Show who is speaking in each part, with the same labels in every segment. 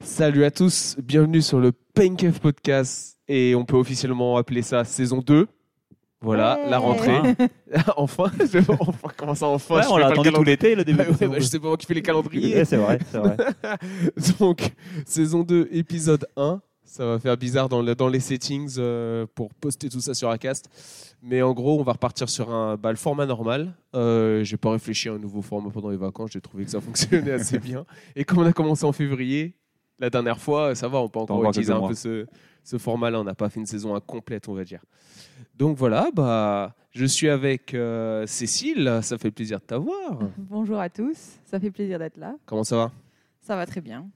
Speaker 1: Salut à tous, bienvenue sur le Pencave Podcast et on peut officiellement appeler ça saison 2. Voilà,
Speaker 2: Ouais.
Speaker 1: la rentrée.
Speaker 3: Enfin.
Speaker 1: enfin, je- enfin, comment ça enfin
Speaker 3: Ouais,
Speaker 1: je
Speaker 3: on
Speaker 1: fais pas
Speaker 3: l'a
Speaker 1: le
Speaker 3: attendu tout
Speaker 1: calendrier.
Speaker 3: l'été, le début.
Speaker 1: Ouais, ouais, bah, je sais pas moi qui fais les calendriers.
Speaker 3: Ouais, c'est vrai, c'est vrai.
Speaker 1: Donc, saison 2, épisode 1. Ça va faire bizarre dans, le- dans les settings euh, pour poster tout ça sur Acast. Mais en gros, on va repartir sur un, bah, le format normal. Euh, j'ai pas réfléchi à un nouveau format pendant les vacances. J'ai trouvé que ça fonctionnait assez bien. Et comme on a commencé en février, la dernière fois, ça va, on peut encore
Speaker 3: encore
Speaker 1: utiliser
Speaker 3: quelques
Speaker 1: un
Speaker 3: mois.
Speaker 1: peu ce, ce format-là. On n'a pas fait une saison incomplète, on va dire. Donc voilà, bah, je suis avec euh, Cécile. Ça fait plaisir de t'avoir.
Speaker 2: Bonjour à tous, ça fait plaisir d'être là.
Speaker 1: Comment ça va
Speaker 2: Ça va très bien.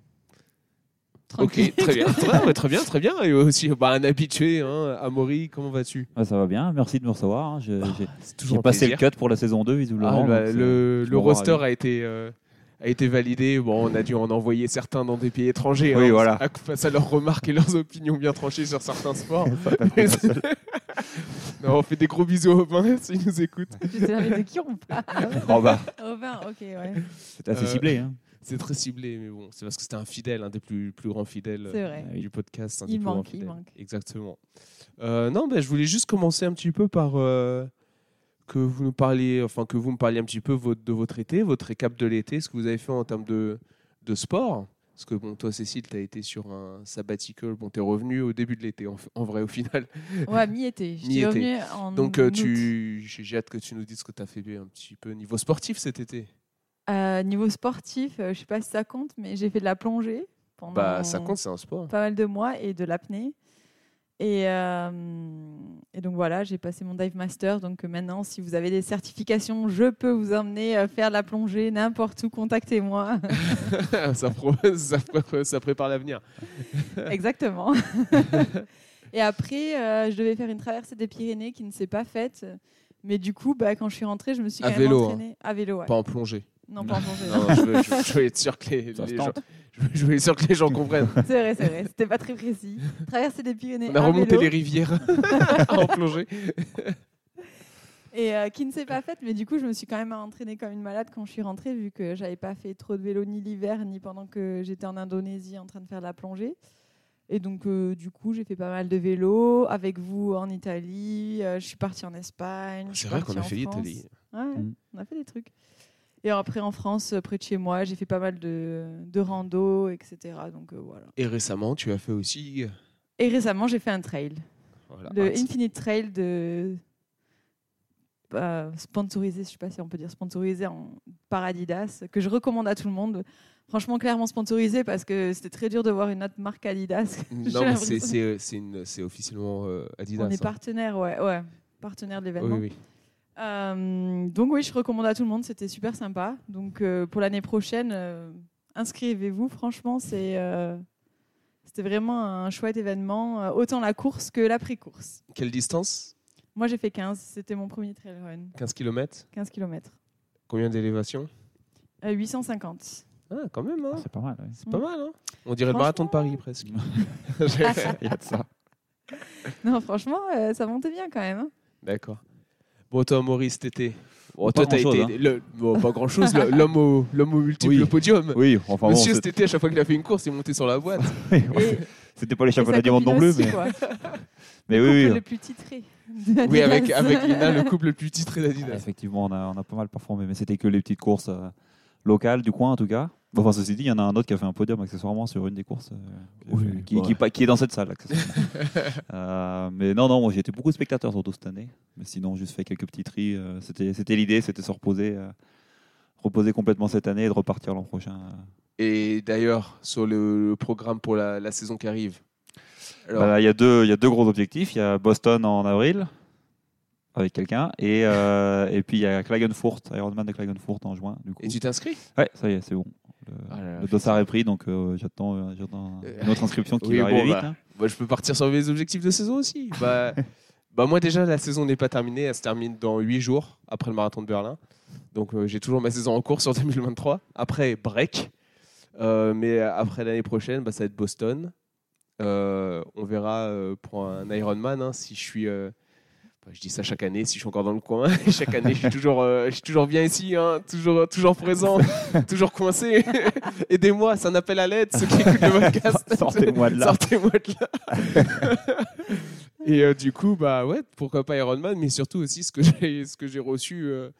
Speaker 1: Ok, très bien. Ouais, ouais, très bien, très bien. Et aussi, bah, un habitué, hein, Amaury, comment vas-tu
Speaker 3: Ouais, Ah, ça va bien, merci de me recevoir. hein.
Speaker 1: Ah,
Speaker 3: Je- J'ai
Speaker 1: C'est
Speaker 3: j'ai passé le cut pour la saison 2, visiblement. donc c'est-
Speaker 1: Ah, bah, le
Speaker 3: je
Speaker 1: le
Speaker 3: m'en rends
Speaker 1: roster a été, euh, a été validé. Bon, on a dû en envoyer certains dans des pays étrangers.
Speaker 3: Oui,
Speaker 1: hein,
Speaker 3: voilà.
Speaker 1: à- Face à leurs remarques et leurs opinions bien tranchées sur certains sports. Mais c'est- non, on fait des gros bisous aux mains s'ils nous écoutent.
Speaker 2: Tu sais jamais de qui on parle.
Speaker 3: Oh bah,
Speaker 2: Robin, ok, ouais,
Speaker 3: c'est assez
Speaker 1: Euh,
Speaker 3: ciblé. hein.
Speaker 1: C'est très ciblé, mais bon, c'est parce que c'était un fidèle, un des plus, plus grands fidèles. euh,
Speaker 2: c'est vrai.
Speaker 3: Oui.
Speaker 1: du podcast. un
Speaker 2: Il
Speaker 1: petit peu
Speaker 2: manque,
Speaker 1: en
Speaker 2: il
Speaker 1: fidèle.
Speaker 2: manque.
Speaker 1: Exactement. Euh, non, ben, je voulais juste commencer un petit peu par euh, que vous nous parliez, enfin que vous me parliez un petit peu votre- de votre été, votre récap de l'été, ce que vous avez fait en termes de, de sport. Parce que bon, toi, Cécile, tu as été sur un sabbatical. Bon, tu es revenu au début de l'été, en, f- en vrai, au final.
Speaker 2: Ouais, mi-été. Je suis
Speaker 1: Mi-été.
Speaker 2: revenue Mm, en
Speaker 1: Donc, euh,
Speaker 2: août.
Speaker 1: tu, j'ai j'ai hâte que tu nous dises ce que tu as fait un petit peu niveau sportif cet été.
Speaker 2: Euh, niveau sportif, euh, je sais pas si ça compte, mais j'ai fait de la plongée pendant
Speaker 1: Bah, ça compte, c'est un sport.
Speaker 2: pas mal de mois et de l'apnée. Et, euh, et donc voilà, j'ai passé mon dive master. Donc euh, maintenant, si vous avez des certifications, je peux vous emmener euh, faire de la plongée n'importe où. Contactez-moi.
Speaker 1: ça, pro- ça pré- ça prépare l'avenir.
Speaker 2: Exactement. et après, euh, je devais faire une traversée des Pyrénées qui ne s'est pas faite. Mais du coup, bah, quand je suis rentrée, je me suis
Speaker 1: À
Speaker 2: quand même
Speaker 1: vélo, hein.
Speaker 2: entraînée à vélo. ouais.
Speaker 1: Pas en plongée.
Speaker 2: Non, pas en plongée.
Speaker 1: Non, je, veux, je veux- je veux être sûr que les,
Speaker 3: Ça se
Speaker 1: les gens,
Speaker 3: tente.
Speaker 1: je veux- je veux être sûr que les gens comprennent.
Speaker 2: C'est vrai, c'est vrai. C'était pas très précis. Traversée des Pyrénées
Speaker 1: On a
Speaker 2: à
Speaker 1: remonté
Speaker 2: vélo
Speaker 1: les rivières en plongée.
Speaker 2: et euh, qui ne s'est pas faite. Mais du coup, je me suis quand même entraînée comme une malade quand je suis rentrée, vu que j'avais pas fait trop de vélo ni l'hiver ni pendant que j'étais en Indonésie en train de faire de la plongée. Et donc, euh, du coup, j'ai fait pas mal de vélo avec vous en Italie. euh, je suis partie en Espagne. je suis partie en France. Ouais, ouais,
Speaker 3: Mm.
Speaker 2: on a fait des trucs. Et après en France, euh, près de chez moi, j'ai fait pas mal de, de rando, etc. Donc euh, voilà.
Speaker 1: Et récemment, tu as fait aussi. euh,
Speaker 2: Et récemment, j'ai fait un trail,
Speaker 1: Voilà,
Speaker 2: le
Speaker 1: hâte.
Speaker 2: Infinite Trail de bah, sponsorisé, je sais pas si on peut dire sponsorisé en par Adidas, que je recommande à tout le monde. Franchement, clairement sponsorisé parce que c'était très dur de voir une autre marque Adidas. J'ai
Speaker 1: Non, mais c'est-
Speaker 2: l'impression
Speaker 1: c'est euh, c'est une- c'est officiellement euh, Adidas.
Speaker 2: On est
Speaker 1: hein.
Speaker 2: partenaire, ouais, ouais, partenaire de
Speaker 1: Oui,
Speaker 2: l'événement.
Speaker 1: oui.
Speaker 2: Euh, donc oui, je recommande à tout le monde, c'était super sympa. Donc euh, pour l'année prochaine, euh, inscrivez-vous, franchement, c'est... euh, C'était vraiment un chouette événement, euh, autant la course que l'après-course.
Speaker 1: Quelle distance
Speaker 2: Moi, j'ai fait 15, c'était mon premier trail run,
Speaker 1: 15 km
Speaker 2: 15 km.
Speaker 1: Combien d'élévation
Speaker 2: Euh, 850.
Speaker 1: Ah, quand même, hein.
Speaker 3: C'est pas mal. ouais.
Speaker 1: c'est pas mal. hein. On dirait le
Speaker 2: Mm. Franchement-
Speaker 1: marathon de Paris presque. J'ai-
Speaker 3: Il y a de ça.
Speaker 2: Non, franchement, euh, ça montait bien quand même. hein.
Speaker 1: D'accord. Bon, toi, Maurice, t'étais. Bon,
Speaker 3: Pas
Speaker 1: toi, t'as
Speaker 3: grand-chose,
Speaker 1: été. le- bon, pas grand chose, l'homme au, l'homme au multiple
Speaker 3: Oui.
Speaker 1: podium.
Speaker 3: hein. Oui, enfin bon,
Speaker 1: Monsieur,
Speaker 3: c'est-
Speaker 1: cet été, à chaque fois qu'il a fait une course, il est monté sur la boîte.
Speaker 2: Et-
Speaker 3: c'était pas les
Speaker 2: et sa
Speaker 3: championnats du monde non
Speaker 2: copine
Speaker 3: plus.
Speaker 2: aussi,
Speaker 3: Mais,
Speaker 2: quoi.
Speaker 3: mais
Speaker 2: Le
Speaker 3: oui,
Speaker 2: couple
Speaker 3: oui.
Speaker 2: le plus titré. de
Speaker 1: oui, avec,
Speaker 2: Adidas.
Speaker 1: avec Lina, le couple le plus titré
Speaker 3: Ouais,
Speaker 1: d'Adidas.
Speaker 3: Effectivement, on a, on a pas mal performé, mais c'était que les petites courses euh, locales du coin en tout cas. Bon, Enfin, ceci dit, il y en a un autre qui a fait un podium accessoirement sur une des courses euh, que j'ai
Speaker 1: Oui,
Speaker 3: fait, qui,
Speaker 1: ouais.
Speaker 3: qui est pas- qui est dans cette salle. accessoirement. Euh, mais non, non, moi j'ai été beaucoup spectateur surtout cette année. Mais sinon, juste fait quelques petits tris. euh, c'était c'était l'idée, c'était se reposer, euh, reposer complètement cette année et de repartir l'an prochain. euh.
Speaker 1: Et d'ailleurs, sur le, le programme pour la, la saison qui arrive. Alors,
Speaker 3: Bah, là, il y, a deux- il y a deux gros objectifs. Il y a Boston en avril avec quelqu'un et, euh, et puis il y a Klagenfurt, Ironman de Klagenfurt en juin. Du coup.
Speaker 1: et tu t'inscris
Speaker 3: Ouais, ça y est, c'est bon. Le,
Speaker 1: Ah là là,
Speaker 3: le dossard est pris, donc euh, j'attends euh, j'attends
Speaker 1: Euh,
Speaker 3: une autre inscription qui
Speaker 1: oui,
Speaker 3: va arriver
Speaker 1: bon,
Speaker 3: vite.
Speaker 1: bah.
Speaker 3: hein.
Speaker 1: Moi, Je peux partir sur mes objectifs de saison aussi. Bah, bah, moi, déjà, la saison n'est pas terminée. Elle se termine dans 8 jours après le marathon de Berlin. Donc, euh, j'ai toujours ma saison en cours sur 2023. Après, break. Euh, mais après l'année prochaine, bah, ça va être Boston. Euh, on verra euh, pour un Ironman hein, si je suis. euh, Enfin, je dis ça chaque année si je suis encore dans le coin. chaque année, je suis toujours, euh, je suis toujours bien ici, hein, toujours, toujours présent, toujours coincé. Aidez-moi, c'est un appel à l'aide, ceux qui écoutent le podcast.
Speaker 3: Sortez-moi de là.
Speaker 1: Sortez-moi de là. et euh, du coup, bah ouais, pourquoi pas Iron Man, mais surtout aussi ce que j'ai, ce que j'ai reçu. euh,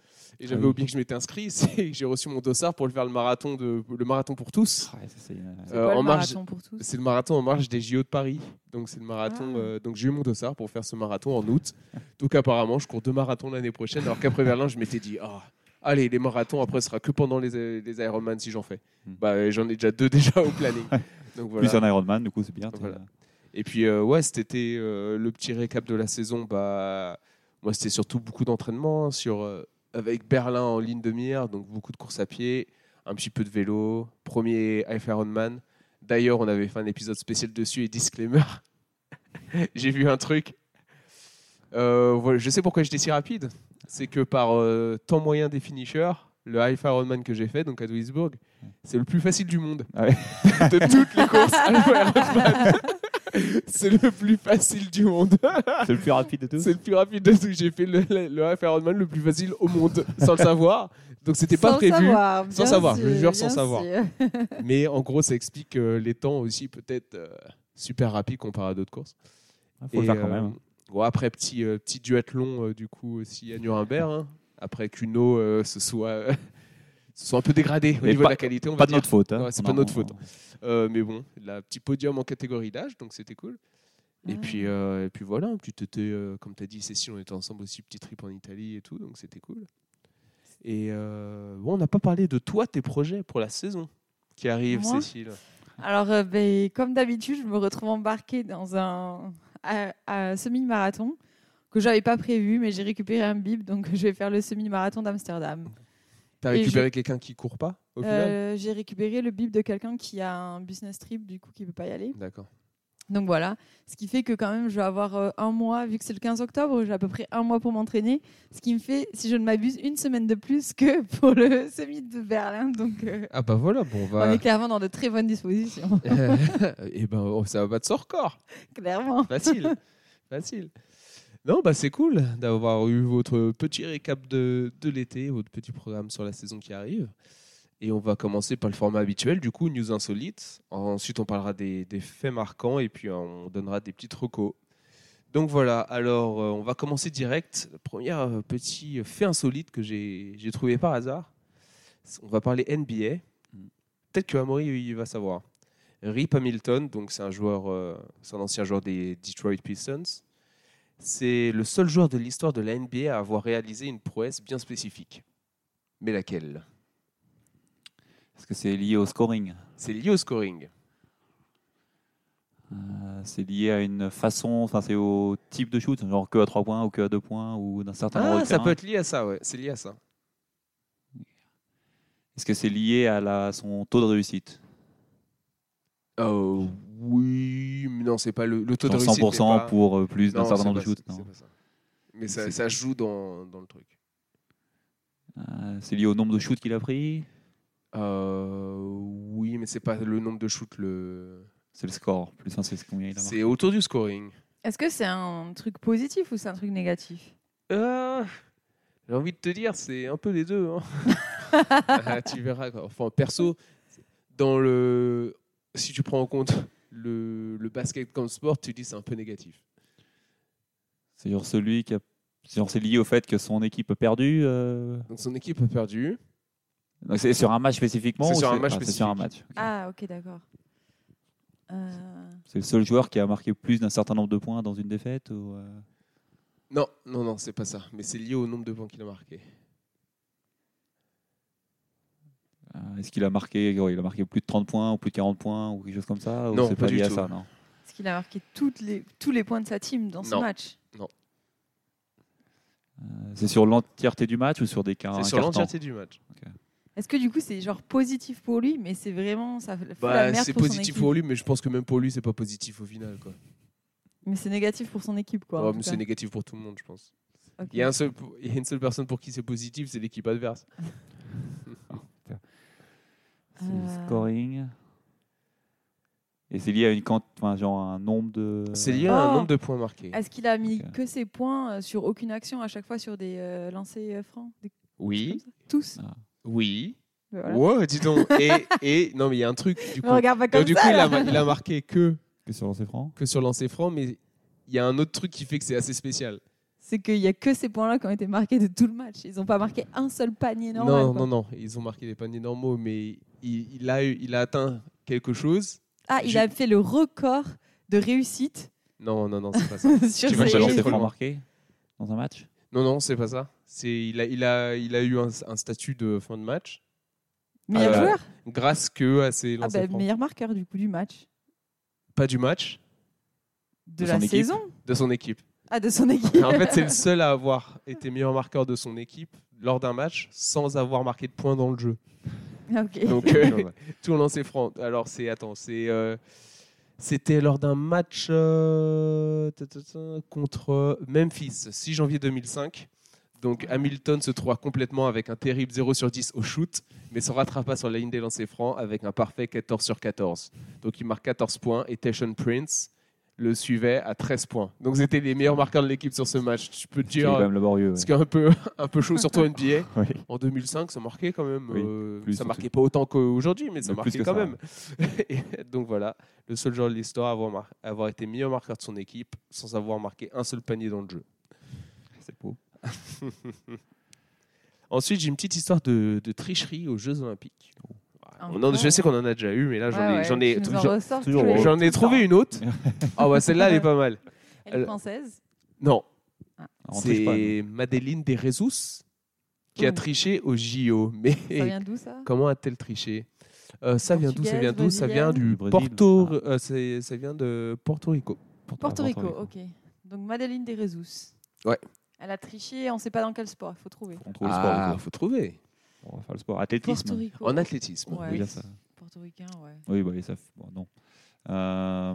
Speaker 1: et j'avais
Speaker 3: Ah oui.
Speaker 1: oublié que je m'étais inscrit, c'est que j'ai reçu mon dossard pour le faire le marathon de le marathon pour tous.
Speaker 3: Ouais, ça, c'est, euh,
Speaker 2: C'est
Speaker 1: Euh,
Speaker 2: quoi
Speaker 1: en
Speaker 2: le
Speaker 1: marge-
Speaker 2: marathon pour tous
Speaker 1: C'est le marathon en marge des JO de Paris. Donc c'est le marathon.
Speaker 2: Ah.
Speaker 1: euh, donc j'ai eu mon dossard pour faire ce marathon en août. Donc apparemment, je cours deux marathons l'année prochaine. Alors qu'après Berlin, je m'étais dit, ah, allez, les marathons après ce sera que pendant les, les Ironman si j'en fais.
Speaker 3: Hmm.
Speaker 1: Bah euh, j'en ai déjà deux déjà au planning. Donc Euh, voilà.
Speaker 3: Plus un Ironman, du coup, c'est bien. t'es-
Speaker 1: Voilà. Et puis, euh, ouais, cet été, euh, le petit récap de la saison, bah, moi, c'était surtout beaucoup d'entraînement sur, euh, avec Berlin en ligne de mire, donc beaucoup de courses à pied, un petit peu de vélo, premier Half Ironman. D'ailleurs, on avait fait un épisode spécial dessus et disclaimer, j'ai vu un truc. Euh, voilà, je sais pourquoi j'étais si rapide. C'est que par euh, temps moyen des finishers, le Half Ironman que j'ai fait, donc à Duisburg, c'est le plus facile du monde.
Speaker 3: Ah ouais.
Speaker 1: de toutes les courses Half Ironman. C'est le plus facile du monde.
Speaker 3: C'est le plus rapide de tous.
Speaker 1: C'est le plus rapide de tout. J'ai fait le, le, le Half Ironman le plus facile au monde, sans le savoir. Donc c'était pas
Speaker 2: Sans
Speaker 1: prévu.
Speaker 2: savoir, bien
Speaker 1: savoir, je
Speaker 2: sûr,
Speaker 1: jure, sans
Speaker 2: bien
Speaker 1: savoir.
Speaker 2: sûr.
Speaker 1: Mais en gros, ça explique euh, les temps aussi peut-être euh, super rapides comparé à d'autres courses.
Speaker 3: Il faut le
Speaker 1: Et,
Speaker 3: faire quand
Speaker 1: euh,
Speaker 3: même. hein.
Speaker 1: bon, après, petit, euh, petit duathlon euh, du coup aussi à Nuremberg. hein. Après qu'Uno euh, se, soit, euh, se soit un peu dégradé au
Speaker 3: Et
Speaker 1: niveau
Speaker 3: pas-
Speaker 1: de la qualité. On va
Speaker 3: Pas de
Speaker 1: dire.
Speaker 3: notre faute. hein.
Speaker 1: Ouais, c'est
Speaker 3: Non,
Speaker 1: pas de notre
Speaker 3: on-
Speaker 1: faute. Euh, mais bon, la petit podium en catégorie d'âge, donc c'était cool. Et,
Speaker 2: Ah.
Speaker 1: puis, euh, et puis voilà, un petit été, euh, comme tu as dit, Cécile, on était ensemble aussi, petit trip en Italie et tout, donc c'était cool. Et euh, bon, on n'a pas parlé de toi, tes projets pour la saison qui arrive,
Speaker 2: Moi
Speaker 1: Cécile.
Speaker 2: Alors, euh, ben, comme d'habitude, je me retrouve embarquée dans un à- à semi-marathon que j'avais pas prévu, mais j'ai récupéré un bib, donc je vais faire le semi-marathon d'Amsterdam.
Speaker 1: T'as
Speaker 2: Et
Speaker 1: récupéré quelqu'un qui court pas, au final
Speaker 2: Euh, j'ai récupéré le bib de quelqu'un qui a un business trip, du coup, qui peut pas y aller.
Speaker 1: D'accord.
Speaker 2: Donc voilà, ce qui fait que quand même, je vais avoir euh, un mois, vu que c'est le 15 octobre, j'ai à peu près un mois pour m'entraîner, ce qui me fait, si je ne m'abuse, une semaine de plus que pour le semi de Berlin. Donc euh,
Speaker 1: Ah bah voilà, bon, on
Speaker 2: on est clairement dans de très bonnes dispositions,
Speaker 1: et ben, oh, ça va battre son record.
Speaker 2: clairement.
Speaker 1: Facile. Facile. Non, bah c'est cool d'avoir eu votre petit récap de, de l'été, votre petit programme sur la saison qui arrive. Et on va commencer par le format habituel, du coup, news insolites. Ensuite, on parlera des, des faits marquants et puis euh, on donnera des petites recos. Donc voilà, alors euh, on va commencer direct. Le premier euh, petit fait insolite que j'ai j'ai trouvé par hasard, on va parler NBA. Peut-être que Amaury il va savoir. Rip Hamilton, donc c'est un joueur, euh, c'est un ancien joueur des Detroit Pistons. C'est le seul joueur de l'histoire de la NBA à avoir réalisé une prouesse bien spécifique. Mais laquelle
Speaker 3: Est-ce que c'est lié au scoring
Speaker 1: C'est lié au scoring.
Speaker 3: Euh, C'est lié à une façon, enfin c'est au type de shoot, genre que à 3 points ou que à 2 points ou d'un certain endroit
Speaker 1: Ah,
Speaker 3: de
Speaker 1: ça
Speaker 3: terrain.
Speaker 1: peut être lié à ça, ouais. C'est lié à ça.
Speaker 3: Est-ce que c'est lié à la, son taux de réussite
Speaker 1: Oh, oui, mais non, c'est pas le, le taux
Speaker 3: Genre
Speaker 1: de réussite.
Speaker 3: 100%
Speaker 1: n'est pas-
Speaker 3: pour euh, plus d'un
Speaker 1: Non,
Speaker 3: certain
Speaker 1: c'est
Speaker 3: nombre de
Speaker 1: pas-
Speaker 3: shoots.
Speaker 1: c'est-
Speaker 3: non.
Speaker 1: c'est pas ça. Mais ça,
Speaker 3: C'est-
Speaker 1: ça joue dans, dans le truc.
Speaker 3: Euh, C'est lié au nombre de shoots qu'il a pris
Speaker 1: Euh, oui, mais c'est pas le nombre de shoots. Le...
Speaker 3: C'est le score, plus un c'est combien il a marqué.
Speaker 1: C'est autour du scoring.
Speaker 2: Est-ce que c'est un truc positif ou c'est un truc négatif
Speaker 1: Euh, J'ai envie de te dire, c'est un peu les deux. hein. Ah, tu verras. quoi. Enfin, perso, dans le, si tu prends en compte le, le basket comme sport, tu dis c'est un peu négatif.
Speaker 3: C'est genre celui qui a. c'est genre c'est lié au fait que son équipe a perdu. euh,
Speaker 1: Donc son équipe a perdu.
Speaker 3: Donc c'est sur un match spécifiquement
Speaker 1: C'est
Speaker 3: ou
Speaker 1: sur un match
Speaker 3: ah, C'est sur un match. ok.
Speaker 2: Ah, ok, d'accord. Euh,
Speaker 3: C'est le seul joueur qui a marqué plus d'un certain nombre de points dans une défaite ou, euh,
Speaker 1: Non, non, non, c'est pas ça. Mais c'est lié au nombre de points qu'il a marqué.
Speaker 3: euh, Est-ce qu'il a marqué genre, Il a marqué plus de 30 points ou plus de 40 points ou quelque chose comme ça ou
Speaker 1: Non,
Speaker 3: c'est
Speaker 1: pas
Speaker 3: pas,
Speaker 1: du
Speaker 3: lié à
Speaker 1: tout.
Speaker 3: ça, non
Speaker 2: Est-ce qu'il a marqué toutes les, tous les points de sa team dans ce
Speaker 1: Non.
Speaker 2: match
Speaker 3: Euh, C'est sur l'entièreté du match ou sur des cas
Speaker 1: C'est sur l'entièreté du match.
Speaker 2: Est-ce que du coup c'est genre positif pour lui, mais c'est vraiment ça fait fout la
Speaker 1: Bah,
Speaker 2: merde
Speaker 1: c'est
Speaker 2: pour son
Speaker 1: positif
Speaker 2: équipe
Speaker 1: pour lui, mais je pense que même pour lui, c'est pas positif au final. Quoi.
Speaker 2: Mais c'est négatif pour son équipe quoi. en
Speaker 1: Ouais,
Speaker 2: tout
Speaker 1: mais c'est
Speaker 2: cas.
Speaker 1: négatif pour tout le monde, je pense.
Speaker 2: Ok.
Speaker 1: Il y, a un seul, il y a une seule personne pour qui c'est positif, c'est l'équipe adverse.
Speaker 3: C'est le
Speaker 2: Euh.
Speaker 3: scoring. Et c'est lié à une quant- enfin, genre un nombre de.
Speaker 1: C'est lié à un
Speaker 2: Oh.
Speaker 1: nombre de points marqués.
Speaker 2: Est-ce qu'il a mis
Speaker 3: Ok.
Speaker 2: que ses points euh, sur aucune action, à chaque fois sur des euh, lancers euh, francs des-
Speaker 1: Oui,
Speaker 2: Tous
Speaker 1: oui.
Speaker 2: Voilà.
Speaker 1: Wow, dis donc. et, et non, mais il y a un truc. Du
Speaker 2: Me
Speaker 1: coup,
Speaker 2: regarde pas comme
Speaker 1: Donc, du
Speaker 2: ça,
Speaker 1: coup il,
Speaker 2: là.
Speaker 1: a, il a marqué que,
Speaker 3: Que sur lancer franc.
Speaker 1: que sur lancer franc, mais il y a un autre truc qui fait que c'est assez spécial.
Speaker 2: C'est qu'il n'y a que ces points-là qui ont été marqués de tout le match. Ils n'ont pas marqué un seul panier normal.
Speaker 1: non,
Speaker 2: quoi.
Speaker 1: non, non. Ils ont marqué des paniers normaux, mais il, il a, eu- il a atteint quelque chose.
Speaker 2: Ah, il
Speaker 1: J'ai-
Speaker 2: a fait le record de réussite
Speaker 1: Non, non, non, c'est pas ça.
Speaker 2: sur
Speaker 1: Tu vas chez lancer
Speaker 3: Sur
Speaker 2: ses...
Speaker 3: lancer
Speaker 1: franc.
Speaker 3: franc marqué dans un match.
Speaker 1: Non, non, c'est pas ça. C'est il a, il a, il a eu un, un statut de fin de match
Speaker 2: meilleur
Speaker 1: Ah,
Speaker 2: joueur.
Speaker 1: grâce que à ses
Speaker 2: Ah,
Speaker 1: lancers
Speaker 2: bah,
Speaker 1: francs.
Speaker 2: meilleur marqueur du coup du match.
Speaker 1: Pas du match,
Speaker 2: De,
Speaker 3: De
Speaker 2: la
Speaker 3: son équipe.
Speaker 2: saison.
Speaker 1: de son équipe.
Speaker 2: Ah, de son équipe.
Speaker 1: Et en fait, c'est le seul à avoir été meilleur marqueur de son équipe lors d'un match sans avoir marqué de points dans le jeu.
Speaker 2: Ah, ok.
Speaker 1: Donc, euh, tout en lancer franc. Alors, c'est. Attends, c'est. euh, c'était lors d'un match euh, ta, ta, ta, contre euh, Memphis, 6 janvier 2005. Donc Hamilton se trouva complètement avec un terrible 0 sur 10 au shoot, mais se rattrapa sur la ligne des lancers francs avec un parfait 14 sur 14. Donc il marque 14 points et Teshon Prince le suivait à 13 points. Donc c'était les meilleurs marqueurs de l'équipe sur ce match. Tu peux te
Speaker 3: C'est quand
Speaker 1: dire,
Speaker 3: même laborieux.
Speaker 1: ce qui est un peu, un peu chaud, surtout en NBA.
Speaker 3: ouais. Oui.
Speaker 1: En 2005, ça marquait quand même.
Speaker 3: Oui,
Speaker 1: euh,
Speaker 3: plus
Speaker 1: ça
Speaker 3: surtout.
Speaker 1: marquait pas autant qu'aujourd'hui, mais ça
Speaker 3: Mais plus
Speaker 1: marquait
Speaker 3: que
Speaker 1: quand
Speaker 3: ça.
Speaker 1: même. Et donc voilà, le seul joueur de l'histoire à avoir, mar- à avoir été meilleur marqueur de son équipe sans avoir marqué un seul panier dans le jeu.
Speaker 3: C'est beau.
Speaker 1: Ensuite, j'ai une petite histoire de, de tricherie aux Jeux Olympiques. Voilà. On en-
Speaker 2: Encore
Speaker 1: je sais qu'on en a déjà eu, mais là, j'en ai-
Speaker 2: Ah, Ouais, ouais,
Speaker 1: j'en ai,
Speaker 2: tu nous en
Speaker 1: j'en-
Speaker 2: ressors tous
Speaker 3: toujours
Speaker 2: les
Speaker 3: en
Speaker 2: jours.
Speaker 1: j'en ai trouvé une autre. Ah bah celle-là, elle est pas mal.
Speaker 2: Elle est française.
Speaker 1: Non,
Speaker 3: On triche pas, nous.
Speaker 1: c'est Madeleine Desrezous qui a
Speaker 2: Oh.
Speaker 1: triché aux JO. Mais
Speaker 2: Ça vient d'où ça
Speaker 1: Comment a-t-elle triché Euh, Ça vient d'où Ça vient
Speaker 2: Portugaise,
Speaker 1: d'où Ça vient
Speaker 3: brésilienne
Speaker 1: du
Speaker 3: Du Brésil, Ah.
Speaker 1: Porto. euh, c'est- ça vient de Porto Rico.
Speaker 2: Porto Rico, ok. Donc Madeleine Desrezous.
Speaker 1: Ouais.
Speaker 2: Elle a triché, on ne sait pas dans quel sport, il faut trouver.
Speaker 3: On trouve le sport.
Speaker 1: faut trouver.
Speaker 3: du coup. On va faire le sport.
Speaker 2: Porto
Speaker 3: Athlétisme.
Speaker 2: Rico.
Speaker 1: En athlétisme.
Speaker 2: Ouais.
Speaker 3: Oui,
Speaker 1: oui.
Speaker 3: là, ça-
Speaker 2: Portoricain, ouais.
Speaker 3: oui, bah, ils savent. Bon, non. Euh,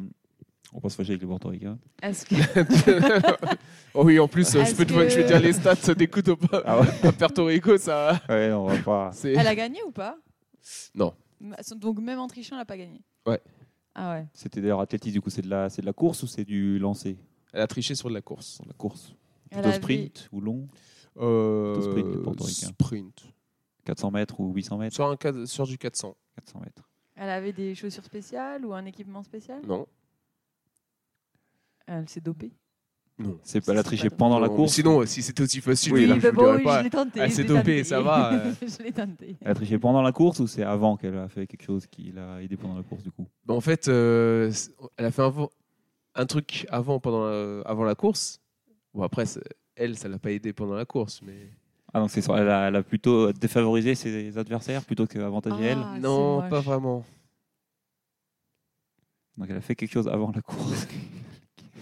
Speaker 3: on va se fâcher avec les portoricains.
Speaker 2: Est-ce que
Speaker 1: oh oui, en plus, euh, je
Speaker 2: Est-ce
Speaker 1: peux te voir- je vais
Speaker 2: que-
Speaker 1: dire les stats des coups de pas.
Speaker 3: Ah ouais, Ah.
Speaker 1: À Porto Rico, ça.
Speaker 3: ouais on va pas.
Speaker 1: C'est...
Speaker 2: elle a gagné ou pas
Speaker 1: Non.
Speaker 2: Ma- Donc même en trichant, elle n'a pas gagné.
Speaker 1: Ouais.
Speaker 2: Ah ouais.
Speaker 3: C'était d'ailleurs athlétisme, du coup, c'est de, la, c'est de la course ou c'est du lancer
Speaker 1: Elle a triché sur de la course.
Speaker 3: Sur la course
Speaker 2: Elle
Speaker 3: Plutôt
Speaker 2: avait-
Speaker 3: sprint ou long
Speaker 1: Euh,
Speaker 3: sprint, les Portoricains.
Speaker 1: sprint.
Speaker 3: 400 mètres ou 800 mètres
Speaker 1: Sur, un, cas- sur du 400.
Speaker 3: 400 mètres.
Speaker 2: Elle avait des chaussures spéciales ou un équipement spécial
Speaker 1: Non.
Speaker 2: Elle s'est dopée.
Speaker 1: Non.
Speaker 3: C'est pas la
Speaker 2: C'est
Speaker 3: tricher
Speaker 2: pas
Speaker 3: pendant la
Speaker 1: Non,
Speaker 3: course.
Speaker 1: Sinon, si c'était aussi facile,
Speaker 3: Oui,
Speaker 1: là,
Speaker 2: mais
Speaker 1: je vous
Speaker 2: bon,
Speaker 1: dirais
Speaker 2: oui,
Speaker 1: pas.
Speaker 2: je l'ai tenté.
Speaker 1: elle
Speaker 2: je
Speaker 1: s'est
Speaker 2: l'ai
Speaker 1: dopée,
Speaker 2: tenté.
Speaker 1: ça va, euh.
Speaker 2: je l'ai tenté.
Speaker 3: Elle a triché pendant la course ou c'est avant qu'elle a fait quelque chose qui l'a aidé pendant la course du coup
Speaker 1: Bah, en fait, euh, c'est- elle a fait un, vo- un truc avant, pendant la, avant la course. Bon, après, c'est- elle, ça l'a pas aidé pendant la course, mais.
Speaker 3: Ah donc c'est sur- elle, a, elle a plutôt défavorisé ses adversaires plutôt qu'avantagé elle.
Speaker 2: Ah,
Speaker 1: non,
Speaker 2: c'est moche.
Speaker 1: pas vraiment.
Speaker 3: Donc elle a fait quelque chose avant la course.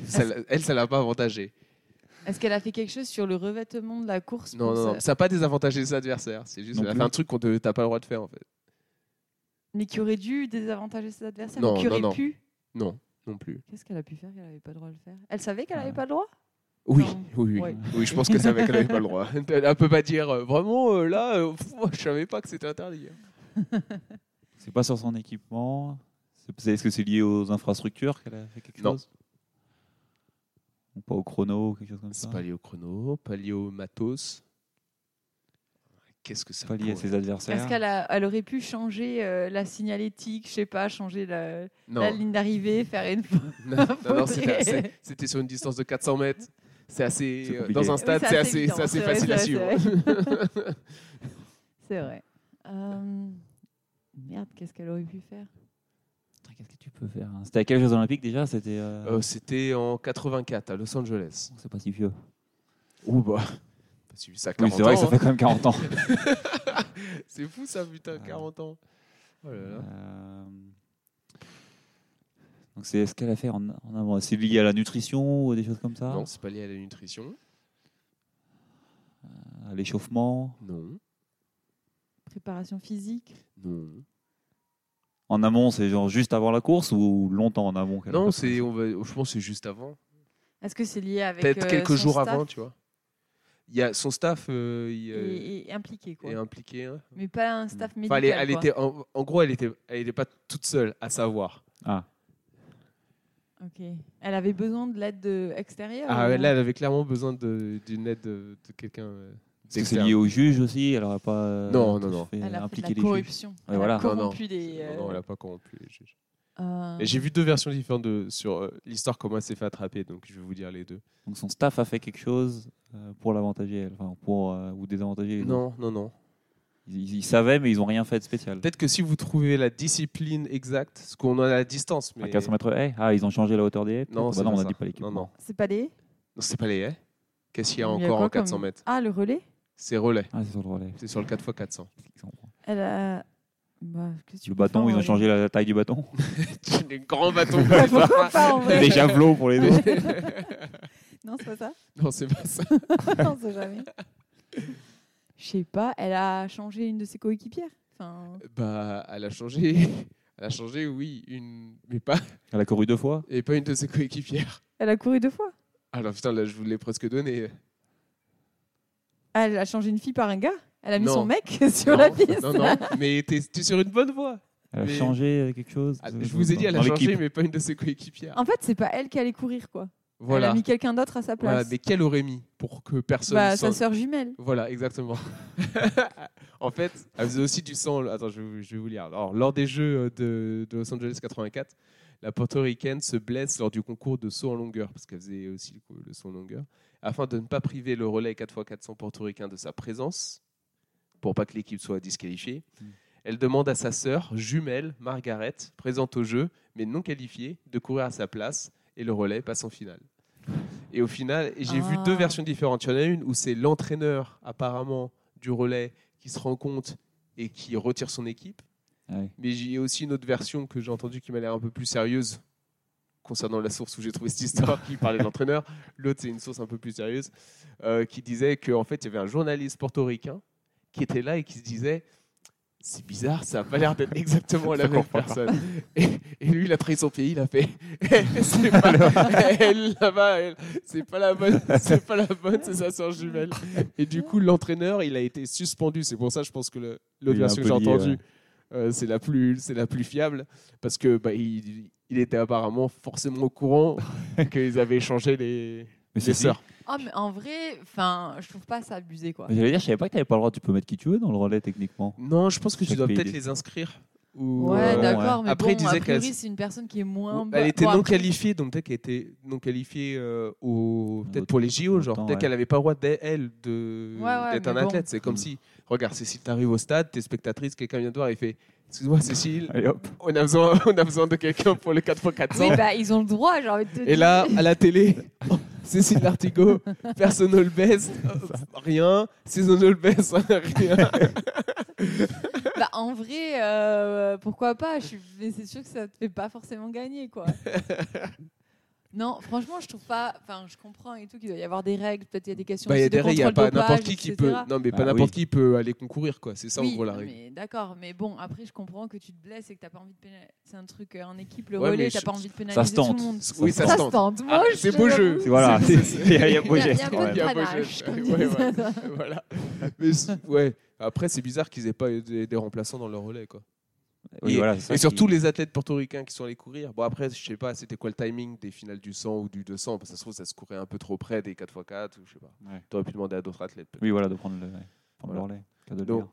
Speaker 1: Ça l'a- elle, ça l'a pas avantagé.
Speaker 2: Est-ce qu'elle a fait quelque chose sur le revêtement de la course
Speaker 1: Non, non,
Speaker 2: pour ça-
Speaker 1: non, ça n'a pas désavantagé ses adversaires. C'est juste
Speaker 3: Non
Speaker 1: qu'elle a fait
Speaker 3: plus.
Speaker 1: un truc qu'on te- t'as pas le droit de faire, en fait.
Speaker 2: Mais qui aurait dû désavantager ses adversaires
Speaker 1: Non,
Speaker 2: ou qui
Speaker 1: non,
Speaker 2: aurait
Speaker 1: non.
Speaker 2: pu
Speaker 1: Non, non plus.
Speaker 2: Qu'est-ce qu'elle a pu faire qu'elle n'avait pas le droit de le faire Elle savait qu'elle
Speaker 3: Ouais.
Speaker 2: n'avait pas le droit
Speaker 1: Oui,
Speaker 2: Non.
Speaker 1: Ah. oui, oui.
Speaker 2: Ouais.
Speaker 1: Oui, je pense que ça mec, elle avait pas le droit. Elle peut pas dire euh, vraiment euh, là, euh, pff, moi, je savais pas que c'était interdit. hein.
Speaker 3: c'est pas sur son équipement. C'est- c'est- Est-ce que c'est lié aux infrastructures qu'elle a fait quelque
Speaker 1: Non.
Speaker 3: chose Ou pas au chrono ou quelque chose comme ça
Speaker 1: C'est pas lié au chrono, pas lié au matos. Qu'est-ce que ça
Speaker 3: Pas lié à
Speaker 1: pourrait-
Speaker 3: ses adversaires.
Speaker 2: Est-ce qu'elle a- elle aurait pu changer euh, la signalétique, je sais pas, changer la,
Speaker 1: Non.
Speaker 2: la ligne d'arrivée, faire une faute
Speaker 1: Non, non, non,
Speaker 2: Faudrait.
Speaker 1: c'était c'est- c'était sur une distance de 400 mètres. C'est assez.
Speaker 3: C'est
Speaker 1: euh,
Speaker 3: compliqué.
Speaker 1: dans un stade,
Speaker 2: Oui,
Speaker 1: c'est assez,
Speaker 2: évident,
Speaker 1: c'est assez
Speaker 2: c'est vrai,
Speaker 1: facile à
Speaker 2: c'est
Speaker 1: suivre.
Speaker 2: vrai, c'est vrai. C'est vrai. Euh, Merde, qu'est-ce qu'elle aurait pu faire
Speaker 3: Putain, Qu'est-ce que tu peux faire hein C'était à quels Jeux Olympiques déjà C'était. euh, oh,
Speaker 1: Euh, C'était en 84 à Los Angeles.
Speaker 3: C'est pas si vieux.
Speaker 1: Ouh bah. T'as suivi ça à
Speaker 3: Oui,
Speaker 1: 40
Speaker 3: c'est vrai
Speaker 1: ans.
Speaker 3: que ça
Speaker 1: hein.
Speaker 3: fait quand même 40 ans.
Speaker 1: C'est fou ça, putain,
Speaker 3: Ah.
Speaker 1: 40 ans. Oh là là.
Speaker 3: Euh, Donc c'est ce qu'elle a fait en, en avant. C'est lié à la nutrition ou des choses comme ça
Speaker 1: Non, c'est pas lié à la nutrition.
Speaker 3: À l'échauffement
Speaker 1: Non.
Speaker 2: Préparation physique
Speaker 1: Non.
Speaker 3: En amont, c'est genre juste avant la course ou longtemps en amont qu'elle a
Speaker 1: Non,
Speaker 3: fait
Speaker 1: c'est,
Speaker 3: ça
Speaker 1: on va, je pense que c'est juste avant.
Speaker 2: Est-ce que c'est lié avec.
Speaker 1: Peut-être
Speaker 2: euh,
Speaker 1: quelques
Speaker 2: son
Speaker 1: jours
Speaker 2: staff
Speaker 1: avant, tu vois. Il y a son staff euh, il, euh,
Speaker 2: Et, et impliqué, quoi.
Speaker 1: est impliqué. hein.
Speaker 2: Mais pas un staff
Speaker 1: Enfin,
Speaker 2: médical.
Speaker 1: elle, est- elle
Speaker 2: quoi.
Speaker 1: était, en, en gros, elle était, elle était pas toute seule à savoir.
Speaker 3: Ah.
Speaker 2: Ok. Elle avait besoin de l'aide de- extérieure
Speaker 1: Ah,
Speaker 2: ou-
Speaker 1: ouais, là, elle avait clairement besoin de- d'une aide de, de quelqu'un. euh,
Speaker 3: Parce que c'est
Speaker 1: d'externe.
Speaker 3: lié au juge aussi, elle n'aurait pas euh,
Speaker 1: Non,
Speaker 3: tout
Speaker 1: non, non.
Speaker 3: fait
Speaker 2: Elle a fait de
Speaker 3: impliquer
Speaker 2: la
Speaker 3: les juges.
Speaker 2: corruption.
Speaker 3: Ouais,
Speaker 2: Elle
Speaker 3: voilà.
Speaker 2: a
Speaker 1: Non, non.
Speaker 2: corrompu des.
Speaker 1: Non,
Speaker 2: euh,
Speaker 1: non, elle n'a pas corrompu les juges.
Speaker 2: euh,
Speaker 1: Et J'ai vu deux versions différentes de, sur euh, l'histoire comment elle s'est fait attraper, donc je vais vous dire les deux.
Speaker 3: Donc son staff a fait quelque chose euh, pour l'avantager, elle, enfin, pour, euh, ou désavantager. les autres.
Speaker 1: Non, non, non.
Speaker 3: Ils, ils savaient, mais ils n'ont rien fait de spécial.
Speaker 1: Peut-être que si vous trouvez la discipline exacte, ce qu'on a à la distance, mais.
Speaker 3: À 400 mètres haies Ah, ils ont changé la hauteur des haies peut-être
Speaker 1: Non,
Speaker 3: Bah
Speaker 1: c'est
Speaker 3: non
Speaker 1: pas
Speaker 3: on
Speaker 1: ça.
Speaker 3: n'a dit pas l'équipe.
Speaker 1: Non, non.
Speaker 2: C'est pas des.
Speaker 1: Non, c'est pas les haies. Qu'est-ce qu'il y a
Speaker 2: Il y a
Speaker 1: encore
Speaker 2: quoi
Speaker 1: en 400
Speaker 2: comme-
Speaker 1: mètres
Speaker 2: Ah, le relais
Speaker 1: C'est relais.
Speaker 3: Ah, c'est sur le relais.
Speaker 1: C'est sur le 4x400.
Speaker 2: Elle a. Bah, qu'est-ce que tu
Speaker 3: Le
Speaker 2: peux faire
Speaker 3: bâton,
Speaker 2: en
Speaker 3: ils ont
Speaker 2: relais
Speaker 3: changé la taille du bâton.
Speaker 1: Les grands bâtons.
Speaker 2: Bah, Pourquoi pas en vrai
Speaker 3: Des javelots pour les deux.
Speaker 2: Non, c'est pas ça.
Speaker 1: non, c'est pas ça.
Speaker 2: On sait jamais. Je sais pas, elle a changé une de ses coéquipières. Enfin,
Speaker 1: Bah, elle a changé. Elle a changé, oui, une, mais pas,
Speaker 3: Elle a couru deux fois.
Speaker 1: et pas une de ses coéquipières.
Speaker 2: elle a couru deux fois.
Speaker 1: Alors putain, là, je vous l'ai presque donné.
Speaker 2: Elle a changé une fille par un gars. Elle a mis
Speaker 1: Non.
Speaker 2: son mec sur
Speaker 1: non,
Speaker 2: la piste.
Speaker 1: Non, non, mais t'es t'es sur une bonne voie.
Speaker 3: Elle a
Speaker 1: Mais-
Speaker 3: changé euh, quelque chose.
Speaker 1: Ah, je vous ai dit, elle a
Speaker 3: Dans
Speaker 1: changé,
Speaker 3: l'équipe.
Speaker 1: mais pas une de ses coéquipières.
Speaker 2: En fait, c'est pas elle qui allait courir, quoi. Elle
Speaker 1: Voilà.
Speaker 2: a mis quelqu'un d'autre à sa
Speaker 1: Voilà,
Speaker 2: place.
Speaker 1: mais qu'elle aurait mis pour que personne
Speaker 2: bah,
Speaker 1: s'en-
Speaker 2: sa sœur jumelle.
Speaker 1: Voilà, exactement. en fait, elle faisait aussi du sang. Attends, je vais, vous- je vais vous lire. Alors, lors des Jeux euh, de, de Los Angeles 84, la portoricaine se blesse lors du concours de saut en longueur, parce qu'elle faisait aussi le, coup- le saut en longueur, afin de ne pas priver le relais 4x400 portoricain de sa présence, pour pas que l'équipe soit disqualifiée.
Speaker 3: Mm.
Speaker 1: Elle demande à sa sœur jumelle, Margaret, présente au jeu, mais non qualifiée, de courir à sa place, et le relais passe en finale. Et au final, et j'ai vu
Speaker 2: Ah.
Speaker 1: deux versions différentes. Il y en a une où c'est l'entraîneur, apparemment, du relais qui se rend compte et qui retire son équipe.
Speaker 3: Ouais.
Speaker 1: Mais j'ai aussi une autre version que j'ai entendue qui m'a l'air un peu plus sérieuse concernant la source où j'ai trouvé cette histoire qui parlait de l'entraîneur. L'autre, c'est une source un peu plus sérieuse euh, qui disait qu'en fait, il y avait un journaliste portoricain qui était là et qui se disait C'est bizarre, ça n'a pas l'air d'être exactement la même personne. Et, et lui, il a trahi son pays, il a fait C'est pas, elle, là-bas, elle, c'est pas la bonne, c'est pas la bonne, c'est sa soeur jumelle. Et du coup, l'entraîneur, il a été suspendu. C'est pour ça, je pense que le- l'autre
Speaker 3: Il a un
Speaker 1: version que
Speaker 3: peu
Speaker 1: j'ai
Speaker 3: lié,
Speaker 1: entendue.
Speaker 3: ouais.
Speaker 1: Euh, c'est la plus c'est la plus fiable parce que bah, il, il était apparemment forcément au courant qu'ils avaient échangé les,
Speaker 3: Mais
Speaker 1: les
Speaker 3: c'est
Speaker 1: sœurs.
Speaker 2: Oh, mais en vrai, enfin, je trouve pas ça abusé, quoi.
Speaker 3: Mais J'allais dire, je savais pas que t'avais pas le droit, tu peux mettre qui tu veux dans le relais techniquement.
Speaker 1: Non, je pense que tu
Speaker 3: Chaque
Speaker 1: dois
Speaker 3: pays
Speaker 1: peut-être
Speaker 3: des-
Speaker 1: les inscrire. Ou, euh,
Speaker 2: Ouais,
Speaker 3: Ouais,
Speaker 2: d'accord,
Speaker 3: ouais.
Speaker 2: mais
Speaker 1: Après,
Speaker 2: bon,
Speaker 1: il disait
Speaker 2: a priori,
Speaker 1: qu'elle-
Speaker 2: c'est une personne qui est moins...
Speaker 1: elle
Speaker 2: bo-
Speaker 1: était
Speaker 2: bon,
Speaker 1: non
Speaker 2: après-
Speaker 1: qualifiée, donc peut-être qu'elle était non qualifiée euh, au peut-être
Speaker 3: Autant-
Speaker 1: pour les JO, genre
Speaker 3: autant,
Speaker 1: peut-être
Speaker 3: ouais.
Speaker 1: qu'elle n'avait pas le droit d'elle elle, de
Speaker 2: Ouais, ouais,
Speaker 1: d'être un
Speaker 2: mais bon.
Speaker 1: athlète. C'est comme
Speaker 3: Mm.
Speaker 1: si, regarde, Cécile, t'arrives au stade, t'es spectatrice, quelqu'un vient te voir et fait, excuse-moi Cécile,
Speaker 3: Allez hop.
Speaker 1: on a besoin, on a besoin de quelqu'un pour le 4x400.
Speaker 2: Oui, bah, ils ont le droit, j'ai envie de te
Speaker 1: Ah Et
Speaker 2: dire.
Speaker 1: là, à la télé, Cécile Lartigot, personal best, euh, rien, seasonal best, rien.
Speaker 2: Bah, en vrai, euh, pourquoi pas je suis... Mais c'est sûr que ça te fait pas forcément gagner, quoi. non, franchement, je trouve pas... Enfin, je comprends et tout qu'il doit y avoir des règles, peut-être il y a des questions
Speaker 1: Bah, il y a
Speaker 2: aussi de
Speaker 1: des règles, il n'y a
Speaker 2: contrôle
Speaker 1: pas n'importe
Speaker 2: dopage,
Speaker 1: qui qui peut,
Speaker 2: etc.
Speaker 1: non, mais pas
Speaker 3: Bah
Speaker 1: n'importe
Speaker 3: oui.
Speaker 1: qui peut aller concourir, quoi. C'est ça,
Speaker 2: oui,
Speaker 1: en gros, la
Speaker 2: non,
Speaker 1: règle.
Speaker 2: mais d'accord, mais bon, après je comprends que tu te blesses et que t'as pas envie de pénaliser. C'est un truc euh, en équipe, le
Speaker 1: Ouais, mais
Speaker 2: relais, t'as
Speaker 1: je-
Speaker 2: pas envie de pénaliser
Speaker 3: Ça se tente.
Speaker 2: tout le monde.
Speaker 1: Oui, ça, se tente.
Speaker 2: Moi,
Speaker 1: Ah,
Speaker 2: je
Speaker 1: c'est
Speaker 2: te
Speaker 1: beau jeu.
Speaker 2: l'avoue.
Speaker 3: C'est- Voilà,
Speaker 1: C'est-
Speaker 3: c'est- il y a- il y a beau
Speaker 2: Il y a- il y a
Speaker 3: geste
Speaker 2: un peu
Speaker 3: quand
Speaker 2: de
Speaker 3: même.
Speaker 1: Il y a un beau
Speaker 2: panache,
Speaker 1: geste.
Speaker 2: comme
Speaker 1: Ouais,
Speaker 2: disait
Speaker 1: ouais.
Speaker 2: ça.
Speaker 1: voilà. Mais c'est- ouais. Après, c'est bizarre qu'ils aient pas eu des, des remplaçants dans leur relais, quoi.
Speaker 3: Oui, voilà, c'est ça
Speaker 1: Et
Speaker 3: qui-
Speaker 1: surtout les athlètes portoricains qui sont allés courir. Bon, après, je sais pas, c'était quoi le timing des finales du 100 ou du 200 Parce que ça se trouve, ça se courait un peu trop près des 4x4, ou je sais pas.
Speaker 3: Ouais.
Speaker 1: T'aurais pu demander à d'autres athlètes, peut-être.
Speaker 3: Oui, voilà, de prendre le, ouais, prendre
Speaker 1: Voilà.
Speaker 3: le relais. cas de le
Speaker 1: Donc,
Speaker 3: dire.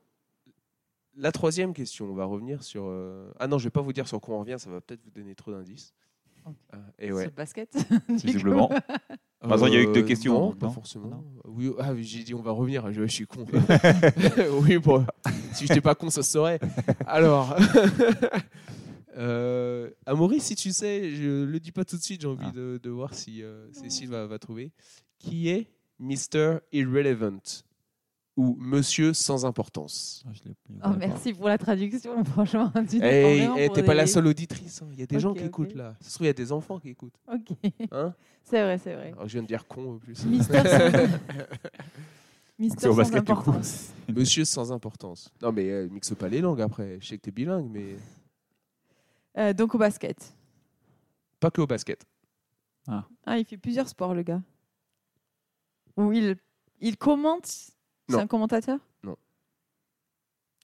Speaker 1: La troisième question, on va revenir sur. euh, Ah non, je vais pas vous dire sur quoi on revient, ça va peut-être vous donner trop d'indices.
Speaker 2: Ok.
Speaker 1: Ah, et
Speaker 2: Sur
Speaker 1: ouais.
Speaker 2: le basket.
Speaker 3: Visiblement. De toute façon, il y a eu que deux questions,
Speaker 1: Euh, Non,
Speaker 3: donc,
Speaker 1: pas
Speaker 3: non
Speaker 1: forcément.
Speaker 3: Non.
Speaker 1: Oui, ah, oui, j'ai dit on va revenir, je, je suis con. oui, bon, si j'étais pas con, ça se saurait. Alors, euh, Amaury, si tu sais, je le dis pas tout de suite, j'ai envie
Speaker 3: Ah.
Speaker 1: de, de voir si euh, Cécile va, va trouver. Qui est Mr. Irrelevant ou Monsieur sans importance
Speaker 3: Ah, je l'ai- je l'ai
Speaker 2: Oh,
Speaker 3: pas.
Speaker 2: merci pour la traduction, franchement. Tu nous prends
Speaker 1: Hey,
Speaker 2: vraiment
Speaker 1: hey,
Speaker 2: pour
Speaker 1: Eh, t'es pas la
Speaker 2: des-
Speaker 1: seule auditrice. hein. Il y a des gens
Speaker 2: Ok,
Speaker 1: qui
Speaker 2: ok.
Speaker 1: écoutent là. Ça se trouve, il y a des enfants qui écoutent.
Speaker 2: Ok,
Speaker 1: Hein
Speaker 2: c'est vrai, c'est vrai.
Speaker 1: Alors, je viens de dire con en plus.
Speaker 2: Mister sans, Mister
Speaker 3: C'est au
Speaker 2: sans
Speaker 3: basket du coup.
Speaker 2: importance.
Speaker 1: Monsieur sans importance. Non, mais euh, mixe pas les langues après. Je sais que t'es bilingue, mais
Speaker 2: Euh, donc au basket.
Speaker 1: pas que au basket.
Speaker 2: Ah, il fait plusieurs sports, le gars. Ou il, il commente C'est
Speaker 1: Non.
Speaker 2: un commentateur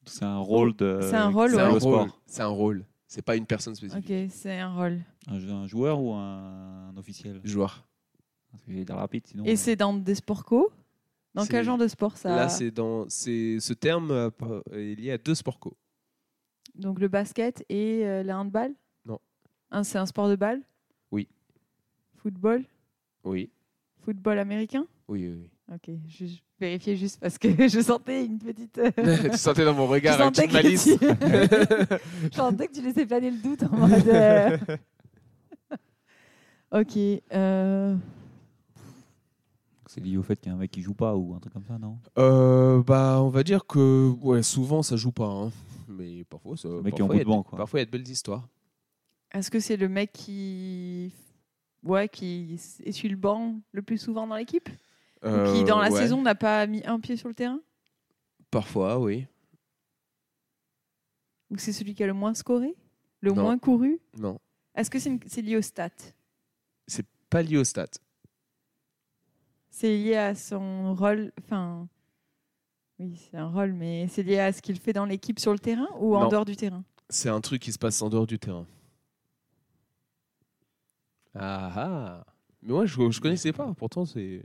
Speaker 3: C'est un rôle de.
Speaker 2: C'est un rôle,
Speaker 1: C'est
Speaker 2: ouais.
Speaker 1: un
Speaker 3: le sport.
Speaker 1: rôle. C'est un rôle. C'est pas une personne spécifique.
Speaker 2: Ok, c'est un rôle.
Speaker 3: Un, jeu- un joueur ou un, un officiel
Speaker 1: Joueur.
Speaker 3: Parce que j'allais dire rapide, sinon.
Speaker 2: Et
Speaker 3: euh,
Speaker 2: c'est dans des sports co Dans
Speaker 1: C'est-
Speaker 2: quel genre de sport ça
Speaker 1: Là, c'est dans c'est ce terme euh, est lié à deux sports co.
Speaker 2: Donc le basket et euh, le handball
Speaker 1: Non.
Speaker 2: Hein, c'est un sport de balle
Speaker 1: Oui.
Speaker 2: Football
Speaker 1: Oui.
Speaker 2: Football américain
Speaker 1: Oui, oui,
Speaker 2: Ok, je, je vérifiais juste parce que je sentais une petite. euh,
Speaker 1: oui. tu sentais dans mon
Speaker 2: je,
Speaker 1: regard hein, une
Speaker 2: sentais
Speaker 1: petite
Speaker 2: que
Speaker 1: malice.
Speaker 2: tu... je sentais que tu laissais planer le doute en mode. euh, ok. euh,
Speaker 3: C'est lié au fait qu'il y a un mec qui joue pas ou un truc comme ça, non
Speaker 1: Euh, bah, on va dire que ouais, souvent ça joue pas, hein. mais parfois ça.
Speaker 3: Le mec qui est
Speaker 1: Euh,
Speaker 3: en
Speaker 1: parfois, il
Speaker 3: bout
Speaker 1: y a
Speaker 3: de
Speaker 1: de-
Speaker 3: banc, quoi.
Speaker 1: Parfois, il y a de belles histoires.
Speaker 2: Est-ce que c'est le mec qui. Ouais, qui s- essuie le banc le plus souvent dans l'équipe Ou Qui, dans la
Speaker 1: Euh, ouais.
Speaker 2: saison, n'a pas mis un pied sur le terrain
Speaker 1: Parfois, oui.
Speaker 2: Ou c'est celui qui a le moins scoré Le
Speaker 1: Non.
Speaker 2: moins couru
Speaker 1: Non,
Speaker 2: Est-ce que c'est une- c'est lié aux stats
Speaker 1: pas lié au stade.
Speaker 2: C'est lié à son rôle. Enfin. Oui, c'est un rôle, mais c'est lié à ce qu'il fait dans l'équipe sur le terrain ou en
Speaker 1: Non.
Speaker 2: dehors du terrain
Speaker 1: C'est un truc qui se passe en dehors du terrain. Ah ah. Mais moi, je, je connaissais pas. Pourtant, c'est.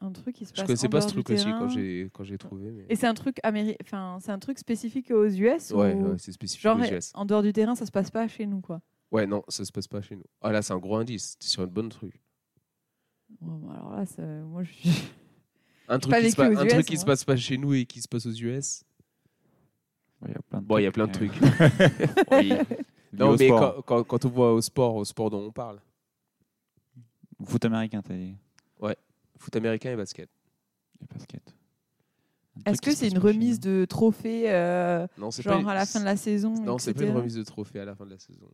Speaker 2: Un truc qui se
Speaker 1: Je
Speaker 2: passe
Speaker 1: connaissais
Speaker 2: en
Speaker 1: pas ce
Speaker 2: dehors du
Speaker 1: truc aussi
Speaker 2: terrain.
Speaker 1: quand j'ai quand j'ai trouvé. mais-
Speaker 2: Et c'est un truc améri... enfin, c'est un truc spécifique aux US
Speaker 1: Ouais,
Speaker 2: ou-
Speaker 1: ouais, c'est spécifique
Speaker 2: Genre,
Speaker 1: aux US.
Speaker 2: en dehors du terrain, ça se passe pas chez nous, quoi.
Speaker 1: Ouais, non, ça se passe pas chez nous. Ah là, c'est un gros indice. T'es sur une bonne truc.
Speaker 2: Ouais, bon, bah, alors là, ça- moi, je...
Speaker 1: Un truc,
Speaker 2: pas
Speaker 1: qui se,
Speaker 2: vécu
Speaker 1: pa-
Speaker 2: aux
Speaker 1: un
Speaker 2: US,
Speaker 1: truc qui se
Speaker 2: moi.
Speaker 1: passe pas chez nous et qui se passe aux US.
Speaker 3: Il y a plein de
Speaker 1: Bon, il y a plein de trucs. Oui. Non, mais quand, quand, quand on voit au sport, au sport dont on parle,
Speaker 3: Foot américain, t'as dit.
Speaker 1: foot américain et basket.
Speaker 3: Et basket. Un truc
Speaker 2: Est-ce
Speaker 3: qui
Speaker 2: que
Speaker 3: se
Speaker 2: c'est
Speaker 3: passe
Speaker 2: une
Speaker 3: pas chez
Speaker 2: remise
Speaker 3: nous.
Speaker 2: de trophée euh,
Speaker 1: Non, c'est
Speaker 2: genre
Speaker 1: pas.
Speaker 2: à la fin de la saison
Speaker 1: Non, c'est pas
Speaker 2: etc.
Speaker 1: une remise de trophée à la fin de la saison.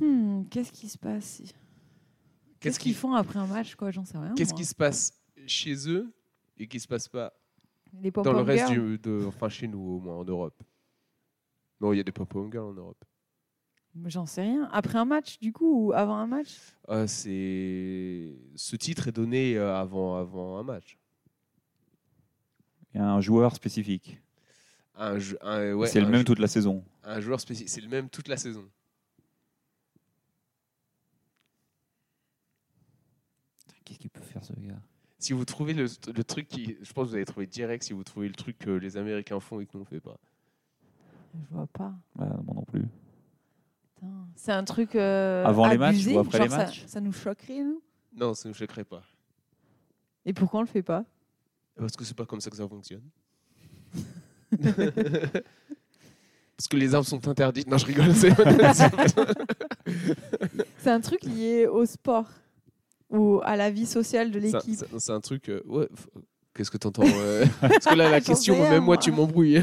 Speaker 2: Hmm, qu'est-ce qui se passe Qu'est-ce qu'ils
Speaker 1: qui-
Speaker 2: font après un match quoi J'en sais rien.
Speaker 1: Qu'est-ce
Speaker 2: Ah, moi.
Speaker 1: qui se passe chez eux et qui se passe pas
Speaker 2: Les
Speaker 1: dans le
Speaker 2: pom-pom
Speaker 1: reste
Speaker 2: girls
Speaker 1: du, de, enfin chez nous au moins en Europe. Non, il y a des pop-up girls en Europe.
Speaker 2: J'en sais rien. Après un match du coup ou avant un match
Speaker 1: Euh, c'est ce titre est donné euh, avant avant un match.
Speaker 3: Il y a un joueur spécifique.
Speaker 1: Un, ju- un- ouais,
Speaker 3: c'est le
Speaker 1: un
Speaker 3: même
Speaker 1: ju-
Speaker 3: toute la saison.
Speaker 1: un joueur spécifique, c'est le même toute la saison.
Speaker 3: Qu'est-ce qu'il peut faire ce gars
Speaker 1: Si vous trouvez le, le truc qui, je pense que vous allez trouver direct si vous trouvez le truc que les Américains font et que nous on fait pas.
Speaker 2: Je vois pas.
Speaker 3: Bah, Moi non plus.
Speaker 2: Putain, C'est un truc euh,
Speaker 3: Avant les matchs
Speaker 2: abusé,
Speaker 3: ou après
Speaker 2: genre
Speaker 3: les
Speaker 2: ça-
Speaker 3: matchs
Speaker 2: ça, nous choquerait nous.
Speaker 1: Non, ça ne choquerait pas.
Speaker 2: Et pourquoi on le fait pas
Speaker 1: Parce que c'est pas comme ça que ça fonctionne. Parce que les armes sont interdites. Non, je rigole. c'est-
Speaker 2: C'est un truc lié au sport ou à la vie sociale de
Speaker 1: C'est un-
Speaker 2: l'équipe.
Speaker 1: C'est c'est un truc. euh, ouais, f- Qu'est-ce que t'entends euh, Parce que là, la
Speaker 2: J'en
Speaker 1: question,
Speaker 2: sais rien,
Speaker 1: même moi,
Speaker 2: moi.
Speaker 1: tu m'embrouilles.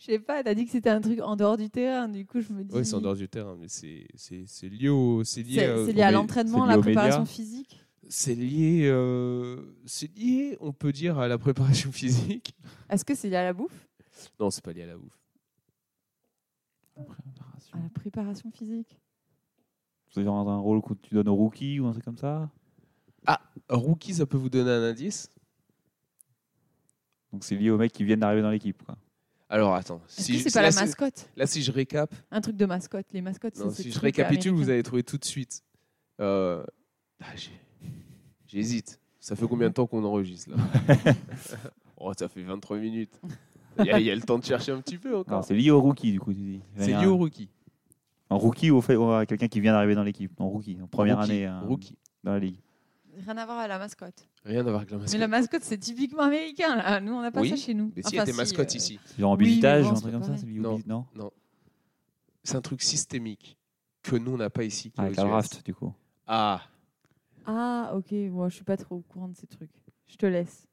Speaker 2: Je sais pas. T'as dit que c'était un truc en dehors du terrain. Du coup, je me dis.
Speaker 1: oui, c'est en dehors du terrain, mais c'est c'est- c'est lié au. C'est lié,
Speaker 2: C'est
Speaker 1: euh,
Speaker 2: c'est lié à
Speaker 3: mais
Speaker 2: l'entraînement,
Speaker 3: c'est lié
Speaker 2: à la
Speaker 3: aux médias.
Speaker 2: préparation physique.
Speaker 1: C'est lié, euh, c'est lié, on peut dire, à la préparation physique.
Speaker 2: Est-ce que c'est lié à la bouffe
Speaker 1: Non, c'est pas lié à la bouffe.
Speaker 2: À la préparation physique.
Speaker 3: C'est genre un rôle que tu donnes au rookie ou un truc comme ça
Speaker 1: Rookie, ça peut vous donner un indice
Speaker 3: Donc c'est lié aux mecs qui viennent d'arriver dans l'équipe. Quoi.
Speaker 1: Alors, attends.
Speaker 2: Est-ce
Speaker 1: Si
Speaker 2: que
Speaker 1: je-
Speaker 2: c'est pas
Speaker 1: là,
Speaker 2: la
Speaker 1: c'est-
Speaker 2: mascotte
Speaker 1: Là, si je récap,
Speaker 2: Un truc de mascotte. Les mascottes,
Speaker 1: Non,
Speaker 2: c'est
Speaker 1: si je
Speaker 2: ce truc euh,
Speaker 1: récapitule, vous
Speaker 2: américain.
Speaker 1: allez trouver tout de suite. Euh, ah, j'ai- J'hésite. Ça fait combien de temps qu'on enregistre là Oh, ça fait 23 minutes. Il y, a- il y a le temps de chercher un petit peu
Speaker 3: Alors,
Speaker 1: encore.
Speaker 3: c'est lié au rookie du coup. Tu dis. Il va
Speaker 1: Ah.
Speaker 3: y
Speaker 1: C'est
Speaker 3: avoir
Speaker 1: lié au
Speaker 3: un-
Speaker 1: rookie.
Speaker 3: Un rookie au fait, à quelqu'un qui vient d'arriver dans l'équipe. En rookie, en première
Speaker 1: Rookie,
Speaker 3: année hein,
Speaker 1: Rookie.
Speaker 3: dans la ligue.
Speaker 2: Rien à voir avec la mascotte.
Speaker 1: Rien à voir avec la
Speaker 2: Mais
Speaker 1: mascotte.
Speaker 2: la mascotte, c'est typiquement américain. là. Nous, on n'a pas
Speaker 1: Oui,
Speaker 2: ça chez nous.
Speaker 1: Mais si, il y a
Speaker 2: Enfin,
Speaker 1: des
Speaker 2: si,
Speaker 1: mascottes
Speaker 2: euh,
Speaker 1: ici.
Speaker 3: C'est genre en
Speaker 2: Oui, mais
Speaker 3: billetage
Speaker 2: bon,
Speaker 3: ou un
Speaker 2: c'est
Speaker 3: truc
Speaker 2: pas
Speaker 3: comme ça
Speaker 2: pareil.
Speaker 3: C'est lié au
Speaker 1: Non.
Speaker 3: billet- non
Speaker 1: C'est un truc systémique que nous, on n'a pas ici. qui est
Speaker 3: Ah, Avec
Speaker 1: aux
Speaker 3: la
Speaker 1: US.
Speaker 3: draft du coup.
Speaker 1: Ah,
Speaker 2: Ah, ok. Moi, je suis pas trop au courant de ces trucs. Je te laisse.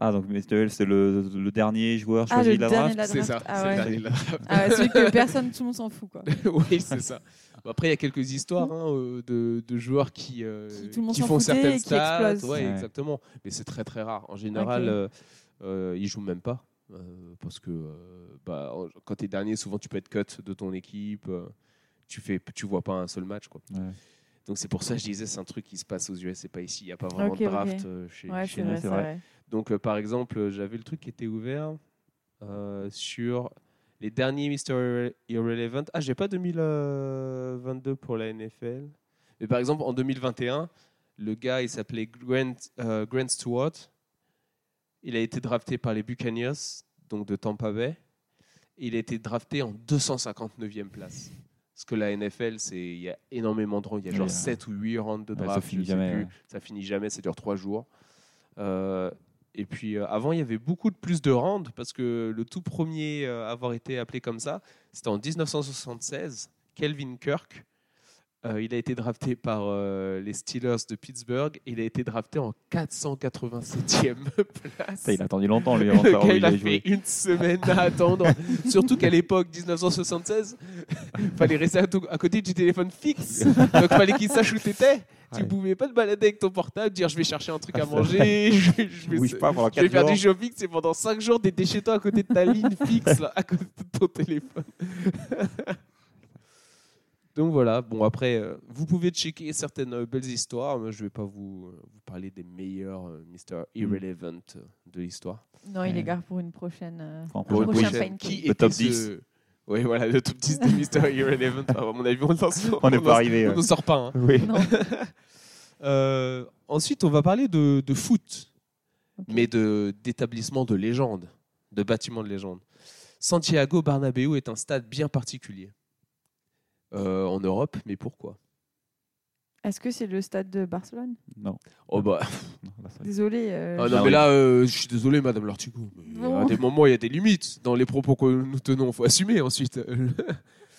Speaker 3: Ah donc mais c'est c'est le, le dernier joueur
Speaker 2: Ah,
Speaker 3: choisi
Speaker 2: le
Speaker 3: de la
Speaker 2: dernier
Speaker 3: draft
Speaker 2: de la
Speaker 1: c'est
Speaker 2: draft.
Speaker 1: ça.
Speaker 2: Ah
Speaker 1: c'est le
Speaker 2: ouais.
Speaker 1: dernier de la draft.
Speaker 2: Ah ouais, celui que personne, tout le monde s'en fout, quoi.
Speaker 1: oui, c'est ça. Bon, après, il y a quelques histoires hein, euh, de, de joueurs qui, euh,
Speaker 2: Qui, tout le monde
Speaker 1: qui
Speaker 2: s'en
Speaker 1: font
Speaker 2: foutait et
Speaker 1: certaines
Speaker 2: qui
Speaker 1: stats.
Speaker 2: explosent.
Speaker 1: ouais,
Speaker 3: Ouais.
Speaker 1: Exactement. Mais c'est très très rare. En général,
Speaker 2: Ok.
Speaker 1: euh, euh, ils jouent même pas. euh, parce que euh, bah, en- quand tu es dernier, souvent tu peux être cut de ton équipe. euh, tu fais, tu vois pas un seul match. Quoi.
Speaker 3: Ouais.
Speaker 1: Donc c'est pour ça que je disais, c'est un truc qui se passe aux US et pas ici. Il n'y a pas vraiment
Speaker 2: Ok,
Speaker 1: de
Speaker 2: ok.
Speaker 1: draft euh, chez,
Speaker 2: Ouais,
Speaker 1: chez
Speaker 2: c'est
Speaker 1: nous.
Speaker 2: vrai,
Speaker 3: c'est
Speaker 2: c'est
Speaker 3: vrai.
Speaker 2: vrai.
Speaker 1: Donc, euh, par exemple, euh, j'avais le truc qui était ouvert euh, sur Les derniers Mr. Irrelevant. Ah, j'ai pas 2022 pour la NFL. Mais par exemple, en 2021, le gars, il s'appelait Grant, euh, Grant Stewart. Il a été drafté par les Buccaneers, donc de Tampa Bay. Il a été drafté en 259e place. Parce que la NFL, c'est- il y a énormément de rangs. Il y a
Speaker 3: Oui,
Speaker 1: genre
Speaker 3: euh,
Speaker 1: 7 ou 8 rounds de
Speaker 3: ouais, ça
Speaker 1: draft.
Speaker 3: finit
Speaker 1: je sais
Speaker 3: jamais,
Speaker 1: plus.
Speaker 3: ouais.
Speaker 1: Ça finit jamais, ça dure 3 jours. Euh, et puis euh, avant, il y avait beaucoup de plus de rounds parce que le tout premier euh, à avoir été appelé comme ça, c'était en 1976. Kelvin Kirk. Euh, il a été drafté par euh, les Steelers de Pittsburgh. Il a été drafté en 487e place.
Speaker 3: Ça, il a attendu longtemps, lui, avant de
Speaker 1: Le
Speaker 3: savoir où
Speaker 1: gars, il
Speaker 3: il
Speaker 1: a
Speaker 3: allait
Speaker 1: fait
Speaker 3: jouer.
Speaker 1: une semaine à attendre. Surtout qu'à l'époque, 1976, fallait rester à, tout- à côté du téléphone fixe. Donc, fallait qu'il sache où t'étais. Tu
Speaker 3: Ouais.
Speaker 1: pouvais pas te balader avec ton portable, dire je vais chercher un truc
Speaker 3: Ah,
Speaker 1: à
Speaker 3: c'est
Speaker 1: manger, je vais, je vais-
Speaker 3: Bouge pas pendant
Speaker 1: je vais
Speaker 3: quatre
Speaker 1: faire
Speaker 3: jours.
Speaker 1: du shopping. C'est pendant 5 jours, t'étais chez toi à côté de ta ligne fixe, là, à côté de ton téléphone. Donc voilà, bon après, euh, vous pouvez checker certaines euh, belles histoires, mais je vais pas vous, euh, vous parler des meilleurs euh, Mr. Irrelevant euh, de l'histoire.
Speaker 2: Non, il
Speaker 3: Ouais.
Speaker 2: est gare pour une prochaine. euh,
Speaker 3: Pour un
Speaker 2: un
Speaker 3: prochain
Speaker 2: prochain
Speaker 3: projet.
Speaker 2: Fine
Speaker 1: Qui
Speaker 2: Quiz.
Speaker 1: était
Speaker 3: Le top
Speaker 1: ce-
Speaker 3: 10.
Speaker 1: Oui, voilà, le top 10 de Mr. Irrelevant. Enfin, à mon avis, on n'en sort
Speaker 3: On n'est pas
Speaker 1: en-
Speaker 3: arrivé,
Speaker 1: On
Speaker 3: ouais.
Speaker 1: n'en sort pas. hein.
Speaker 3: Oui.
Speaker 2: Non.
Speaker 1: Euh, ensuite, on va parler de, de foot,
Speaker 2: Ok.
Speaker 1: mais de- d'établissements de, légende, de bâtiments de légende. Santiago Bernabéu est un stade bien particulier Euh, en Europe, mais pourquoi
Speaker 2: Est-ce que c'est le stade de Barcelone
Speaker 3: Non.
Speaker 1: Oh bah,
Speaker 3: non, là, ça-
Speaker 2: Désolé. euh,
Speaker 1: ah
Speaker 2: je-
Speaker 1: non,
Speaker 3: Ah
Speaker 1: mais
Speaker 3: oui.
Speaker 1: là, euh, je suis désolé, Madame Lartigot. mais
Speaker 2: Non.
Speaker 1: À des moments, il y a des limites dans les propos que nous tenons. Il faut assumer ensuite.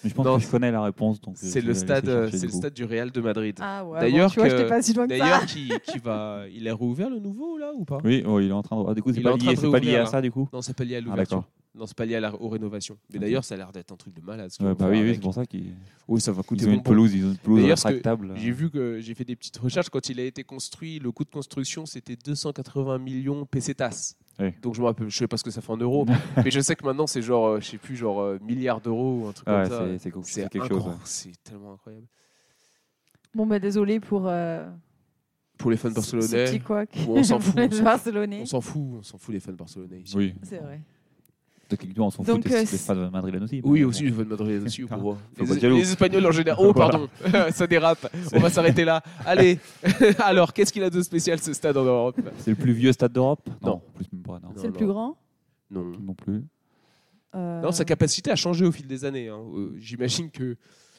Speaker 3: Mais je pense
Speaker 1: Non,
Speaker 3: que je connais la réponse. donc, euh,
Speaker 1: C'est
Speaker 3: je
Speaker 1: le
Speaker 3: vais
Speaker 1: stade,
Speaker 3: laisser
Speaker 1: c'est
Speaker 3: chercher
Speaker 1: le
Speaker 3: le bout.
Speaker 1: stade du Real de Madrid.
Speaker 2: Ah ouais,
Speaker 1: D'ailleurs
Speaker 2: bon, tu vois,
Speaker 1: que-
Speaker 2: j'étais pas si loin que ça.
Speaker 1: D'ailleurs, qui, qui va, il a rouvert le nouveau là ou pas
Speaker 3: Oui, oh, il est en train de. Ah, du coup, c'est
Speaker 1: Il est
Speaker 3: pas
Speaker 1: en train
Speaker 3: lié,
Speaker 1: de
Speaker 3: c'est pas lié
Speaker 1: réouvrir,
Speaker 3: à ça, du coup
Speaker 1: Non, c'est pas lié à
Speaker 3: Ah,
Speaker 1: l'ouverture.
Speaker 3: d'accord.
Speaker 1: non, c'est pas lié à la, aux rénovations. Mais
Speaker 3: Ok.
Speaker 1: d'ailleurs, ça a l'air d'être un truc de malade. ce qu'ils
Speaker 3: Ouais,
Speaker 1: vont
Speaker 3: bah
Speaker 1: faire
Speaker 3: oui, oui,
Speaker 1: avec.
Speaker 3: c'est pour ça qu'ils
Speaker 1: Oui, Oh, ça va coûter
Speaker 3: ils ont
Speaker 1: bon
Speaker 3: une
Speaker 1: pour le-
Speaker 3: pelouse, ils ont une pelouse
Speaker 1: D'ailleurs, ce que
Speaker 3: rétractable.
Speaker 1: J'ai vu que j'ai fait des petites recherches. Quand il a été construit, le coût de construction c'était 280 millions pesetas.
Speaker 3: Oui.
Speaker 1: Donc je me rappelle, je sais pas ce que ça fait en euros, mais je sais que maintenant c'est genre, euh, je sais plus, genre euh, milliards d'euros ou un truc
Speaker 3: Ouais,
Speaker 1: comme ça.
Speaker 3: c'est- c'est
Speaker 1: C'est
Speaker 3: quelque chose.
Speaker 1: incroyable, C'est tellement incroyable.
Speaker 2: Bon, bah désolé pour. euh,
Speaker 1: Pour les fans
Speaker 2: ce- ce
Speaker 1: barcelonais,
Speaker 2: petit couac.
Speaker 1: Bon, on s'en
Speaker 2: Pour
Speaker 1: fout,
Speaker 2: les
Speaker 1: on s'en fout.
Speaker 2: Barcelonais.
Speaker 1: on s'en fout, on s'en fout les fans barcelonais.
Speaker 3: ouais. Oui.
Speaker 2: C'est vrai.
Speaker 3: Donc, effectivement, on s'en fout
Speaker 2: Donc,
Speaker 3: des
Speaker 2: euh,
Speaker 3: des
Speaker 2: c'est-
Speaker 3: fans de Madrid aussi.
Speaker 1: Oui,
Speaker 3: mais
Speaker 1: aussi, les fans madrilènes aussi, pour moi.
Speaker 3: Faut pas
Speaker 1: Les,
Speaker 3: être jaloux.
Speaker 1: les Espagnols en général. Oh,
Speaker 3: Voilà.
Speaker 1: pardon, ça dérape. On va s'arrêter là. Allez, alors, qu'est-ce qu'il a de spécial ce stade en Europe
Speaker 3: bon. C'est le plus vieux stade d'Europe
Speaker 1: Non.
Speaker 3: plus même pas, non.
Speaker 1: Non.
Speaker 2: C'est le plus grand
Speaker 1: Non.
Speaker 3: Non plus.
Speaker 2: Euh,
Speaker 1: Non, sa capacité a changé au fil des années. hein. Euh, J'imagine que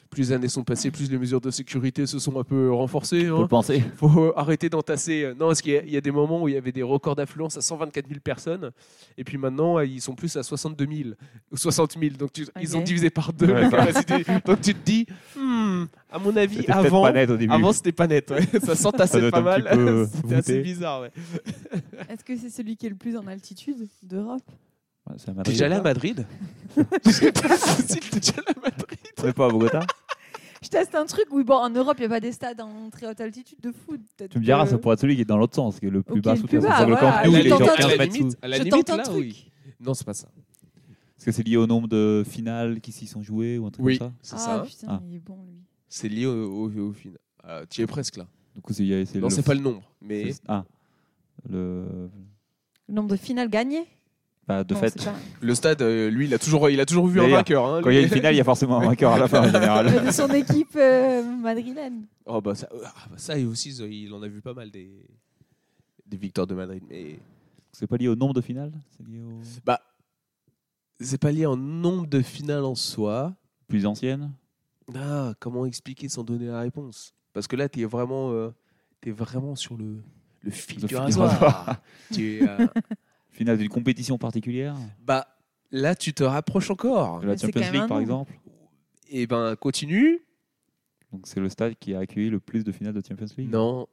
Speaker 1: plus les années sont passées, plus les mesures de sécurité se sont un peu renforcées.
Speaker 3: On peut
Speaker 1: hein.
Speaker 3: le penser.
Speaker 1: faut arrêter d'entasser. Non, parce qu'il y a- il y, a des moments où il y avait des records d'affluence à 124 000 personnes, et puis maintenant euh, ils sont plus à 62 000 ou 60 000. Donc tu- ils ont
Speaker 2: Ok.
Speaker 1: divisé par deux
Speaker 3: Ouais,
Speaker 1: la
Speaker 3: ça.
Speaker 1: capacité. Donc tu te dis, Hmm, à mon avis,
Speaker 3: C'était peut-être
Speaker 1: avant,
Speaker 3: pas net au début.
Speaker 1: avant c'était pas net. ouais. Ça
Speaker 3: doit
Speaker 1: s'entassait
Speaker 3: être
Speaker 1: pas
Speaker 3: un
Speaker 1: mal.
Speaker 3: petit peu euh,
Speaker 1: C'était assez
Speaker 3: voûté.
Speaker 1: bizarre. ouais.
Speaker 2: Est-ce que c'est celui qui est le plus en altitude d'Europe
Speaker 3: Ouais, c'est à Madrid.
Speaker 1: T'es déjà allé à Madrid Je sais pas si t'es déjà allé à Madrid.
Speaker 3: On n'est pas à Bogota.
Speaker 2: Je teste un truc. Oui, bon, en Europe, il n'y a pas des stades en très haute altitude de foot. peut-être
Speaker 3: Tu me diras,
Speaker 2: que-
Speaker 3: ça pourrait être celui qui est dans l'autre sens, qui est le plus
Speaker 2: Euh, Ok,
Speaker 3: bas
Speaker 2: le
Speaker 3: sous
Speaker 2: plus
Speaker 3: terre,
Speaker 2: bas,
Speaker 3: sur le
Speaker 2: voilà.
Speaker 3: camp
Speaker 2: Ah,
Speaker 3: Nou,
Speaker 2: Je
Speaker 3: il est genre
Speaker 2: t'entends un
Speaker 3: 15
Speaker 2: truc.
Speaker 3: mètres sous.
Speaker 1: à la
Speaker 2: Je
Speaker 1: limite
Speaker 2: tente un
Speaker 1: là,
Speaker 2: truc.
Speaker 1: oui. Non, c'est pas ça.
Speaker 3: Est-ce que c'est lié au nombre de finales qui s'y sont jouées ou un truc
Speaker 1: Oui,
Speaker 3: comme ça
Speaker 1: c'est
Speaker 2: Ah
Speaker 1: ça. hein.
Speaker 2: putain,
Speaker 3: Ah.
Speaker 2: il est bon lui.
Speaker 1: C'est lié au, au- au final. Ah, tu y es presque là.
Speaker 3: Du coup, c'est, il y a- c'est
Speaker 1: Non,
Speaker 3: le.
Speaker 1: c'est pas le nombre, mais
Speaker 3: c'est- Ah. Le.
Speaker 2: Le nombre de finales gagnées
Speaker 3: Bah, de
Speaker 2: Non,
Speaker 3: fait.
Speaker 2: c'est pas-
Speaker 1: Le stade, euh, lui, il a toujours, il a toujours vu un
Speaker 3: D'ailleurs,
Speaker 1: vainqueur. hein,
Speaker 3: Quand
Speaker 1: lui.
Speaker 3: il y a une finale, il y a forcément un vainqueur à la fin en général.
Speaker 2: de son équipe euh, madrilène.
Speaker 1: Oh, bah, ça, ah, bah, ça, et aussi, ça, il en a vu pas mal des, des victoires de Madrid. Mais
Speaker 3: C'est pas lié au nombre de finales C'est lié aux
Speaker 1: c'est pas lié en nombre de finales en soi.
Speaker 3: plus anciennes
Speaker 1: Ah, comment expliquer sans donner la réponse Parce que là, t'es vraiment, euh, t'es vraiment sur le, le fil
Speaker 3: Le
Speaker 1: du
Speaker 3: fil du
Speaker 1: rasoir. tu es, euh,
Speaker 3: Finale d'une compétition particulière
Speaker 1: bah, là, tu te rapproches encore.
Speaker 3: De la
Speaker 2: Mais c'est
Speaker 3: Champions
Speaker 2: quand même
Speaker 3: League,
Speaker 2: un
Speaker 3: par
Speaker 2: nombre.
Speaker 3: exemple
Speaker 1: Et ben, continue.
Speaker 3: Donc, c'est le stade qui a accueilli le plus de finales de Champions League
Speaker 1: Non,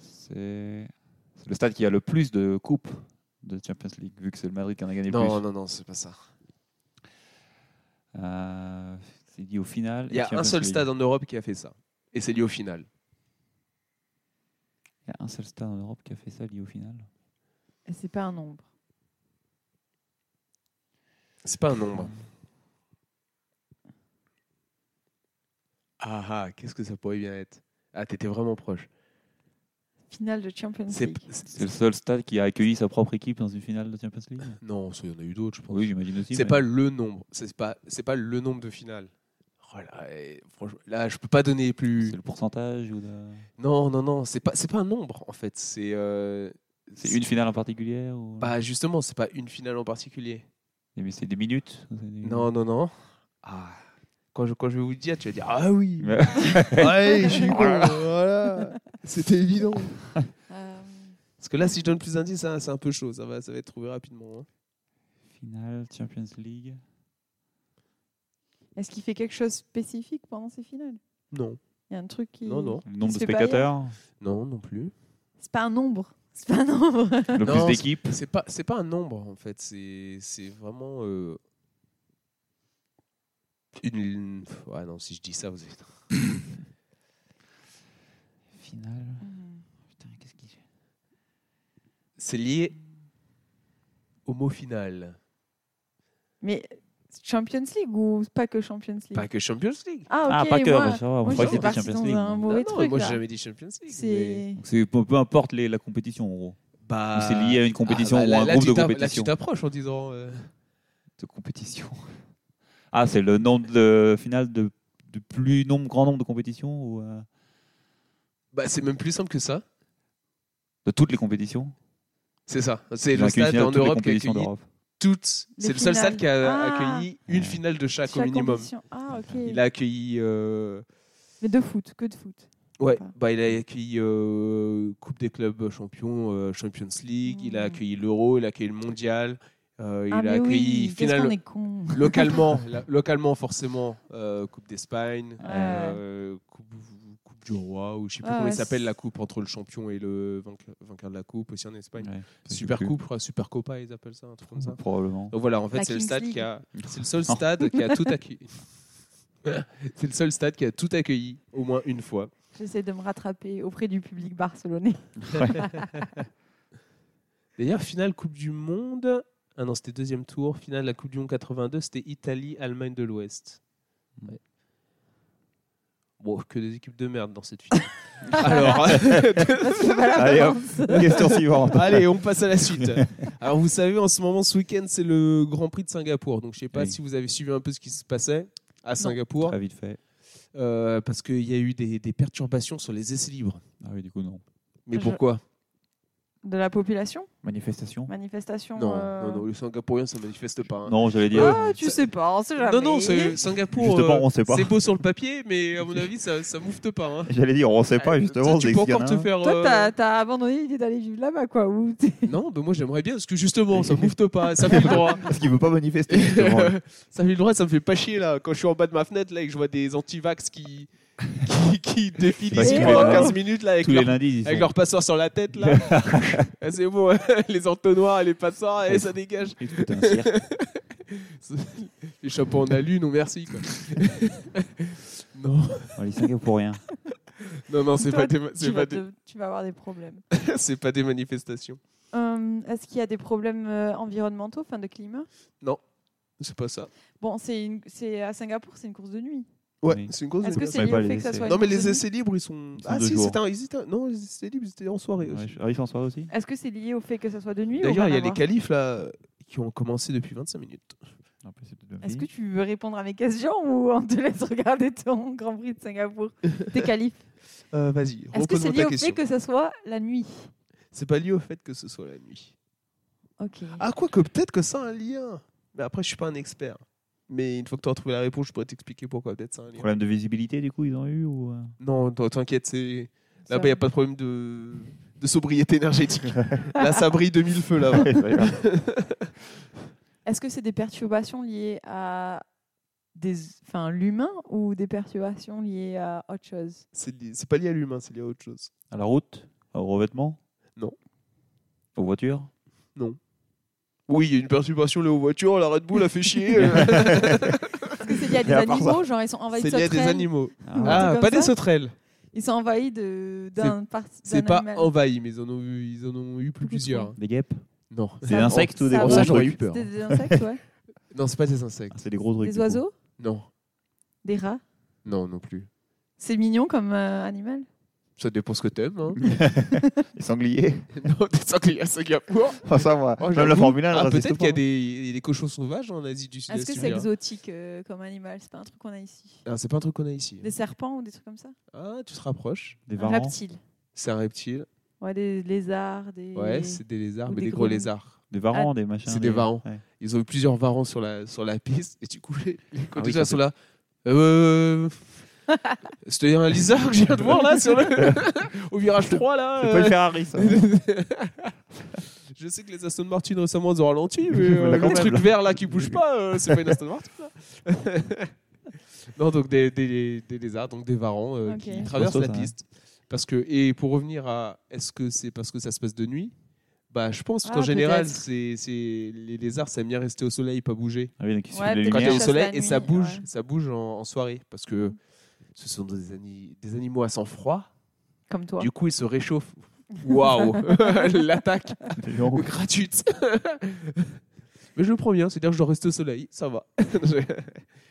Speaker 3: C'est c'est le stade qui a le plus de coupes de Champions League, vu que c'est le Madrid qui en a gagné le
Speaker 1: non,
Speaker 3: plus.
Speaker 1: non, non, c'est pas ça.
Speaker 3: Euh, c'est lié au final.
Speaker 1: Il y a un seul stade en Europe qui a fait ça. Et c'est lié au final.
Speaker 3: Il y a un seul stade en Europe qui a fait ça lié au final.
Speaker 2: Et C'est pas un nombre.
Speaker 1: C'est pas un nombre. Ah ah, qu'est-ce que ça pourrait bien être Ah, t'étais vraiment proche.
Speaker 2: C'est finale de Champions
Speaker 1: C'est-
Speaker 2: League.
Speaker 1: c'est-
Speaker 3: C'est le seul stade qui a accueilli sa propre équipe dans une finale de Champions League
Speaker 1: Non, ça, il y en a eu d'autres, je pense.
Speaker 3: Oui, j'imagine aussi.
Speaker 1: C'est
Speaker 3: mais-
Speaker 1: pas le nombre. C'est pas, c'est pas le nombre de finales. Oh là, eh, franchement, là, je peux pas donner plus.
Speaker 3: C'est le pourcentage ou la-
Speaker 1: Non, non, non. C'est pas, c'est pas un nombre en fait. C'est, euh,
Speaker 3: C'est une finale en particulier ou...
Speaker 1: Bah justement, c'est pas une finale en particulier.
Speaker 3: Mais c'est des minutes ou c'est des-
Speaker 1: Non, non, non. Mm. Ah. Quand je, quand je vais vous le dire, tu vas dire Ah oui Oh
Speaker 3: Mais-
Speaker 1: Ouais, je suis con, voilà. C'était évident.
Speaker 2: Euh,
Speaker 1: Parce que là, si je donne plus d'indices, hein, c'est un peu chaud. Ça va, ça va être trouvé rapidement. hein.
Speaker 3: Finale Champions League.
Speaker 2: Est-ce qu'il fait quelque chose de spécifique pendant ces finales
Speaker 1: Non.
Speaker 2: Il y a un truc qui.
Speaker 1: Non, non.
Speaker 3: Le nombre de
Speaker 2: se fait pas
Speaker 3: spectateurs,
Speaker 1: Non, non plus.
Speaker 2: C'est pas un nombre. C'est pas un nombre.
Speaker 3: le
Speaker 1: Non,
Speaker 3: plus d'équipes.
Speaker 1: C'est pas, c'est pas un nombre, en fait. C'est, c'est vraiment. euh, Une. Ouais, non, si je dis ça, vous êtes.
Speaker 3: Finale. Putain, qu'est-ce qu'il fait
Speaker 1: C'est lié au mot final.
Speaker 2: Mais Champions League ou pas que Champions League
Speaker 1: Pas que Champions League.
Speaker 2: Ah,
Speaker 3: Ah,
Speaker 2: ok.
Speaker 3: pas que.
Speaker 2: Moi,
Speaker 3: bah, ça va, on
Speaker 2: moi,
Speaker 3: croit
Speaker 2: j'étais
Speaker 3: que c'était
Speaker 2: partie
Speaker 3: Champions
Speaker 2: dans
Speaker 3: League.
Speaker 2: un
Speaker 3: nous.
Speaker 2: mauvais
Speaker 1: non,
Speaker 2: truc.
Speaker 1: moi, j'ai
Speaker 2: là.
Speaker 1: jamais dit Champions League. mais-
Speaker 2: C'est.
Speaker 3: Donc C'est peu, peu importe les- la compétition en gros.
Speaker 1: Bah,
Speaker 3: Ou c'est lié à une compétition
Speaker 1: bah,
Speaker 3: ou
Speaker 1: là-
Speaker 3: un
Speaker 1: là,
Speaker 3: groupe
Speaker 1: tu
Speaker 3: de
Speaker 1: t'a-
Speaker 3: compétition.
Speaker 1: Là, tu t'approches en disant. euh,
Speaker 3: De compétition. Ah, c'est le nombre de finale de, de plus nombre, grand nombre de compétitions ou euh,
Speaker 1: Bah, c'est même plus simple que ça.
Speaker 3: de toutes les compétitions.
Speaker 1: C'est ça. C'est
Speaker 3: Ils ont
Speaker 1: le
Speaker 3: accueilli une
Speaker 1: stade
Speaker 3: finale de
Speaker 1: en
Speaker 3: toutes les
Speaker 1: Europe qui a
Speaker 3: compétitions
Speaker 1: accueilli
Speaker 3: d'Europe.
Speaker 1: toutes.
Speaker 2: Les
Speaker 1: C'est le seul
Speaker 2: finales.
Speaker 1: stade qui a
Speaker 2: Ah.
Speaker 1: accueilli une finale de chaque, au
Speaker 2: chaque
Speaker 1: minimum.
Speaker 2: compétition. Ah, ok.
Speaker 1: Il a accueilli. euh,
Speaker 2: Mais de foot, que de foot.
Speaker 1: Ouais,
Speaker 2: Pas.
Speaker 1: bah, il a accueilli euh, Coupe des clubs champions, euh, Champions League, il a
Speaker 2: Mm.
Speaker 1: accueilli l'Euro, il a accueilli le Mondial, euh,
Speaker 2: ah,
Speaker 1: il a
Speaker 2: mais
Speaker 1: accueilli
Speaker 2: oui. Qu'est-ce
Speaker 1: finale-
Speaker 2: qu'on est con.
Speaker 1: localement, la- localement forcément, euh, Coupe d'Espagne,
Speaker 2: Ouais.
Speaker 1: euh, coupe, Coupe du Roi, ou je sais plus
Speaker 2: Ouais,
Speaker 1: comment il
Speaker 2: ouais,
Speaker 1: s'appelle
Speaker 2: c'est-
Speaker 1: la coupe entre le champion et le vainque- vainqueur de la coupe, aussi en Espagne.
Speaker 3: Ouais, je sais
Speaker 1: Super
Speaker 3: plus.
Speaker 1: coupe, je crois, Super Copa, ils appellent ça, un truc comme ça.
Speaker 3: Probablement.
Speaker 1: Donc voilà, en fait,
Speaker 2: La
Speaker 1: c'est le
Speaker 2: Kings
Speaker 1: stade
Speaker 2: League.
Speaker 1: qui a, c'est le seul
Speaker 3: Non.
Speaker 1: stade qui a tout accueilli. c'est le seul stade qui a tout accueilli au moins une fois.
Speaker 2: J'essaie de me rattraper auprès du public barcelonais.
Speaker 1: D'ailleurs, finale Coupe du Monde. Ah non, c'était deuxième tour. Finale de la Coupe du Monde 82, c'était Italie, Allemagne de l'Ouest. Ouais. Bon, que des équipes de merde dans cette finale. Alors,
Speaker 2: C'est pas la
Speaker 3: Allez, hop.
Speaker 2: France.
Speaker 3: Question suivante.
Speaker 1: allez, on passe à la suite. Alors, vous savez, en ce moment, ce week-end, c'est le Grand Prix de Singapour. Donc, je sais pas
Speaker 3: Oui.
Speaker 1: si vous avez suivi un peu ce qui se passait à Singapour.
Speaker 3: Très vite fait.
Speaker 1: Euh, parce qu'il y a eu des, des perturbations sur les essais libres.
Speaker 3: Ah oui, du coup, non.
Speaker 1: Mais
Speaker 2: Je-
Speaker 1: pourquoi
Speaker 2: De la population
Speaker 3: Manifestation
Speaker 2: Manifestation
Speaker 1: non,
Speaker 2: euh,
Speaker 1: non, non, les Singapouriens, ça ne manifeste pas. hein.
Speaker 3: Non, j'allais dire.
Speaker 1: Euh,
Speaker 2: Ah, tu
Speaker 1: Ça-
Speaker 2: sais pas, on sait jamais.
Speaker 1: non, non, c'est- Singapour,
Speaker 3: Justement,
Speaker 1: euh,
Speaker 3: on sait pas.
Speaker 1: c'est beau sur le papier, mais à mon avis, ça ne moufte pas. hein.
Speaker 3: J'allais dire, on ne sait
Speaker 1: Euh,
Speaker 3: pas justement.
Speaker 1: tu
Speaker 3: c'est
Speaker 1: peux
Speaker 3: qu'il y en
Speaker 1: encore
Speaker 3: a
Speaker 1: te
Speaker 3: un.
Speaker 1: faire.
Speaker 2: Toi,
Speaker 1: euh,
Speaker 2: t'as- t'as abandonné l'idée d'aller vivre là-bas, quoi. Ou t'es-
Speaker 1: Non, mais moi j'aimerais bien, parce que justement, ça moufte pas, ça fait le droit.
Speaker 3: Parce qu'il ne veut pas manifester. justement.
Speaker 1: ça fait le droit, ça me fait pas chier là. Quand je suis en bas de ma fenêtre là et que je vois des anti-vax qui, qui, qui défilent
Speaker 3: Parce
Speaker 2: que
Speaker 1: pendant
Speaker 2: les-
Speaker 1: 15 minutes là avec
Speaker 3: Tous les
Speaker 1: leur
Speaker 3: lundis, ils
Speaker 1: Avec
Speaker 3: sont-
Speaker 1: leur passeur sur la tête, là. Ah, c'est bon, les entonnoirs et les passeurs, et
Speaker 3: Ouais.
Speaker 1: ça dégage.
Speaker 3: Et tout un cirque.
Speaker 1: Les chapeaux en alu, non merci. Quoi. non,
Speaker 3: On les Singapouriens.
Speaker 1: non, non, c'est
Speaker 2: Toi,
Speaker 1: pas, des, ma-
Speaker 2: tu,
Speaker 1: c'est pas,
Speaker 2: vas
Speaker 1: des,
Speaker 2: te- tu vas avoir des problèmes.
Speaker 1: c'est pas des manifestations.
Speaker 2: Euh, Est-ce qu'il y a des problèmes euh, environnementaux, fin de climat
Speaker 1: C'est pas ça.
Speaker 2: Bon, c'est une- c'est à Singapour, c'est une course de nuit.
Speaker 1: Ouais,
Speaker 3: Oui.
Speaker 1: Oh, c'est une cause.
Speaker 2: Est-ce que c'est
Speaker 3: Mais
Speaker 2: lié
Speaker 3: pas
Speaker 2: au
Speaker 3: les
Speaker 2: fait que ça
Speaker 3: essais.
Speaker 2: soit une
Speaker 1: Non, mais
Speaker 2: course
Speaker 1: les
Speaker 2: de nuit
Speaker 1: essais libres, ils sont.
Speaker 3: Ils sont
Speaker 1: Ah
Speaker 3: de
Speaker 1: si,
Speaker 3: jour.
Speaker 1: c'était un, ils étaient un- Non, les essais libres, ils étaient en soirée aussi.
Speaker 3: Ouais, je- Ah, ils sont en soirée aussi
Speaker 2: Est-ce que c'est lié au fait que ça soit de nuit ou
Speaker 1: D'ailleurs,
Speaker 2: rien
Speaker 1: il y a
Speaker 2: à
Speaker 1: les
Speaker 2: voir
Speaker 1: qualifs, là, qui ont commencé depuis 25 minutes.
Speaker 3: Non, plus, c'est peut-être une
Speaker 2: Est-ce que
Speaker 3: fille.
Speaker 2: tu veux répondre à mes questions ou on te laisse regarder ton Grand Prix de Singapour Tes qualifs.
Speaker 1: Euh, Vas-y,
Speaker 2: Est-ce que c'est
Speaker 1: repose-moi
Speaker 2: lié
Speaker 1: ta
Speaker 2: au fait
Speaker 1: question.
Speaker 2: que ça soit la nuit
Speaker 1: C'est pas lié au fait que ce soit la nuit.
Speaker 2: Ok.
Speaker 1: Ah, quoi que peut-être que ça a un lien. Mais après, je suis pas un expert. Mais une fois que tu as trouvé la réponse, je pourrais t'expliquer pourquoi peut-être ça a un lien.
Speaker 3: Problème de visibilité, du coup, ils ont eu ou... euh,
Speaker 1: Non, t'en- t'inquiète, c'est
Speaker 2: Ça-
Speaker 1: là-bas, il n'y a pas de problème de, de sobriété énergétique. là, ça brille de mille feux là-bas.
Speaker 2: Est-ce que c'est des perturbations liées à des, enfin, l'humain ou des perturbations liées à autre chose
Speaker 1: C'est li- c'est pas lié à l'humain, c'est lié à autre chose.
Speaker 3: À la route Au revêtement
Speaker 1: Non.
Speaker 3: Aux voitures
Speaker 1: Oui, il y a une perturbation liée aux voitures, la Red Bull a fait chier. euh.
Speaker 2: Est-ce que c'est lié à des
Speaker 3: à part
Speaker 2: animaux Genre, ils sont envahis de
Speaker 1: c'est lié à des
Speaker 2: sauterelles
Speaker 1: animaux.
Speaker 2: ouais.
Speaker 1: Ah,
Speaker 2: comme
Speaker 1: pas des
Speaker 2: ça
Speaker 1: sauterelles.
Speaker 2: Ils sont envahis de- d'un par- d'un
Speaker 1: C'est pas
Speaker 2: animal.
Speaker 1: envahi, mais ils en ont eu, ils en ont eu plus
Speaker 2: Beaucoup
Speaker 1: plusieurs.
Speaker 3: Des guêpes
Speaker 1: Non.
Speaker 3: Des
Speaker 2: Ça-
Speaker 3: insectes ou des
Speaker 2: ça-
Speaker 3: gros
Speaker 2: ça,
Speaker 1: j'aurais
Speaker 3: trucs
Speaker 1: eu peur.
Speaker 2: Des, des insectes, ouais.
Speaker 1: Non, c'est pas des
Speaker 3: Ah,
Speaker 1: insectes.
Speaker 3: C'est des gros trucs. du
Speaker 2: des
Speaker 3: coup.
Speaker 2: oiseaux,
Speaker 1: Non,
Speaker 2: des rats.
Speaker 1: non, non plus.
Speaker 2: C'est mignon comme euh, animal.
Speaker 1: Ça dépend ce que t'aimes. Hein.
Speaker 3: Les sangliers,
Speaker 1: non, peut-être ça qu'il y a Singapour.
Speaker 3: enfin, ça, moi.
Speaker 1: Oh,
Speaker 3: Même
Speaker 1: j'avoue.
Speaker 3: la Formule 1, elle
Speaker 1: Ah,
Speaker 3: résiste
Speaker 1: peut-être qu'il y a
Speaker 3: pas.
Speaker 1: des, il y a des cochons sauvages en Asie du Sud-Est.
Speaker 2: Est-ce que
Speaker 1: tu
Speaker 2: c'est
Speaker 1: me diras.
Speaker 2: exotique euh, comme animal C'est pas un truc qu'on a ici.
Speaker 1: Ah, c'est pas un truc qu'on a ici.
Speaker 2: Des serpents ou des trucs comme ça
Speaker 1: Ah, tu te rapproches.
Speaker 3: Des
Speaker 2: Un
Speaker 3: varans.
Speaker 2: reptile.
Speaker 1: C'est un reptile.
Speaker 2: Ouais, des lézards, des.
Speaker 1: Ouais, c'est des lézards,
Speaker 2: Ou
Speaker 1: mais
Speaker 2: des
Speaker 1: des gros
Speaker 2: grenouilles.
Speaker 1: lézards.
Speaker 3: Des varans, des machins.
Speaker 1: c'est des varans.
Speaker 3: ouais.
Speaker 1: Ils ont eu plusieurs varans sur la, sur la piste. Et du coup, les,
Speaker 3: Ah
Speaker 1: les conducteurs
Speaker 3: ça
Speaker 1: sont là. Euh, C'était un lézard que je viens de voir là sur le- au virage 3 là.
Speaker 3: C'est pas
Speaker 1: euh.
Speaker 3: une Ferrari, ça. Ah
Speaker 1: je sais que les Aston Martin récemment ils ont ralenti, mais
Speaker 3: Mais
Speaker 1: euh,
Speaker 3: là, quand
Speaker 1: le
Speaker 3: même,
Speaker 1: truc
Speaker 3: là.
Speaker 1: vert là qui bouge pas, euh, c'est pas une Aston Martin. là. non, donc des, des, des lézards, donc des varans euh,
Speaker 2: Ok.
Speaker 1: qui traversent
Speaker 3: Costaud,
Speaker 1: la
Speaker 3: ça, ouais.
Speaker 1: piste. Parce que, et pour revenir à est-ce que c'est parce que ça se passe de nuit bah, je pense
Speaker 2: Ah,
Speaker 1: qu'en général,
Speaker 2: peut-être.
Speaker 1: c'est c'est- les lézards, ça aime bien rester au soleil, pas bouger.
Speaker 3: Ah oui, donc il suffit
Speaker 2: Ouais,
Speaker 3: de la
Speaker 2: peut-être
Speaker 1: Quand il y a
Speaker 3: lumière.
Speaker 1: du
Speaker 2: ça,
Speaker 1: soleil,
Speaker 2: c'est la
Speaker 1: et ça
Speaker 2: nuit,
Speaker 1: bouge,
Speaker 2: ouais.
Speaker 1: ça bouge en, en soirée. Parce que ce sont des, ani- des animaux à sang froid.
Speaker 2: Comme toi.
Speaker 1: Du coup, ils se réchauffent. Waouh L'attaque
Speaker 3: Des gens.
Speaker 1: gratuite. Mais je le prends bien, c'est-à-dire que je dois rester au soleil, ça va. Je-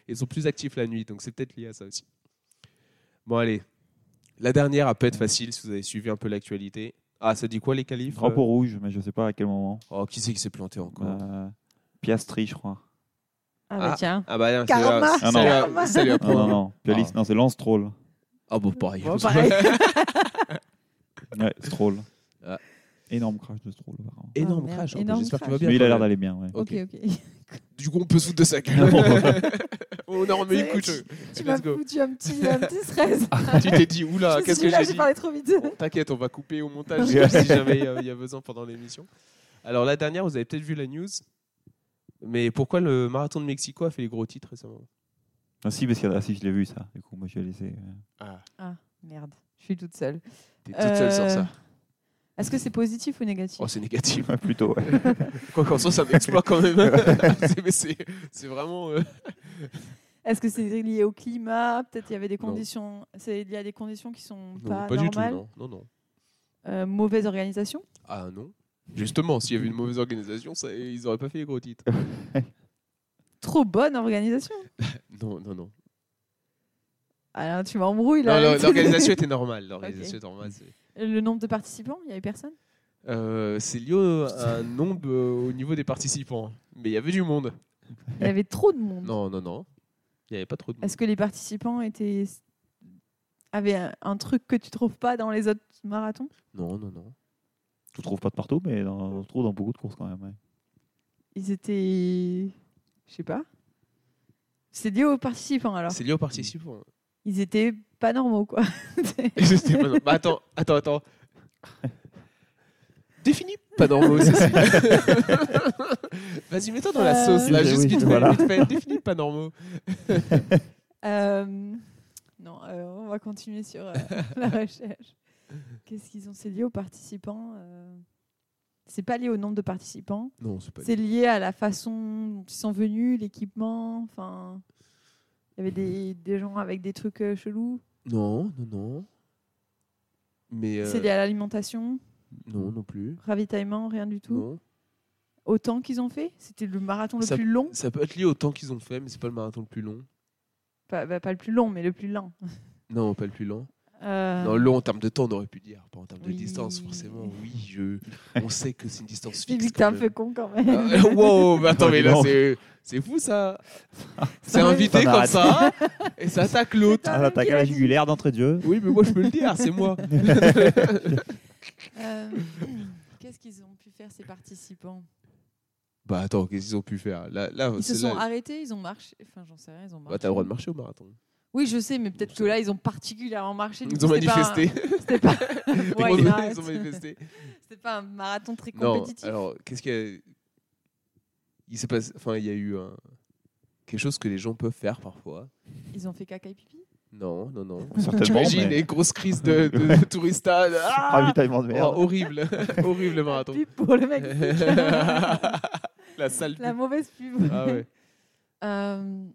Speaker 1: Ils sont plus actifs la nuit, donc c'est peut-être lié à ça aussi. Bon, allez. La dernière, elle peut être facile si vous avez suivi un peu l'actualité. Ah, ça dit quoi les qualifs
Speaker 3: Drapeau rouge, mais je sais pas à quel moment.
Speaker 1: Oh, qui c'est qui s'est planté encore
Speaker 3: Euh, Piastri, je crois.
Speaker 2: Ah, bah
Speaker 1: Ah.
Speaker 2: tiens.
Speaker 1: Ah bah non, c'est
Speaker 2: Karma.
Speaker 1: là-
Speaker 3: Ah
Speaker 1: c'est
Speaker 3: non.
Speaker 1: là- c'est là
Speaker 3: Non,
Speaker 1: pour-
Speaker 3: non, non. Pialis, non, c'est Lance Stroll.
Speaker 1: Ah bon, pareil.
Speaker 2: Bon, Oh, pareil.
Speaker 3: Ouais, Stroll.
Speaker 1: Ah.
Speaker 3: Énorme crash de Stroll. apparemment.
Speaker 2: Oh,
Speaker 1: Énorme
Speaker 2: merde.
Speaker 1: crash. hein.
Speaker 2: Énorme
Speaker 1: J'espère qu'il va
Speaker 2: crash.
Speaker 1: bien.
Speaker 3: Mais il a
Speaker 1: quand
Speaker 3: l'air
Speaker 1: même.
Speaker 3: d'aller bien, ouais.
Speaker 2: Ok, ok.
Speaker 1: Du coup, on peut se foutre de sa gueule. Oh, On est en
Speaker 2: C'est
Speaker 1: mode
Speaker 2: vrai,
Speaker 1: Oh, écoute, euh,
Speaker 2: Tu m'as
Speaker 1: let's go.
Speaker 2: foutu un petit, un petit stress.
Speaker 1: Tu t'es dit, oula,
Speaker 2: Je
Speaker 1: qu'est-ce
Speaker 2: suis
Speaker 1: que
Speaker 2: là,
Speaker 1: j'ai
Speaker 2: j'ai
Speaker 1: dit Oh.
Speaker 2: parlé trop vite.
Speaker 1: Bon, T'inquiète, on va couper au montage si jamais euh, il y a besoin pendant l'émission. Alors la dernière, vous avez peut-être vu la news, mais pourquoi le marathon de Mexico a fait les gros titres récemment
Speaker 3: Ah, si, parce que ah, si, je l'ai vu ça. Du coup, moi, je l'ai laissé. euh.
Speaker 1: Ah,
Speaker 2: Ah, merde. Je suis toute seule.
Speaker 1: t'es toute seule sur
Speaker 2: Euh,
Speaker 1: ça.
Speaker 2: Est-ce que c'est positif ou négatif
Speaker 1: Oh, c'est négatif.
Speaker 3: Ouais, euh, plutôt, ouais.
Speaker 1: Quoi qu'en soit, ça m'exploite quand même. C'est- mais c'est c'est vraiment. euh,
Speaker 2: Est-ce que c'est lié au climat Peut-être il y avait des
Speaker 1: Non.
Speaker 2: conditions. C'est lié à des conditions qui sont
Speaker 1: non,
Speaker 2: pas,
Speaker 1: pas du tout.
Speaker 2: normales.
Speaker 1: Non, non, non.
Speaker 2: Euh, mauvaise organisation.
Speaker 1: Ah non. Justement, s'il y avait une mauvaise organisation, ça- ils n'auraient pas fait les gros titres.
Speaker 2: Trop bonne organisation.
Speaker 1: Non, non, non.
Speaker 2: Alors tu m'embrouilles
Speaker 1: Non,
Speaker 2: là.
Speaker 1: l'or-
Speaker 2: avec-
Speaker 1: L'organisation était normale. L'organisation était normale. c'est-
Speaker 2: Le nombre de participants, il y avait personne.
Speaker 1: Euh, c'est lié au- à un nombre euh, au niveau des participants. Mais il y avait du monde.
Speaker 2: Il y avait trop de monde.
Speaker 1: Non, non, non. Il n'y avait pas trop de monde.
Speaker 2: Est-ce que les participants étaient avaient un, un truc que tu trouves pas dans les autres marathons
Speaker 1: Non, non, non.
Speaker 3: Je ne trouve pas de partout, mais dans- on le trouve dans beaucoup de courses quand même. ouais.
Speaker 2: Ils étaient, je sais pas. C'est lié aux participants alors.
Speaker 1: C'est lié aux participants. hein.
Speaker 2: Ils étaient pas normaux quoi.
Speaker 1: C'était pas normal. Bah, attends, attends, attends. Définis pas normaux, Cécile. Vas-y, mets-toi dans la sauce, là,
Speaker 3: Euh,
Speaker 1: juste
Speaker 3: oui,
Speaker 1: vite fait,
Speaker 3: voilà.
Speaker 1: vite fait. Définis pas normaux.
Speaker 2: Euh, non, euh, on va continuer sur euh, la recherche. Qu'est-ce qu'ils ont C'est lié aux participants. euh, C'est pas lié au nombre de participants.
Speaker 1: Non, c'est pas
Speaker 2: C'est lié à la façon dont ils sont venus, l'équipement. Enfin, il y avait des, des gens avec des trucs euh, chelous.
Speaker 1: Non, non, non. Mais. euh,
Speaker 2: C'est lié à l'alimentation,
Speaker 1: Non, non plus.
Speaker 2: ravitaillement, rien du tout.
Speaker 1: Non.
Speaker 2: Au temps qu'ils ont fait, c'était le marathon le
Speaker 1: Ça-
Speaker 2: plus long.
Speaker 1: Ça peut être lié au temps qu'ils ont fait, mais c'est pas le marathon le plus long.
Speaker 2: Pas, bah, pas le plus long, mais le plus lent.
Speaker 1: Non, pas le plus lent.
Speaker 2: Euh,
Speaker 1: Non, long en termes de temps, on aurait pu dire. Pas en termes
Speaker 2: Oui.
Speaker 1: de distance, forcément. Oui, je... on sait que c'est une distance
Speaker 2: J'ai
Speaker 1: fixe.
Speaker 2: vu que t'es un
Speaker 1: quand
Speaker 2: peu
Speaker 1: même.
Speaker 2: con quand même.
Speaker 1: Ah, wow, mais attends, mais là,
Speaker 3: Non.
Speaker 1: c'est, c'est fou ça. C'est
Speaker 2: Ça m'arrête.
Speaker 1: invité
Speaker 3: Ça
Speaker 1: comme
Speaker 3: m'arrête.
Speaker 1: ça et ça attaque l'autre.
Speaker 2: Ah,
Speaker 3: Ah,
Speaker 2: mais
Speaker 3: l'attaque à la
Speaker 2: Pialis.
Speaker 3: jugulaire d'entrée de jeu.
Speaker 1: Oui, mais moi je peux le dire, c'est moi.
Speaker 2: Euh, Qu'est-ce qu'ils ont pu faire ces participants
Speaker 1: Bah attends, qu'est-ce qu'ils ont pu faire là, là,
Speaker 2: Ils se
Speaker 1: Bah, c'est
Speaker 2: sont
Speaker 1: là-
Speaker 2: arrêtés, ils ont marché. Enfin, j'en sais rien, ils ont marché.
Speaker 1: Bah, t'as le droit de marcher au marathon.
Speaker 2: Oui, je sais, mais peut-être que là, ils ont particulièrement marché. du
Speaker 1: Ils
Speaker 2: coup,
Speaker 1: ont
Speaker 2: c'était pas
Speaker 1: manifesté.
Speaker 2: un- C'était pas...
Speaker 1: Ils
Speaker 2: Ouais,
Speaker 1: ont-
Speaker 2: ils arrêtent.
Speaker 1: Ils ont manifesté.
Speaker 2: c'était pas un marathon très
Speaker 1: Non,
Speaker 2: compétitif.
Speaker 1: alors qu'est-ce qu'il y a Il s'est passé. Enfin, il y a eu un- quelque chose que les gens peuvent faire parfois.
Speaker 2: Ils ont fait caca et pipi.
Speaker 1: Non, non, non.
Speaker 3: Certainement.
Speaker 1: J'imagine
Speaker 3: mais-
Speaker 1: les grosses crises de, de touristas. Ah
Speaker 3: Ravitaillement
Speaker 1: Oh,
Speaker 3: de merde.
Speaker 1: horrible, horrible le marathon.
Speaker 2: Pub pour le mec.
Speaker 1: La salle.
Speaker 2: La mauvaise pub.
Speaker 1: Ah ouais.
Speaker 2: Euh,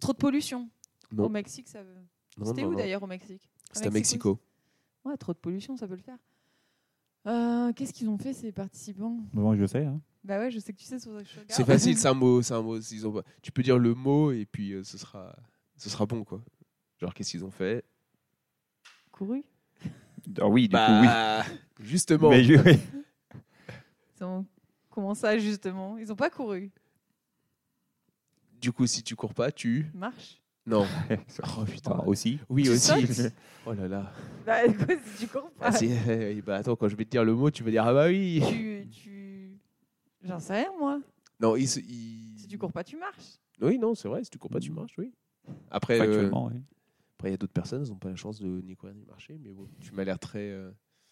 Speaker 2: trop de pollution.
Speaker 1: Non.
Speaker 2: Au Mexique, ça veut. C'était où d'ailleurs au Mexique
Speaker 1: C'était à
Speaker 2: Mexico.
Speaker 1: Mexico.
Speaker 2: Ouais, trop de pollution, ça peut le faire. Euh, Qu'est-ce qu'ils ont fait ces participants
Speaker 3: Bah, Moi, je sais. hein.
Speaker 2: Bah ouais, je sais que tu sais sur que je regarde.
Speaker 1: C'est facile, c'est un mot, c'est un mot. Ils ont pas- Tu peux dire le mot et puis euh, ce sera, ce sera bon quoi. Genre qu'est-ce qu'ils ont fait
Speaker 2: Couru
Speaker 3: Ah oui, du coup, oui.
Speaker 1: Bah, justement.
Speaker 3: Mais je- oui.
Speaker 2: Ils ont... Comment ça, justement Ils n'ont pas couru.
Speaker 1: Du coup, si tu cours pas, tu.
Speaker 2: Marche.
Speaker 1: Non.
Speaker 3: Oh, putain, aussi.
Speaker 1: Oui,
Speaker 2: Tu
Speaker 1: aussi.
Speaker 2: sautes
Speaker 1: Oh là là.
Speaker 2: Bah, du coup, si tu cours pas,
Speaker 1: Ah, si, eh, eh, bah, attends, quand je vais te dire le mot, tu vas dire Ah bah oui.
Speaker 2: tu... tu... J'en sais rien, moi.
Speaker 1: Non, il. se- il-
Speaker 2: Si tu cours pas, tu marches.
Speaker 1: Oui, non, c'est vrai. Si tu cours pas, tu marches, oui. Après, euh,
Speaker 3: Factuellement, oui.
Speaker 1: après, il y a d'autres personnes, qui n'ont pas la chance de ni courir ni marcher, mais bon, tu m'as l'air très. euh,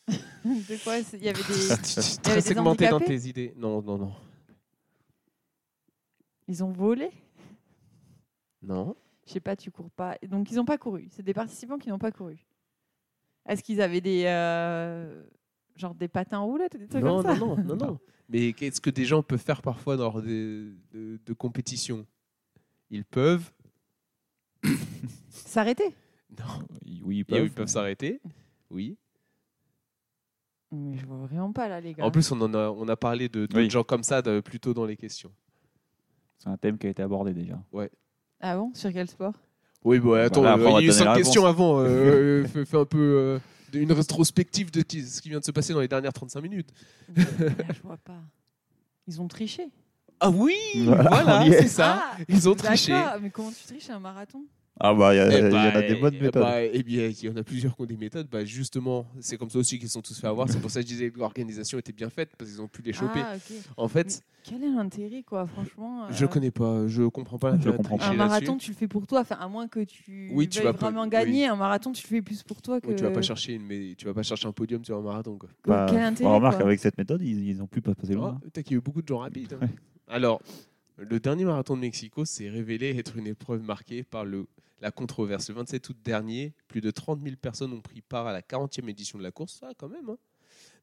Speaker 2: De quoi c'est- Il y avait des... Il y
Speaker 1: très
Speaker 2: avait des
Speaker 1: segmenté dans
Speaker 2: handicapés
Speaker 1: tes idées. Non, non, non.
Speaker 2: Ils ont volé
Speaker 1: Non.
Speaker 2: Je sais pas, tu cours pas. Et Donc, ils n'ont pas couru. C'est des participants qui n'ont pas couru. Est-ce qu'ils avaient des... euh, Genre des patins roulettes ou des trucs
Speaker 1: Non,
Speaker 2: comme ça
Speaker 1: non, non, non, non. Mais qu'est-ce que des gens peuvent faire parfois dans leurs des- de, de compétitions Ils peuvent.
Speaker 2: S'arrêter
Speaker 1: Non.
Speaker 3: Oui, ils
Speaker 1: Ils peuvent,
Speaker 3: peuvent. mais-
Speaker 1: s'arrêter. Oui.
Speaker 2: Mais je vois vraiment pas, là, les gars.
Speaker 1: En plus, on en a, on a parlé de, de
Speaker 3: Oui.
Speaker 1: gens comme ça de, plus tôt dans les questions.
Speaker 3: C'est un thème qui a été abordé déjà.
Speaker 2: Ah bon Sur quel sport
Speaker 1: Oui, bon,
Speaker 3: attends,
Speaker 1: attends,
Speaker 3: Voilà, euh, on va
Speaker 1: il y a eu
Speaker 3: donner la
Speaker 1: cinq
Speaker 3: réponse.
Speaker 1: questions avant. euh, euh, fais, fais un peu euh, une rétrospective de qui- ce qui vient de se passer dans les dernières 35 minutes.
Speaker 2: Mais Là, je vois pas. Ils ont triché.
Speaker 1: Ah oui
Speaker 3: Voilà, on
Speaker 1: Voilà,
Speaker 3: y est.
Speaker 1: c'est ça.
Speaker 2: Ah,
Speaker 1: Ils ont triché.
Speaker 2: D'accord, mais comment tu triches un marathon
Speaker 3: Ah bah, il y, a-
Speaker 1: Eh
Speaker 3: il y en
Speaker 1: bah,
Speaker 3: a des bonnes
Speaker 1: eh
Speaker 3: méthodes.
Speaker 1: bah, eh bien, il y en a plusieurs qui ont des méthodes. Bah, justement, c'est comme ça aussi qu'ils se sont tous fait avoir. C'est pour ça que je disais que l'organisation était bien faite parce qu'ils ont pu les choper.
Speaker 2: Ah, ok.
Speaker 1: En fait,
Speaker 2: Quel est l'intérêt, quoi, franchement euh,
Speaker 1: je connais pas, je comprends pas.
Speaker 3: Je
Speaker 1: l'intérêt de
Speaker 3: comprends pas.
Speaker 1: tricher
Speaker 2: Un marathon,
Speaker 1: là-dessus.
Speaker 2: tu le fais pour toi, enfin, à moins que tu
Speaker 1: Oui, tu
Speaker 2: veuilles
Speaker 1: vas pas-
Speaker 2: vraiment
Speaker 1: oui.
Speaker 2: gagner. Un marathon, tu le fais plus pour toi que.
Speaker 1: Ouais, tu vas pas chercher Bah, une, mais tu vas pas chercher un podium sur un marathon. Quoi.
Speaker 2: que- quel intérêt,
Speaker 3: on remarque
Speaker 1: hein,
Speaker 2: quoi.
Speaker 3: avec cette méthode, ils, ils ont pu pas passer loin.
Speaker 1: Oh, T'as qu'il y a eu beaucoup de gens rapides. hein. Alors, le dernier marathon de Mexico s'est révélé être une épreuve marquée par le, la controverse. Le 27 août dernier, plus de 30 000 personnes ont pris part à la 40e édition de la course, ça quand même. hein.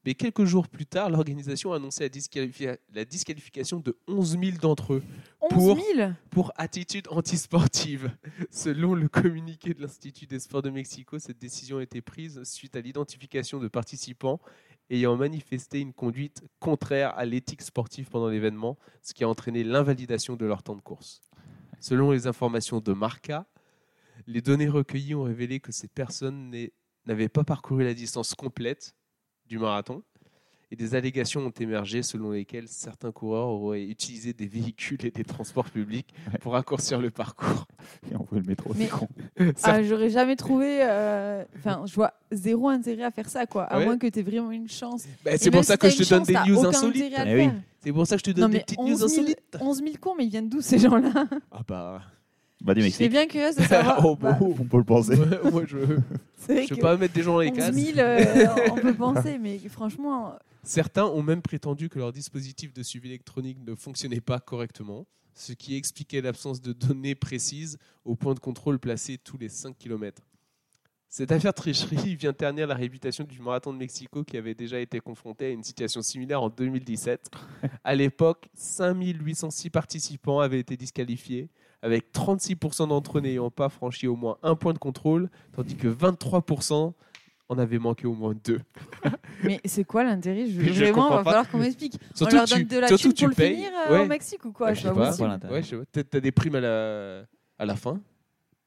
Speaker 1: Mais quelques jours plus tard, l'organisation a annoncé la, disqualifi- la disqualification de 11 000 d'entre eux
Speaker 2: 11
Speaker 1: pour-
Speaker 2: 000
Speaker 1: pour attitude antisportive. Selon le communiqué de l'Institut des sports de Mexico, cette décision a été prise suite à l'identification de participants ayant manifesté une conduite contraire à l'éthique sportive pendant l'événement, ce qui a entraîné l'invalidation de leur temps de course. Selon les informations de Marca, les données recueillies ont révélé que ces personnes n'aient- n'avaient pas parcouru la distance complète du marathon et des allégations ont émergé selon lesquelles certains coureurs auraient utilisé des véhicules et des transports publics pour raccourcir le parcours.
Speaker 3: hein, Et on voit le métro,
Speaker 2: Mais-
Speaker 3: c'est con.
Speaker 1: Ça-
Speaker 2: ah, J'aurais jamais trouvé. euh, Enfin, je vois zéro intérêt à faire ça, quoi. À
Speaker 1: Ouais.
Speaker 2: moins que t'aies vraiment une chance.
Speaker 1: Bah,
Speaker 2: Et
Speaker 1: c'est
Speaker 2: même
Speaker 1: pour ça
Speaker 2: si
Speaker 1: que
Speaker 2: t'as
Speaker 1: je te
Speaker 2: une
Speaker 1: donne
Speaker 2: chance,
Speaker 1: des
Speaker 2: t'as
Speaker 1: news
Speaker 2: aucun
Speaker 1: insolites.
Speaker 2: intérêt à le
Speaker 3: Eh oui.
Speaker 2: faire.
Speaker 1: C'est pour ça que je te
Speaker 2: Non,
Speaker 1: donne des
Speaker 2: mais
Speaker 1: petites
Speaker 2: 11
Speaker 1: news
Speaker 2: 000
Speaker 1: insolites.
Speaker 2: 11 000 cons, mais ils viennent d'où ces gens-là
Speaker 1: Ah bah.
Speaker 3: Bah, du
Speaker 2: Je suis
Speaker 3: Mexique.
Speaker 2: bien curieuse de savoir.
Speaker 1: Oh,
Speaker 2: Bah,
Speaker 3: On peut le penser.
Speaker 1: moi, moi, je ne
Speaker 2: c'est vrai
Speaker 1: veux
Speaker 2: que-
Speaker 1: pas mettre des gens dans les
Speaker 2: 11
Speaker 1: cases.
Speaker 2: 000, euh, on peut penser, mais franchement,
Speaker 1: Certains ont même prétendu que leur dispositif de suivi électronique ne fonctionnait pas correctement, ce qui expliquait l'absence de données précises au point de contrôle placé tous les 5 km. Cette affaire de tricherie vient ternir la réputation du marathon de Mexico qui avait déjà été confronté à une situation similaire en 2017. À l'époque, 5806 participants avaient été disqualifiés, avec 36% d'entre eux n'ayant pas franchi au moins un point de contrôle, tandis que 23% en avaient manqué au moins deux.
Speaker 2: mais c'est quoi l'intérêt je,
Speaker 1: Mais je
Speaker 2: Vraiment,
Speaker 1: comprends
Speaker 2: va
Speaker 1: pas.
Speaker 2: falloir qu'on m'explique. On
Speaker 1: Surtout
Speaker 2: leur
Speaker 1: que tu-
Speaker 2: donne de la
Speaker 1: surtout
Speaker 2: thune
Speaker 1: que
Speaker 2: pour le
Speaker 1: tu payes.
Speaker 2: finir euh,
Speaker 1: Ouais,
Speaker 2: au Mexique ou quoi
Speaker 1: Ouais,
Speaker 2: je
Speaker 1: je sais
Speaker 2: sais
Speaker 1: pas.
Speaker 2: possible.
Speaker 3: Voilà, t'as-
Speaker 1: Ouais, je vois. T'as t'as des primes à la, à la fin,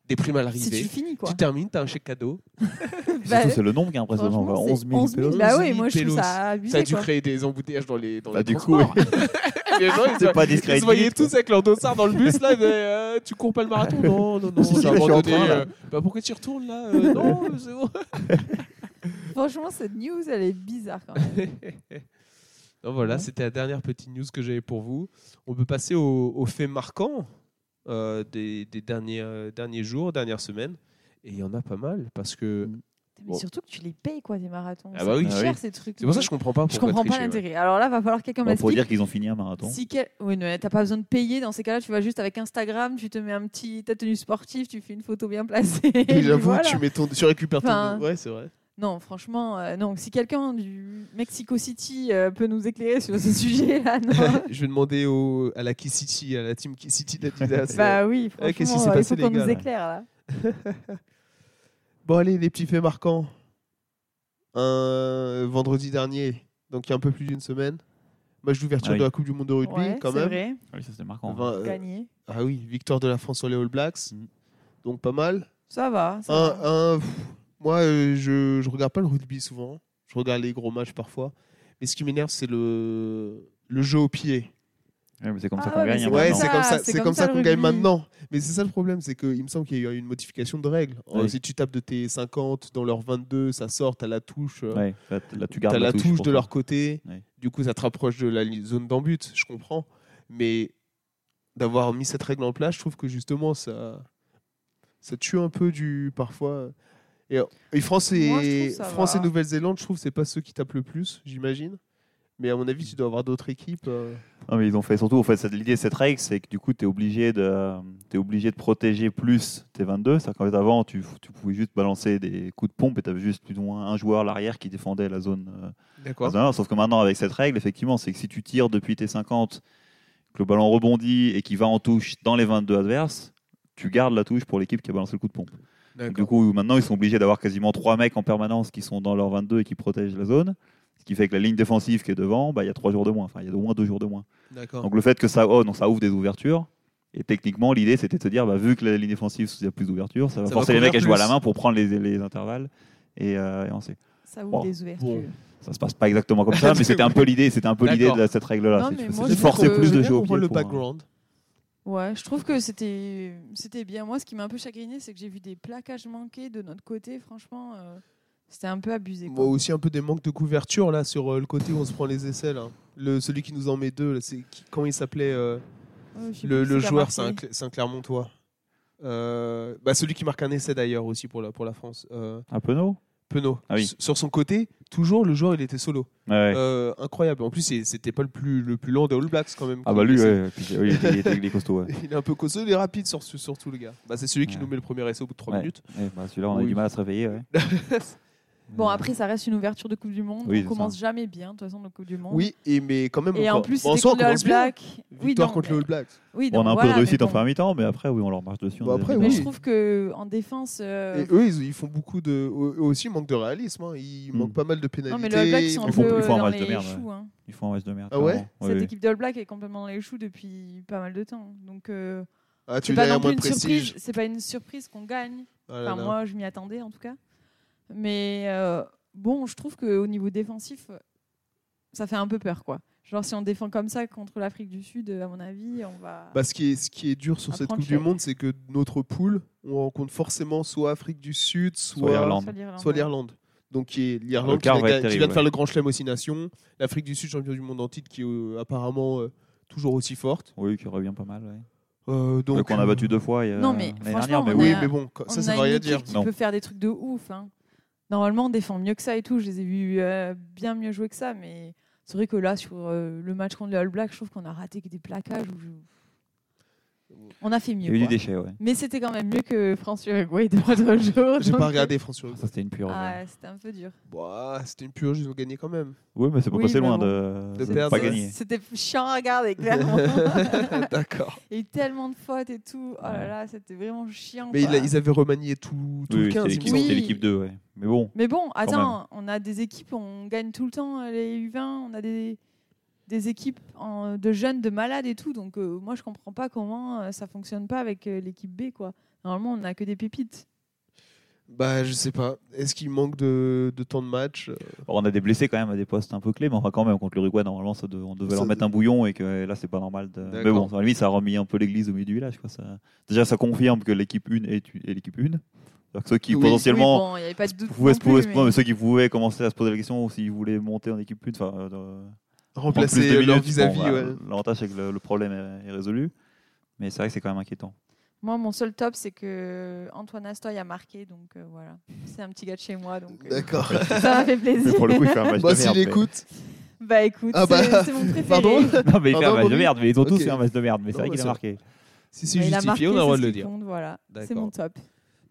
Speaker 1: des primes à
Speaker 2: Si
Speaker 1: l'arrivée.
Speaker 2: tu
Speaker 1: tu,
Speaker 2: finis, quoi.
Speaker 1: termines, t'as un chèque cadeau.
Speaker 2: Bah,
Speaker 3: Surtout, c'est le nombre qui est impressionnant.
Speaker 2: franchement,
Speaker 3: quoi. 11
Speaker 2: c'est
Speaker 3: 000
Speaker 1: pelos.
Speaker 2: Bah
Speaker 1: 11
Speaker 2: oui,
Speaker 1: 000
Speaker 2: moi je trouve
Speaker 1: pelos.
Speaker 2: ça abusé.
Speaker 1: ça a dû
Speaker 2: quoi.
Speaker 1: créer des embouteillages dans les dans
Speaker 3: Bah,
Speaker 1: les
Speaker 3: du coup,
Speaker 1: transports. les gens, ils,
Speaker 3: c'est
Speaker 1: se-
Speaker 3: pas
Speaker 1: ils se
Speaker 3: discret.
Speaker 1: voyaient tous avec leur dossard dans le bus là. Mais, euh, tu cours pas le marathon Non, non, non.
Speaker 3: Si, si,
Speaker 1: j'ai
Speaker 3: je suis en
Speaker 1: abandonné,
Speaker 3: train, là.
Speaker 1: euh, bah, pourquoi tu y retournes là Euh, Non, c'est bon.
Speaker 2: Franchement, cette news, elle est bizarre quand même.
Speaker 1: Donc voilà,
Speaker 2: Mhm.
Speaker 3: Ouais.
Speaker 1: c'était la dernière petite news que j'avais pour vous. On peut passer aux aux faits marquants euh, des, des derniers, euh, derniers jours, dernières semaines. Et il y en a pas mal parce que.
Speaker 2: Mais
Speaker 1: Bon.
Speaker 2: surtout que tu les payes, quoi, tes marathons.
Speaker 1: Ah
Speaker 2: C'est
Speaker 1: bah oui.
Speaker 2: cher,
Speaker 3: Ah oui.
Speaker 2: ces trucs.
Speaker 1: C'est pour ça que je comprends pas.
Speaker 2: je
Speaker 1: pourquoi
Speaker 2: comprends pas
Speaker 1: tricher, ouais.
Speaker 2: l'intérêt. Alors là, va falloir que quelqu'un
Speaker 3: Bah, pour
Speaker 2: m'explique.
Speaker 3: dire qu'ils ont fini un marathon.
Speaker 2: Si quel- Oui, non, t'as pas besoin de payer dans ces cas-là. Tu vas juste avec Instagram, tu te mets un petit ta tenue sportive, tu fais une photo bien placée. et puis voilà.
Speaker 1: mets ton, tu récupères
Speaker 2: ton- Enfin,
Speaker 1: Ouais, c'est vrai.
Speaker 2: Non, franchement, euh, non. Si quelqu'un du Mexico City euh, peut nous éclairer sur ce sujet-là, non.
Speaker 1: Je vais demander au, à la Key City, à la team Key City de la Didas.
Speaker 2: bah oui, franchement,
Speaker 1: Ouais, Eh, qu'est-ce qui s'est
Speaker 2: euh, il
Speaker 1: passé,
Speaker 2: faut qu'on
Speaker 1: les gars,
Speaker 2: nous
Speaker 1: là
Speaker 2: éclaire là.
Speaker 1: Bon, allez, les petits faits marquants. Un vendredi dernier, donc il y a un peu plus d'une semaine, match d'ouverture
Speaker 3: Ah oui.
Speaker 1: de la Coupe du Monde de rugby,
Speaker 2: Ouais,
Speaker 1: quand
Speaker 2: c'est
Speaker 1: même.
Speaker 2: vrai.
Speaker 3: Ah oui, ça c'était marquant.
Speaker 1: Vingt- euh,
Speaker 2: Gagné.
Speaker 1: ah
Speaker 3: Mm.
Speaker 1: oui, victoire de la France sur les All Blacks.
Speaker 3: Mhm.
Speaker 1: Donc pas mal.
Speaker 2: Ça va. ça
Speaker 1: Un,
Speaker 2: va.
Speaker 1: un, pff, Moi, euh, je, je regarde pas le rugby souvent. Je regarde les gros matchs parfois. Mais ce qui m'énerve, c'est le, le jeu au pied.
Speaker 3: Ouais, mais c'est comme
Speaker 2: Ah
Speaker 3: ça qu'on
Speaker 2: ouais, mais
Speaker 3: gagne.
Speaker 2: c'est
Speaker 3: hein,
Speaker 1: Ouais,
Speaker 2: comme
Speaker 3: maintenant.
Speaker 1: c'est
Speaker 2: ça,
Speaker 1: comme ça,
Speaker 2: c'est
Speaker 1: c'est
Speaker 2: comme
Speaker 1: comme
Speaker 2: ça
Speaker 1: ça
Speaker 2: le
Speaker 1: qu'on gagne
Speaker 2: rugby.
Speaker 1: maintenant. Mais c'est ça le problème, c'est qu'il me semble qu'il y a eu une modification de règles. Euh,
Speaker 3: Oui.
Speaker 1: Si tu tapes de tes 50 dans leur 22, ça sort, t'as la touche. euh,
Speaker 3: Ouais, là, t- là, tu gardes
Speaker 1: T'as la touche
Speaker 3: pour
Speaker 1: de
Speaker 3: toi.
Speaker 1: leur côté,
Speaker 3: Ouais.
Speaker 1: du coup ça te rapproche de la li- zone d'embut, je comprends. Mais d'avoir mis cette règle en place, je trouve que justement ça, ça tue un peu du parfois. Et, et France
Speaker 2: Moi, je
Speaker 1: et,
Speaker 2: trouve ça
Speaker 1: France et
Speaker 2: va.
Speaker 1: Nouvelle-Zélande, je trouve que c'est pas ceux qui tapent le plus, j'imagine. Mais à mon avis, tu dois avoir d'autres équipes. euh.
Speaker 3: Non, mais ils ont fait surtout, en fait, c'est- l'idée de cette règle, c'est que du coup, tu es, obligé de t'es obligé de protéger plus tes 22. C'est-à-dire qu'en fait, avant, tu, tu pouvais juste balancer des coups de pompe et tu avais juste plus ou moins un joueur à l'arrière qui défendait la zone. euh, la
Speaker 1: D'accord.
Speaker 3: zone arrière. Sauf que maintenant, avec cette règle, effectivement, c'est que si tu tires depuis tes 50, que le ballon rebondit et qu'il va en touche dans les 22 adverses, tu gardes la touche pour l'équipe qui a balancé le coup de pompe. Donc, Du coup, maintenant, ils sont obligés d'avoir quasiment trois mecs en permanence qui sont dans leur 22 et qui protègent la zone. Ce qui fait que la ligne défensive qui est devant, bah, il y a trois jours de moins. Enfin, il y a au moins deux jours de moins.
Speaker 1: D'accord.
Speaker 3: Donc le fait que ça, oh, donc ça ouvre des ouvertures. Et techniquement, l'idée, c'était de se dire, bah, vu que la ligne défensive, il y a plus d'ouvertures, ça va
Speaker 1: Ça va
Speaker 3: forcer les mecs à
Speaker 1: couvrir
Speaker 3: jouer à
Speaker 1: plus.
Speaker 3: la main pour prendre les, les intervalles. Et, euh, et on sait.
Speaker 2: Ça ouvre
Speaker 3: Bon.
Speaker 2: des ouvertures.
Speaker 3: Ça se passe pas exactement comme ça, mais c'était un peu l'idée, c'était un peu l'idée de
Speaker 1: D'accord.
Speaker 3: la- cette règle-là.
Speaker 2: Non,
Speaker 3: C'est-
Speaker 2: mais
Speaker 3: c'est
Speaker 2: moi,
Speaker 3: de
Speaker 2: je
Speaker 3: forcer
Speaker 2: trouve que-
Speaker 3: plus de
Speaker 2: Je
Speaker 3: jeux au pied
Speaker 1: le
Speaker 3: pour hein. euh, un-
Speaker 1: background.
Speaker 2: Ouais, je trouve que c'était c'était bien. Moi, ce qui m'a un peu chagriné, c'est que j'ai vu des plaquages manqués de notre côté. Franchement, euh, c'était un peu abusé.
Speaker 1: Moi
Speaker 2: quoi.
Speaker 1: aussi un peu des manques de couverture là sur euh, le côté où on se prend les aisselles. hein. Le, celui qui nous en met deux, là, c'est qui- comment il s'appelait euh,
Speaker 2: Ouais, je sais
Speaker 1: Le,
Speaker 2: plus
Speaker 1: le
Speaker 2: qui a
Speaker 1: joueur,
Speaker 2: marqué.
Speaker 1: c'est un, Cl- c'est un Clermontois. Euh, bah, celui qui marque un essai d'ailleurs aussi pour la, pour la France. Euh,
Speaker 3: Un peu non
Speaker 1: Penaud.
Speaker 3: Ah oui.
Speaker 1: S- Sur son côté, toujours le joueur il était solo.
Speaker 3: Ouais.
Speaker 1: Euh, incroyable. En plus, c'est- c'était pas le plus, le plus lent des All Blacks quand même.
Speaker 3: Ah bah lui,
Speaker 1: Il est-
Speaker 2: Euh,
Speaker 3: ouais, puis, oui, il était- il était- il est costaud. ouais.
Speaker 1: Il est un peu costaud, il est rapide sur, sur- surtout le gars. Bah, c'est celui qui
Speaker 3: Ouais.
Speaker 1: nous met le premier essai au bout de 3
Speaker 3: Ouais.
Speaker 1: minutes.
Speaker 3: Ouais, bah, Celui-là, on a eu
Speaker 1: Oui.
Speaker 3: du mal à se réveiller. ouais.
Speaker 2: Bon,
Speaker 3: Euh,
Speaker 2: après, ça reste une ouverture de Coupe du Monde.
Speaker 3: Oui,
Speaker 2: on
Speaker 3: c'est
Speaker 2: commence jamais bien, de toute façon, de Coupe du Monde.
Speaker 1: Oui, et, mais quand même.
Speaker 2: Et
Speaker 1: on-
Speaker 2: en plus,
Speaker 1: bon, en
Speaker 2: c'était
Speaker 1: soi, on
Speaker 2: contre le All
Speaker 1: commence bien.
Speaker 2: Black.
Speaker 1: Victoire
Speaker 2: non,
Speaker 1: contre le
Speaker 2: mais-
Speaker 1: All Blacks.
Speaker 2: euh, Oui,
Speaker 3: Bon,
Speaker 2: donc
Speaker 3: on a un peu
Speaker 2: voilà,
Speaker 3: de réussite
Speaker 2: mais
Speaker 3: en
Speaker 2: bon.
Speaker 3: fin mi-temps, mais après, oui, on leur marche dessus. on
Speaker 1: Bah
Speaker 3: les a
Speaker 1: après,
Speaker 3: fait
Speaker 2: Mais
Speaker 1: oui.
Speaker 2: je trouve que en défense, euh,
Speaker 1: Et eux, ils, ils font beaucoup de. Eux aussi, ils manquent de réalisme. hein. Ils
Speaker 3: Hmm.
Speaker 1: manquent pas mal de pénalités.
Speaker 2: non mais le All Black ils sont un
Speaker 3: Il faut-
Speaker 2: peu
Speaker 3: il
Speaker 2: euh,
Speaker 3: faut un
Speaker 2: dans
Speaker 3: match de
Speaker 2: les
Speaker 3: merde,
Speaker 2: choux. hein.
Speaker 3: Ils font un match de merde.
Speaker 1: Ah ouais
Speaker 3: clairement. Oui,
Speaker 2: Cette
Speaker 3: oui.
Speaker 2: équipe d'All Black est complètement dans les choux depuis pas mal de temps. Donc euh,
Speaker 1: Ah, tu
Speaker 2: c'est
Speaker 1: veux
Speaker 2: pas
Speaker 1: dire,
Speaker 2: non
Speaker 1: il y a moins
Speaker 2: plus
Speaker 1: de
Speaker 2: une
Speaker 1: prestige.
Speaker 2: surprise. C'est pas une surprise qu'on gagne.
Speaker 1: Ah là
Speaker 2: Enfin,
Speaker 1: là.
Speaker 2: moi, je m'y attendais en tout cas. Mais euh, bon, je trouve qu'au niveau défensif, ça fait un peu peur, quoi. Genre, si on défend comme ça contre l'Afrique du Sud, à mon avis, on va.
Speaker 1: Bah, ce, qui est, ce qui est dur sur
Speaker 2: À
Speaker 1: cette
Speaker 2: prendre
Speaker 1: Coupe du
Speaker 2: cher.
Speaker 1: Monde, c'est que notre poule, on rencontre forcément soit Afrique du Sud, soit,
Speaker 3: Soit l'Irlande.
Speaker 2: soit l'Irlande.
Speaker 1: soit l'Irlande. Donc qui est l'Irlande qui,
Speaker 3: quart
Speaker 1: va-
Speaker 3: va être
Speaker 1: qui vient
Speaker 3: terrible,
Speaker 1: de
Speaker 3: ouais.
Speaker 1: faire le Grand Chelem aussi Nations, l'Afrique du Sud champion du monde en titre qui est euh, apparemment euh, toujours aussi forte.
Speaker 3: Oui, qui revient pas mal. Ouais.
Speaker 1: Euh, donc
Speaker 3: Donc, on a
Speaker 1: euh,
Speaker 3: battu deux fois il y a-
Speaker 2: Non, mais
Speaker 3: l'année
Speaker 2: franchement,
Speaker 3: dernière, mais
Speaker 2: on
Speaker 3: oui.
Speaker 1: Oui,
Speaker 2: a-
Speaker 1: mais bon, co-
Speaker 2: On
Speaker 1: ça ça
Speaker 2: a
Speaker 1: veut
Speaker 2: une
Speaker 1: rien
Speaker 2: équipe
Speaker 1: dire.
Speaker 2: qui
Speaker 3: Non.
Speaker 2: peut faire des trucs de ouf. hein. Normalement, on défend mieux que ça et tout. Je les ai vus euh, bien mieux jouer que ça, mais c'est vrai que là, sur euh, le match contre les All Blacks, je trouve qu'on a raté que des plaquages. où je- On a fait
Speaker 3: Il y a
Speaker 2: mieux.
Speaker 3: eu du
Speaker 2: quoi.
Speaker 3: déchet, ouais.
Speaker 2: Mais c'était quand même mieux que France-Uruguay de l'autre jour.
Speaker 1: J'ai
Speaker 2: donc-
Speaker 1: pas regardé France
Speaker 3: Ça, c'était une pure.
Speaker 2: Ah, ouais, c'était un peu dur.
Speaker 1: Bah, c'était une purge, ils ont gagné quand même.
Speaker 3: Oui, mais c'est pas
Speaker 2: Oui,
Speaker 3: passé
Speaker 2: mais
Speaker 3: loin
Speaker 2: bon.
Speaker 3: de,
Speaker 1: De
Speaker 3: de
Speaker 1: perdre.
Speaker 3: pas gagner.
Speaker 2: C'était chiant à regarder, clairement.
Speaker 1: D'accord.
Speaker 2: Il y a eu tellement de fautes et tout. Oh là là, c'était vraiment chiant.
Speaker 1: Mais
Speaker 2: quoi.
Speaker 1: il a- ils avaient remanié tout, tout
Speaker 3: Oui,
Speaker 1: le
Speaker 3: oui,
Speaker 1: 15. il me
Speaker 3: c'est l'équipe
Speaker 1: semble.
Speaker 2: Oui.
Speaker 3: c'est l'équipe 2, ouais. Mais bon,
Speaker 2: Mais bon,
Speaker 3: même.
Speaker 2: attends, on a des équipes, on gagne tout le temps euh, les U20, on a des, des équipes en- de jeunes, de malades et tout. Donc euh, moi, je comprends pas comment euh, ça fonctionne pas avec euh, l'équipe B, quoi. Normalement, on n'a que des pépites.
Speaker 1: Bah, je sais pas. Est-ce qu'il manque de, de temps de match
Speaker 3: Alors, on a des blessés quand même à des postes un peu clés, mais enfin quand même contre l'Uruguay normalement ça de- on devait
Speaker 1: Ça
Speaker 3: leur mettre
Speaker 1: de-
Speaker 3: un bouillon et que là c'est pas normal. De... Mais
Speaker 1: D'accord.
Speaker 3: bon, à la limite ça a remis un peu l'église au milieu du village. Quoi. Ça... Déjà ça confirme que l'équipe 1 est, est l'équipe 1. C'est-à-dire que ceux qui
Speaker 1: Oui,
Speaker 3: potentiellement
Speaker 2: Oui, bon, il y avait pas de doute.
Speaker 3: pouvaient
Speaker 2: non
Speaker 3: se poser-
Speaker 2: plus, mais-
Speaker 3: non, mais ceux qui pouvaient commencer à se poser la question s'ils voulaient monter en équipe 1, enfin euh, de- prendre plus
Speaker 1: Remplacer
Speaker 3: de
Speaker 1: euh, leur
Speaker 3: minutes,
Speaker 1: vis-à-vis
Speaker 3: bon, bah,
Speaker 1: ouais.
Speaker 3: L'avantage c'est que le, le problème est, est résolu, mais c'est vrai que c'est quand même inquiétant.
Speaker 2: Moi, mon seul top, c'est que Antoine Astoy a marqué, donc euh, voilà. C'est un petit gars de chez moi, donc euh,
Speaker 1: D'accord.
Speaker 2: ça m'a fait
Speaker 3: Mais
Speaker 2: plaisir.
Speaker 3: pour le coup il fait un match
Speaker 1: Bah,
Speaker 3: de
Speaker 1: s'il
Speaker 3: merde.
Speaker 1: écoute.
Speaker 2: bah écoute,
Speaker 1: Ah bah,
Speaker 2: c'est- c'est mon préféré.
Speaker 1: Pardon
Speaker 3: mais- Non mais il fait
Speaker 1: Pardon,
Speaker 3: un match de
Speaker 1: Bobby
Speaker 3: merde, mais ils ont tous
Speaker 1: Ok.
Speaker 3: fait un match de merde, mais
Speaker 1: Non,
Speaker 3: c'est vrai
Speaker 1: bah,
Speaker 3: qu'il a
Speaker 1: c'est-
Speaker 3: marqué.
Speaker 1: Si c'est
Speaker 2: Bah, il a marqué,
Speaker 1: justifié, on a le droit
Speaker 2: c'est
Speaker 1: de
Speaker 2: ce
Speaker 1: le
Speaker 2: qui
Speaker 1: dire.
Speaker 2: compte, voilà, c'est
Speaker 1: D'accord.
Speaker 2: mon top.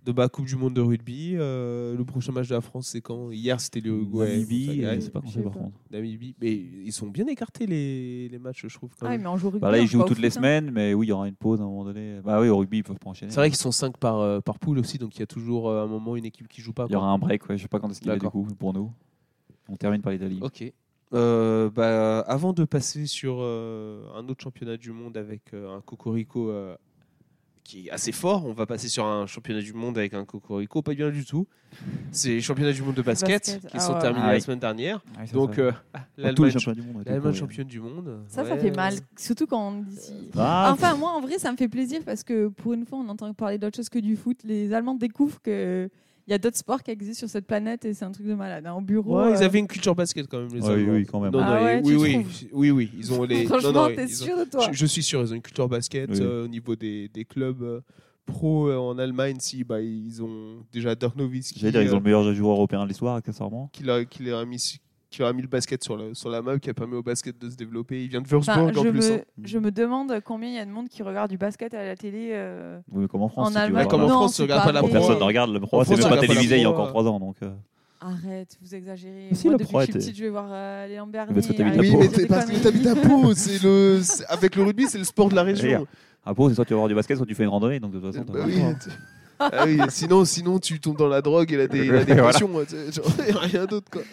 Speaker 1: de ma Coupe du Monde de rugby. euh, le prochain match de la France, c'est quand Hier, c'était le Uruguay.
Speaker 3: Namibie,
Speaker 1: Enfin,
Speaker 3: euh,
Speaker 1: ouais,
Speaker 3: c'est pas
Speaker 2: je
Speaker 3: qu'on
Speaker 2: sais
Speaker 3: sait par
Speaker 2: pas.
Speaker 3: contre.
Speaker 1: Namibie. Mais ils sont bien écartés, les, les matchs, je trouve. Quand
Speaker 2: Ah oui,
Speaker 1: même.
Speaker 2: mais on joue au rugby,
Speaker 3: Bah là,
Speaker 2: on
Speaker 3: ils
Speaker 2: joue
Speaker 3: jouent
Speaker 2: pas au
Speaker 3: toutes les
Speaker 2: foot, hein.
Speaker 3: semaines, mais oui, il y aura une pause à un moment donné. Bah oui, au rugby, ils peuvent pas enchaîner.
Speaker 1: C'est vrai qu'ils sont 5 par, euh, par poule aussi, donc il y a toujours euh, à un moment une équipe qui joue pas.
Speaker 3: Il y
Speaker 1: quoi.
Speaker 3: aura un break, ouais. je sais pas quand est-ce qu'il y a du
Speaker 1: D'accord.
Speaker 3: coup pour nous. On termine par l'Italie.
Speaker 1: Ok. Euh, bah, avant de passer sur euh, un autre championnat du monde avec euh, un cocorico euh, qui est assez fort. On va passer sur un championnat du monde avec un cocorico, pas bien du tout. C'est les championnats du monde de basket,
Speaker 2: Basket,
Speaker 1: qui
Speaker 2: ah
Speaker 1: sont
Speaker 2: ouais.
Speaker 1: terminés
Speaker 3: Ah
Speaker 1: la
Speaker 3: oui.
Speaker 1: semaine dernière.
Speaker 3: Ah oui, ça,
Speaker 1: Donc
Speaker 3: ça-
Speaker 1: euh,
Speaker 3: tous les
Speaker 1: l'Allemagne
Speaker 3: championnats du monde. on était au
Speaker 1: l'Allemagne
Speaker 3: courant.
Speaker 1: championne du monde.
Speaker 2: hein. Ça, ça
Speaker 1: Ouais.
Speaker 2: fait mal. Surtout quand on dit. si-
Speaker 3: Ah,
Speaker 2: Enfin, moi, en vrai, ça me fait plaisir parce que pour une fois, on entend parler d'autre chose que du foot. Les Allemands découvrent qu'il y a d'autres sports qui existent sur cette planète et c'est un truc de malade. hein. Au bureau.
Speaker 1: Ouais, ils
Speaker 2: euh,
Speaker 1: avaient une culture basket quand même les
Speaker 3: Oui,
Speaker 1: Allemands.
Speaker 3: oui, quand même.
Speaker 1: Non,
Speaker 2: Ah
Speaker 1: non,
Speaker 2: ouais,
Speaker 1: oui,
Speaker 2: tu
Speaker 1: oui,
Speaker 2: trouves
Speaker 1: oui, oui, ils ont les. non, non,
Speaker 2: Franchement, t'es
Speaker 1: ils ont-
Speaker 2: sûr de toi
Speaker 1: je, je suis sûr, ils ont une culture basket
Speaker 3: Oui.
Speaker 1: euh, au niveau des, des clubs euh, pro euh, en Allemagne. Si, bah, ils ont déjà Dirk Nowitzki,
Speaker 3: J'allais dire, ils
Speaker 1: euh,
Speaker 3: ont le meilleur joueur européen de l'histoire, accessoirement.
Speaker 1: qui, leur- qui leur a mis, qui leur a mis le basket sur la, sur la map, qui a permis au basket de se développer. Il vient de Würzburg
Speaker 2: Enfin, je,
Speaker 1: en plus. hein.
Speaker 2: me, je me demande combien il y a de monde qui regarde du basket à la télé. euh,
Speaker 3: Oui, mais comme en France. si tu veux,
Speaker 2: Allemagne.
Speaker 3: voilà.
Speaker 1: Comme en
Speaker 2: Non,
Speaker 1: France,
Speaker 2: c'est
Speaker 1: regarde pas la
Speaker 2: pas vrai.
Speaker 1: Pro.
Speaker 3: Personne ne regarde le
Speaker 1: En
Speaker 3: pro, c'est
Speaker 1: France,
Speaker 3: même pas
Speaker 1: on regarde pas la
Speaker 3: télévisé il y a
Speaker 1: Pro,
Speaker 3: encore
Speaker 1: euh.
Speaker 3: 3 ans. Donc, euh,
Speaker 2: Arrête, vous exagérez.
Speaker 3: Mais si,
Speaker 2: Moi,
Speaker 3: le
Speaker 2: depuis
Speaker 3: pro
Speaker 2: que je suis
Speaker 3: était-
Speaker 2: petite, je vais voir euh, Léon Bernier.
Speaker 3: parce que t'habites
Speaker 2: arrête
Speaker 3: à
Speaker 1: Ah Oui, mais
Speaker 3: Pau.
Speaker 2: de dire
Speaker 1: c'est
Speaker 2: des
Speaker 1: parce que
Speaker 2: conneries.
Speaker 1: t'habites à Pau. C'est le, c'est- avec le rugby, c'est le sport de la région.
Speaker 3: à Pau, c'est soit tu vas voir du basket, soit tu fais une randonnée. Donc, de toute façon,
Speaker 1: Bah
Speaker 3: t'as pas le
Speaker 1: oui,
Speaker 3: choix.
Speaker 1: tu- Ah oui, sinon, sinon, tu tombes dans la drogue et la, dé- la dépression. tu sais, genre, y a rien d'autre. quoi.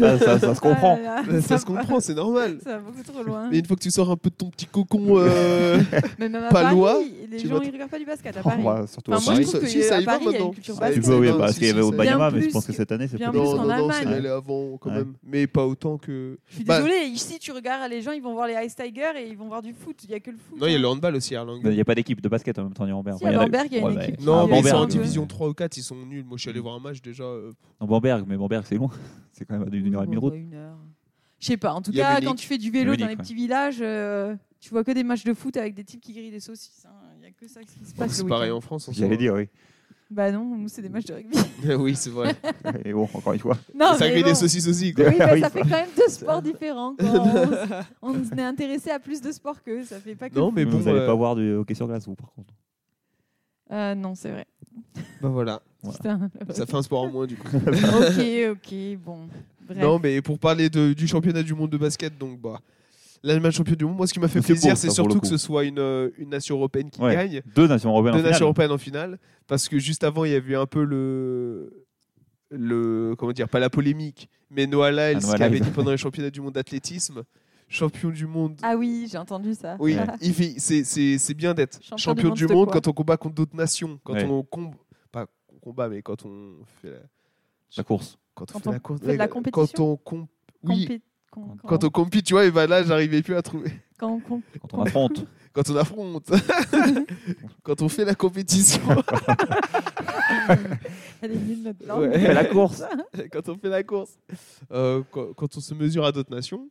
Speaker 3: Ça- ça- ça se comprend.
Speaker 2: Ah là là,
Speaker 1: Ça,
Speaker 2: ça
Speaker 1: se
Speaker 2: va-
Speaker 1: comprend, c'est normal.
Speaker 2: Ça va beaucoup trop loin.
Speaker 1: Mais une fois que tu sors un peu de ton petit cocon. euh,
Speaker 2: Mais même à
Speaker 1: pas
Speaker 2: Paris,
Speaker 1: loin,
Speaker 2: les
Speaker 1: tu bah.
Speaker 2: gens
Speaker 1: vas te-
Speaker 2: ils regardent pas du basket à
Speaker 3: Oh,
Speaker 2: Paris.
Speaker 3: ouais, Surtout
Speaker 2: Enfin,
Speaker 3: au
Speaker 2: moi, je
Speaker 3: Paris.
Speaker 2: trouve
Speaker 1: ça-
Speaker 2: que,
Speaker 1: si, ça
Speaker 2: euh,
Speaker 1: y va
Speaker 2: à Paris, il y a
Speaker 1: maintenant.
Speaker 2: une culture
Speaker 1: Ça y
Speaker 3: Tu
Speaker 1: va.
Speaker 2: basket.
Speaker 3: peux, oui,
Speaker 1: Non,
Speaker 3: parce
Speaker 1: si,
Speaker 3: qu'il y
Speaker 1: si,
Speaker 3: avait au
Speaker 1: ça-
Speaker 3: Banyama,
Speaker 2: bien
Speaker 3: mais je pense
Speaker 2: plus
Speaker 3: que cette année, c'est
Speaker 2: bien
Speaker 3: pas
Speaker 2: plus
Speaker 1: Non,
Speaker 2: qu'en
Speaker 1: non, non, c'est
Speaker 2: Allemagne.
Speaker 1: allé avant quand même. Mais pas autant que.
Speaker 2: Je suis
Speaker 1: Bah-
Speaker 2: désolée, ici tu regardes les gens, ils vont voir les Ice Tigers et ils vont voir du foot. Il y a que le foot.
Speaker 1: Non, il y a
Speaker 2: hein.
Speaker 1: le handball aussi à Erlangen.
Speaker 3: Il n'y a pas d'équipe de basket en même temps, il y a Bamberg.
Speaker 2: Si, à
Speaker 3: Bon, eu-
Speaker 2: Bamberg, il y a une
Speaker 3: Ouais, mais-
Speaker 2: équipe.
Speaker 1: Non,
Speaker 3: Ah,
Speaker 1: mais ils sont en
Speaker 3: Bamberg,
Speaker 1: division
Speaker 3: ouais.
Speaker 1: 3 ou 4, ils sont nuls. Moi, je suis allé voir un match déjà. euh,
Speaker 3: Non, Bamberg, mais Bamberg, c'est loin. C'est quand même à une heure et demie de route.
Speaker 2: Ouais, bah, une heure. Je sais pas, en tout
Speaker 1: Il y a
Speaker 2: cas,
Speaker 1: Munich.
Speaker 2: quand tu fais du vélo
Speaker 3: Munich,
Speaker 2: dans les
Speaker 3: ouais.
Speaker 2: petits villages, euh, tu vois que des matchs de foot avec des types qui grillent des saucisses. hein. Il y a que ça qui se passe. le
Speaker 1: C'est
Speaker 2: week-end.
Speaker 1: pareil hein. en France. en ce
Speaker 3: J'allais
Speaker 1: moment.
Speaker 3: dire, oui.
Speaker 2: Bah non, nous c'est des matchs de rugby.
Speaker 1: oui, c'est vrai.
Speaker 3: Et bon, encore une fois.
Speaker 2: non,
Speaker 1: ça
Speaker 2: mais
Speaker 1: grille
Speaker 2: bon.
Speaker 1: des saucisses aussi. quoi.
Speaker 2: Oui, bah,
Speaker 3: Oui,
Speaker 2: ça fait
Speaker 3: faut-
Speaker 2: quand même deux sports différents. quoi. On, s- on est intéressé à plus de sports qu'eux, ça fait pas que.
Speaker 1: Non,
Speaker 2: le
Speaker 1: mais
Speaker 2: foot.
Speaker 1: bon,
Speaker 3: vous n'allez
Speaker 1: euh,
Speaker 3: pas voir du hockey sur glace, vous, par contre.
Speaker 2: Euh, non, c'est vrai.
Speaker 1: Bah voilà,
Speaker 2: Putain.
Speaker 1: ça fait un sport en moins du coup.
Speaker 2: ok, ok, bon. Bref.
Speaker 1: Non, mais pour parler de- du championnat du monde de basket, donc bah. L'Allemagne championne du monde, moi ce qui m'a fait
Speaker 3: C'est
Speaker 1: plaisir,
Speaker 3: beau,
Speaker 1: c'est
Speaker 3: ça, pour le
Speaker 1: surtout que ce
Speaker 3: coup.
Speaker 1: soit une, euh, une nation européenne qui
Speaker 3: Ouais.
Speaker 1: gagne,
Speaker 3: Deux nations européennes
Speaker 1: deux
Speaker 3: en finale.
Speaker 1: nations européennes en finale, parce que juste avant il y avait eu un peu le. le comment dire, pas la polémique, mais Noah Lyles
Speaker 3: Ah, Noah
Speaker 1: qui avait
Speaker 3: Lyles.
Speaker 1: dit pendant les championnats du monde d'athlétisme, champion du monde
Speaker 2: Ah oui, j'ai entendu ça.
Speaker 1: Oui,
Speaker 3: Ouais.
Speaker 1: il fait- c'est- c'est c'est bien d'être champion,
Speaker 2: Champion
Speaker 1: du
Speaker 2: du
Speaker 1: monde,
Speaker 2: monde de quoi
Speaker 1: quand on combat contre d'autres nations, quand
Speaker 3: Ouais.
Speaker 1: on comb- pas qu'on combat, mais quand on fait la,
Speaker 3: La course.
Speaker 1: quand on
Speaker 2: Quand
Speaker 1: fait
Speaker 2: on
Speaker 1: la, course-
Speaker 2: fait de la
Speaker 1: quand
Speaker 2: compétition
Speaker 1: on com- oui,
Speaker 2: Compé- con-
Speaker 1: quand on compite, tu vois, et ben là, j'arrivais plus à trouver.
Speaker 2: quand- quand-
Speaker 3: Quand on affronte.
Speaker 1: Quand on affronte, quand on fait la compétition,
Speaker 2: Elle est nulle, notre langue.
Speaker 1: Ouais.
Speaker 3: Fait la course.
Speaker 1: quand on fait la course, euh, quand, quand on se mesure à d'autres nations.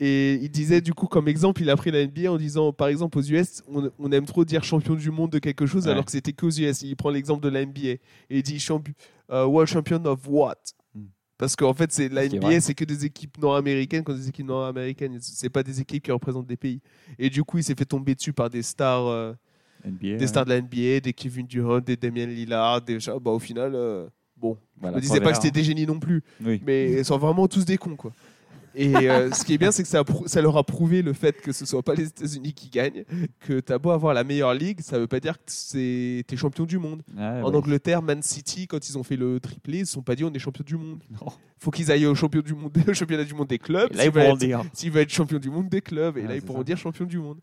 Speaker 1: Et il disait du coup comme exemple, il a pris la NBA en disant par exemple aux US, on, on aime trop dire champion du monde de quelque chose
Speaker 3: Ouais.
Speaker 1: alors que c'était qu'aux US. Il prend l'exemple de la NBA et il dit champion, euh, world champion of what
Speaker 3: Hmm.
Speaker 1: Parce qu'en fait c'est la
Speaker 3: Ce qui est
Speaker 1: NBA,
Speaker 3: vrai.
Speaker 1: c'est que des équipes nord-américaines quand des équipes nord-américaines, c'est pas des équipes qui représentent des pays. Et du coup il s'est fait tomber dessus par des stars, euh,
Speaker 3: NBA.
Speaker 1: des stars de la NBA, des Kevin Durant, des Damien Lillard, des ah, bah au final. euh, Bon,
Speaker 3: Voilà,
Speaker 1: je ne disais pas que c'était
Speaker 3: hein.
Speaker 1: des génies non plus,
Speaker 3: Oui.
Speaker 1: mais ils sont vraiment tous des cons quoi. Et euh, ce qui est bien, c'est que ça, a prou- ça leur a prouvé le fait que ce soit pas les États-Unis qui gagnent, que t'as beau avoir la meilleure ligue, ça veut pas dire que c'est- t'es champion du monde.
Speaker 3: Ah,
Speaker 1: en
Speaker 3: ouais.
Speaker 1: Angleterre, Man City, quand ils ont fait le triplé, ils se sont pas dit on est champion du monde.
Speaker 3: Non.
Speaker 1: Faut qu'ils aillent au, champion du monde, au championnat du monde des clubs.
Speaker 3: Et Là,
Speaker 1: s'ils
Speaker 3: ils pourront
Speaker 1: veulent
Speaker 3: le dire.
Speaker 1: être- S'ils veulent être champion du monde des clubs, et
Speaker 3: Ah,
Speaker 1: là ils
Speaker 3: c'est
Speaker 1: pourront
Speaker 3: ça.
Speaker 1: dire champion du monde.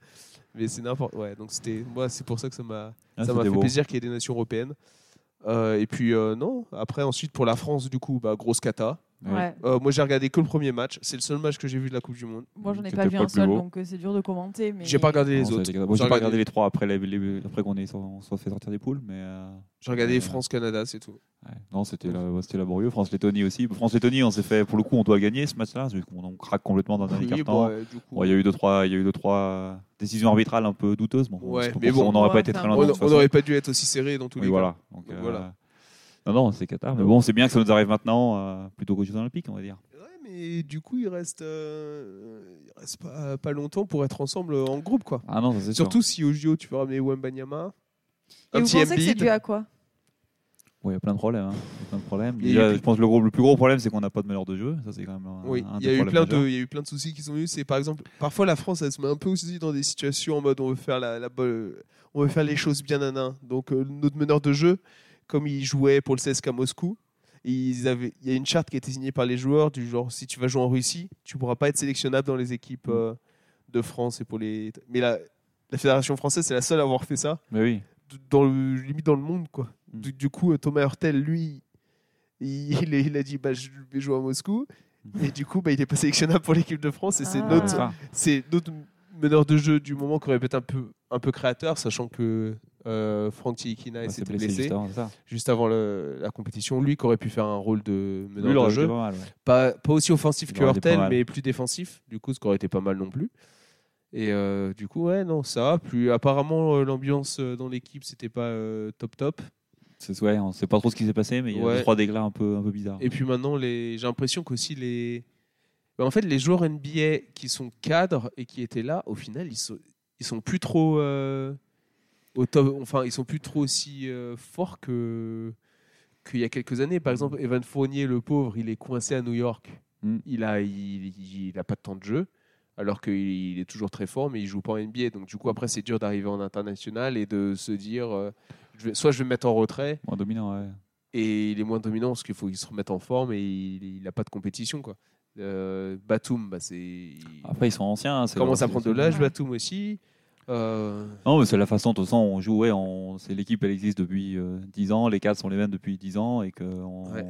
Speaker 1: Mais c'est n'importe. Ouais, donc c'était moi, c'est pour ça que ça m'a
Speaker 3: Ah,
Speaker 1: ça m'a fait
Speaker 3: c'était beau.
Speaker 1: plaisir qu'il y ait des nations européennes. Euh, et puis euh, non, après ensuite pour la France du coup, bah, grosse cata.
Speaker 3: Oui.
Speaker 2: Ouais.
Speaker 1: Euh, moi, j'ai regardé que le premier match. C'est le seul match que j'ai vu de la Coupe du Monde.
Speaker 2: Moi, j'en ai
Speaker 3: C'était
Speaker 2: pas vu
Speaker 3: pas
Speaker 2: un
Speaker 3: le plus
Speaker 2: seul,
Speaker 3: beau.
Speaker 2: donc euh, c'est dur de commenter. Mais...
Speaker 1: J'ai pas regardé les
Speaker 3: Non,
Speaker 1: autres.
Speaker 3: c'était- Moi,
Speaker 1: J'ai
Speaker 3: j'ai pas
Speaker 1: regardé-
Speaker 3: regardé les trois après, les- les- après qu'on ait- on soit fait sortir des poules, mais. euh,
Speaker 1: J'ai regardé
Speaker 3: Euh,
Speaker 1: France-Canada, c'est tout.
Speaker 3: ouais. Non, c'était la- ouais, c'était laborieux. France-Lettonie aussi. France-Lettonie, on s'est fait. Pour le coup, on doit gagner ce match-là. parce qu'on- On craque complètement dans un dernier
Speaker 1: Oui,
Speaker 3: quart-temps.
Speaker 1: bon, euh, du coup,
Speaker 3: Bon, Il y a eu deux trois, il y a eu deux trois euh, décisions arbitrales un peu douteuses. Bon,
Speaker 1: Ouais,
Speaker 3: c'est pas
Speaker 1: mais
Speaker 3: pour ça,
Speaker 1: bon.
Speaker 3: on n'aurait pas
Speaker 2: Ouais,
Speaker 3: été très
Speaker 2: enfin,
Speaker 3: loin.
Speaker 1: on
Speaker 3: de toute façon.
Speaker 1: n'aurait pas dû être aussi serré dans tous
Speaker 3: Oui,
Speaker 1: les
Speaker 3: voilà. Donc,
Speaker 1: Donc,
Speaker 3: euh,
Speaker 1: voilà.
Speaker 3: Non, non, c'est Qatar. Mais bon, c'est bien que ça nous arrive maintenant, euh, plutôt qu'aux Jeux Olympiques, on va dire.
Speaker 1: cas. Ouais, mais du coup, il reste, euh, il reste pas, pas longtemps pour être ensemble en groupe. quoi.
Speaker 3: Ah non, ça, c'est sûr.
Speaker 1: Surtout si au JO, tu peux ramener Wembanyama.
Speaker 2: Et
Speaker 1: Un
Speaker 2: vous
Speaker 1: petit
Speaker 2: pensez que c'est
Speaker 1: Embiid.
Speaker 2: dû à quoi
Speaker 3: Ouais, il y a plein de problèmes. hein. Il y a plein de problèmes.
Speaker 1: Il y a
Speaker 3: Déjà,
Speaker 1: eu-
Speaker 3: je pense que le, gros- le plus gros problème, c'est qu'on n'a pas de meneur de jeu. Ça, c'est quand même un,
Speaker 1: Oui,
Speaker 3: un
Speaker 1: il
Speaker 3: des
Speaker 1: y, a eu
Speaker 3: problèmes
Speaker 1: plein
Speaker 3: majeurs.
Speaker 1: de, il y a eu plein de soucis qui sont venus. C'est par exemple, parfois la France, elle se met un peu aussi dans des situations en mode on veut faire, la, la bonne- on veut faire les choses bien nanan. Donc euh, notre meneur de jeu, comme il jouait pour le CSKA Moscou, ils avaient, il y a une charte qui a été signée par les joueurs du genre si tu vas jouer en Russie, tu pourras pas être sélectionnable dans les équipes euh, de France et pour les. Mais la, la fédération française, c'est la seule à avoir fait ça.
Speaker 3: Mais oui.
Speaker 1: d- dans le, limite dans le monde. Quoi.
Speaker 3: Mm.
Speaker 1: Du, du coup, euh, Thomas Hurtel, lui, il, il est- il a dit bah, Je vais jouer à Moscou. Et du coup, bah, il est pas sélectionnable pour l'équipe de France. Et c'est
Speaker 2: Ah.
Speaker 1: notre,
Speaker 3: Ah.
Speaker 1: c'est notre meneur de jeu du moment qui aurait pu être un peu, un peu créateur, sachant que euh, Franck Tiikina
Speaker 3: Bah,
Speaker 1: s'était
Speaker 3: c'est
Speaker 1: blessé,
Speaker 3: juste
Speaker 1: juste avant,
Speaker 3: avant, c'est ça.
Speaker 1: le- la compétition. Lui qui aurait pu faire un rôle de
Speaker 3: Lui, il
Speaker 1: meneur
Speaker 3: aurait
Speaker 1: de
Speaker 3: été
Speaker 1: jeu.
Speaker 3: pas mal, ouais.
Speaker 1: Pas, pas aussi offensif
Speaker 3: Il
Speaker 1: que
Speaker 3: aurait été pas
Speaker 1: Hurtel,
Speaker 3: mal.
Speaker 1: mais plus défensif, du coup, ce qui aurait été pas mal non plus. Et euh, du coup, ouais, non, ça va. Plus, apparemment, euh, l'ambiance euh, dans l'équipe, c'était pas euh, top top.
Speaker 3: C'est- ouais, on sait pas trop ce qui s'est passé, mais il y a
Speaker 1: Ouais.
Speaker 3: deux, trois déclats un peu, un peu bizarres.
Speaker 1: Et puis maintenant, les... j'ai l'impression qu'aussi les. Ben, en fait, les joueurs NBA qui sont cadres et qui étaient là, au final, ils sont, ils sont plus trop. euh, Au top... Enfin, ils sont plus trop aussi euh, forts que qu'il y a quelques années. Par exemple, Evan Fournier, le pauvre, il est coincé à New York.
Speaker 3: Mm.
Speaker 1: Il a il, il- il a pas de temps de jeu, alors qu'il est toujours très fort, mais il joue pas en NBA. Donc du coup, après, c'est dur d'arriver en international et de se dire, euh, je vais- soit je vais me mettre en retrait,
Speaker 3: Moins dominant, ouais.
Speaker 1: et il est moins dominant parce qu'il faut qu'il se remette en forme et il n'a pas de compétition. Quoi. Euh, Batum, bah, c'est... il
Speaker 3: Après, ils sont anciens. hein, c'est
Speaker 1: commence
Speaker 3: leur-
Speaker 1: à prendre de l'âge, Batum aussi. Euh,
Speaker 3: Non, mais c'est la façon, de toute façon, on joue, ouais, on, c'est l'équipe, elle existe depuis euh, 10 ans, les cadres sont les mêmes depuis 10 ans, et qu'on
Speaker 1: Ouais.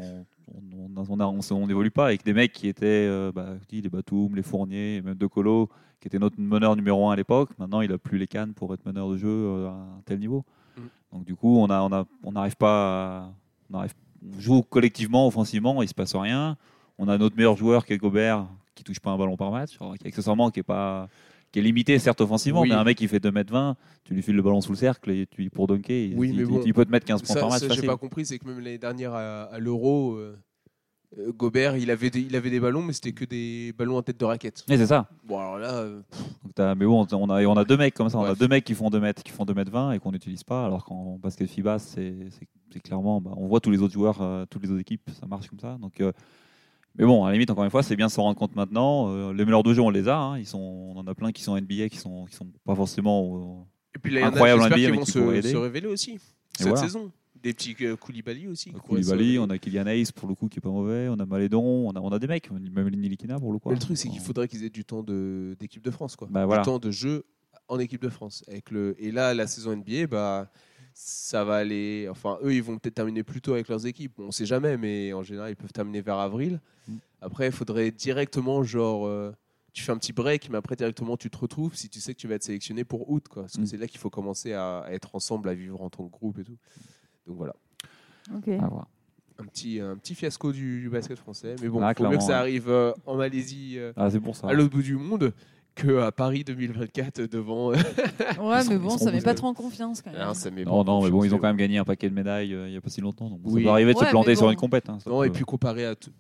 Speaker 3: on, on, on, a- on, se- on n'évolue pas, et que des mecs qui étaient, euh, bah, je dis, les Batum, les Fournier, et même De Colo, qui était notre meneur numéro 1 à l'époque, maintenant il n'a plus les cannes pour être meneur de jeu euh, à un tel niveau.
Speaker 1: Mm.
Speaker 3: Donc du coup, on a- on a- on n'arrive pas à- on n'arrive- on joue collectivement, offensivement, il ne se passe rien. On a notre meilleur joueur qui est Gobert, qui touche pas un ballon par match, alors, qui, accessoirement qui est pas qui est limité certes offensivement,
Speaker 1: Oui.
Speaker 3: mais un mec qui fait 2m20, tu lui files le ballon sous le cercle et tu pour dunker, il,
Speaker 1: Oui,
Speaker 3: il-
Speaker 1: mais
Speaker 3: il-
Speaker 1: bon,
Speaker 3: il peut te mettre 15 points
Speaker 1: ça,
Speaker 3: par match
Speaker 1: ça, j'ai
Speaker 3: facile.
Speaker 1: pas compris, c'est que même l'année dernière à, à l'Euro, euh, euh, Gobert, il avait, des, il avait des ballons, mais c'était que des ballons en tête de raquette.
Speaker 3: Mais c'est ça.
Speaker 1: Bon, alors là, euh,
Speaker 3: Donc, t'as- mais bon, on a, on a deux mecs comme ça, on a
Speaker 1: Ouais.
Speaker 3: deux mecs qui font 2 mètres, qui font 2 mètres 20 et qu'on n'utilise pas, alors qu'en basket FIBA, c'est c'est- c'est clairement, bah, on voit tous les autres joueurs, euh, toutes les autres équipes, ça marche comme ça. Donc, euh, mais bon, à la limite, encore une fois, c'est bien de s'en rendre compte maintenant. Euh, les meilleurs de jeu, on les a, hein. ils sont, on en a plein qui sont NBA, qui sont, qui sont pas forcément au-
Speaker 1: et puis là, il y en a,
Speaker 3: Incroyable
Speaker 1: j'espère
Speaker 3: NBA,
Speaker 1: qu'ils
Speaker 3: mais
Speaker 1: vont
Speaker 3: qui
Speaker 1: se,
Speaker 3: pourraient aider.
Speaker 1: se révéler aussi cette
Speaker 3: voilà.
Speaker 1: saison. Des petits euh, Koulibaly aussi. qui pourraient se
Speaker 3: Koulibaly,
Speaker 1: révéler.
Speaker 3: on a Kylian Hayes pour le coup qui est pas mauvais, on a Malédon, on a, on a des mecs, même Nilikina pour le coup. hein.
Speaker 1: Mais le truc, c'est qu'il faudrait qu'ils aient du temps de- d'équipe de, France, quoi.
Speaker 3: Oh. Bah,
Speaker 1: du
Speaker 3: voilà.
Speaker 1: temps de jeu en équipe de France. Avec le, et là, la saison NBA, bah, ça va aller. Enfin, eux, ils vont peut-être terminer plus tôt avec leurs équipes. On ne sait jamais, mais en général, ils peuvent terminer vers avril.
Speaker 3: Mm.
Speaker 1: Après, il faudrait directement, genre, euh, tu fais un petit break, mais après, directement, tu te retrouves si tu sais que tu vas être sélectionné pour août, quoi. Parce que
Speaker 3: Mm.
Speaker 1: c'est là qu'il faut commencer à, à être ensemble, à vivre en tant que groupe et tout. Donc voilà,
Speaker 2: Ok.
Speaker 1: Ah.
Speaker 3: À voir.
Speaker 1: un petit, un petit fiasco du, du basket français. Mais bon,
Speaker 3: Ah,
Speaker 1: il faut mieux que
Speaker 3: clairement, ouais.
Speaker 1: ça arrive euh, en Malaisie. euh,
Speaker 3: Ah, c'est pour ça.
Speaker 1: à l'autre bout du monde que à Paris 2024 devant. euh,
Speaker 2: Ouais, mais
Speaker 3: ils
Speaker 2: bon,
Speaker 3: sont
Speaker 2: ça met
Speaker 3: bons,
Speaker 2: pas
Speaker 1: euh.
Speaker 2: trop en confiance quand même.
Speaker 1: non, ça met
Speaker 3: Non,
Speaker 1: pas
Speaker 3: non, mais bon, ils ont
Speaker 1: confiance,
Speaker 3: quand même gagné un paquet de médailles euh, il n'y a pas si longtemps. Donc
Speaker 1: Oui.
Speaker 3: Ça peut arriver de
Speaker 2: Ouais,
Speaker 3: se
Speaker 2: mais
Speaker 3: planter sur
Speaker 2: bon.
Speaker 3: une compète. hein, ça
Speaker 1: Non,
Speaker 3: peut-
Speaker 1: et puis comparé à tout-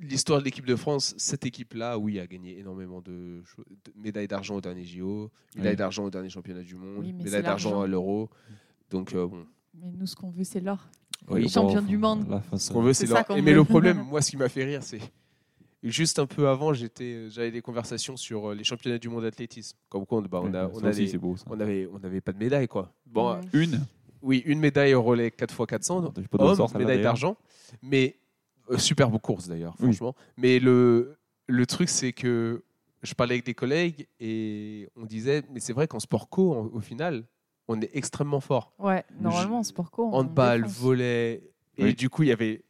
Speaker 1: l'histoire de l'équipe de France, cette équipe-là, oui, a gagné énormément de, cho- de médailles d'argent au dernier JO, médailles
Speaker 3: Oui.
Speaker 1: d'argent au dernier championnat du monde,
Speaker 2: Oui, mais
Speaker 1: médailles
Speaker 2: c'est
Speaker 1: d'argent
Speaker 2: l'argent.
Speaker 1: à l'euro. Donc euh, bon,
Speaker 2: Mais nous, ce qu'on veut, c'est l'or.
Speaker 1: Oui,
Speaker 3: bon,
Speaker 2: champion du
Speaker 3: enfin,
Speaker 2: monde.
Speaker 3: là, face
Speaker 1: ce
Speaker 3: à-
Speaker 1: qu'on veut,
Speaker 2: C'est
Speaker 1: c'est
Speaker 2: ça
Speaker 1: leur-
Speaker 2: qu'on
Speaker 1: Et Mais le
Speaker 2: veut.
Speaker 1: problème, moi, ce qui m'a fait rire, c'est juste un peu avant, j'étais, j'avais des conversations sur euh, les championnats du monde d'athlétisme. Comme quoi, on, bah, on a,
Speaker 3: Ça
Speaker 1: on a
Speaker 3: aussi,
Speaker 1: des-
Speaker 3: c'est beau. ça.
Speaker 1: on avait, on avait pas de médaille quoi. Bon,
Speaker 2: Ouais.
Speaker 3: Une.
Speaker 1: oui, une médaille au relais 4x400,
Speaker 3: Attends, j'ai pas de
Speaker 1: homme,
Speaker 3: ressort, celle-là,
Speaker 1: médaille
Speaker 3: d'ailleurs.
Speaker 1: d'argent. Mais euh, superbe course d'ailleurs,
Speaker 3: hein. Oui.
Speaker 1: franchement. Mais le, le truc, c'est que je parlais avec des collègues et on disait, mais c'est vrai qu'en sport co, en- au final, on est extrêmement fort.
Speaker 2: Ouais, normalement, c'est pour quoi on
Speaker 1: Handball,
Speaker 2: défonce.
Speaker 1: volet, et
Speaker 3: Oui.
Speaker 1: du coup, il y avait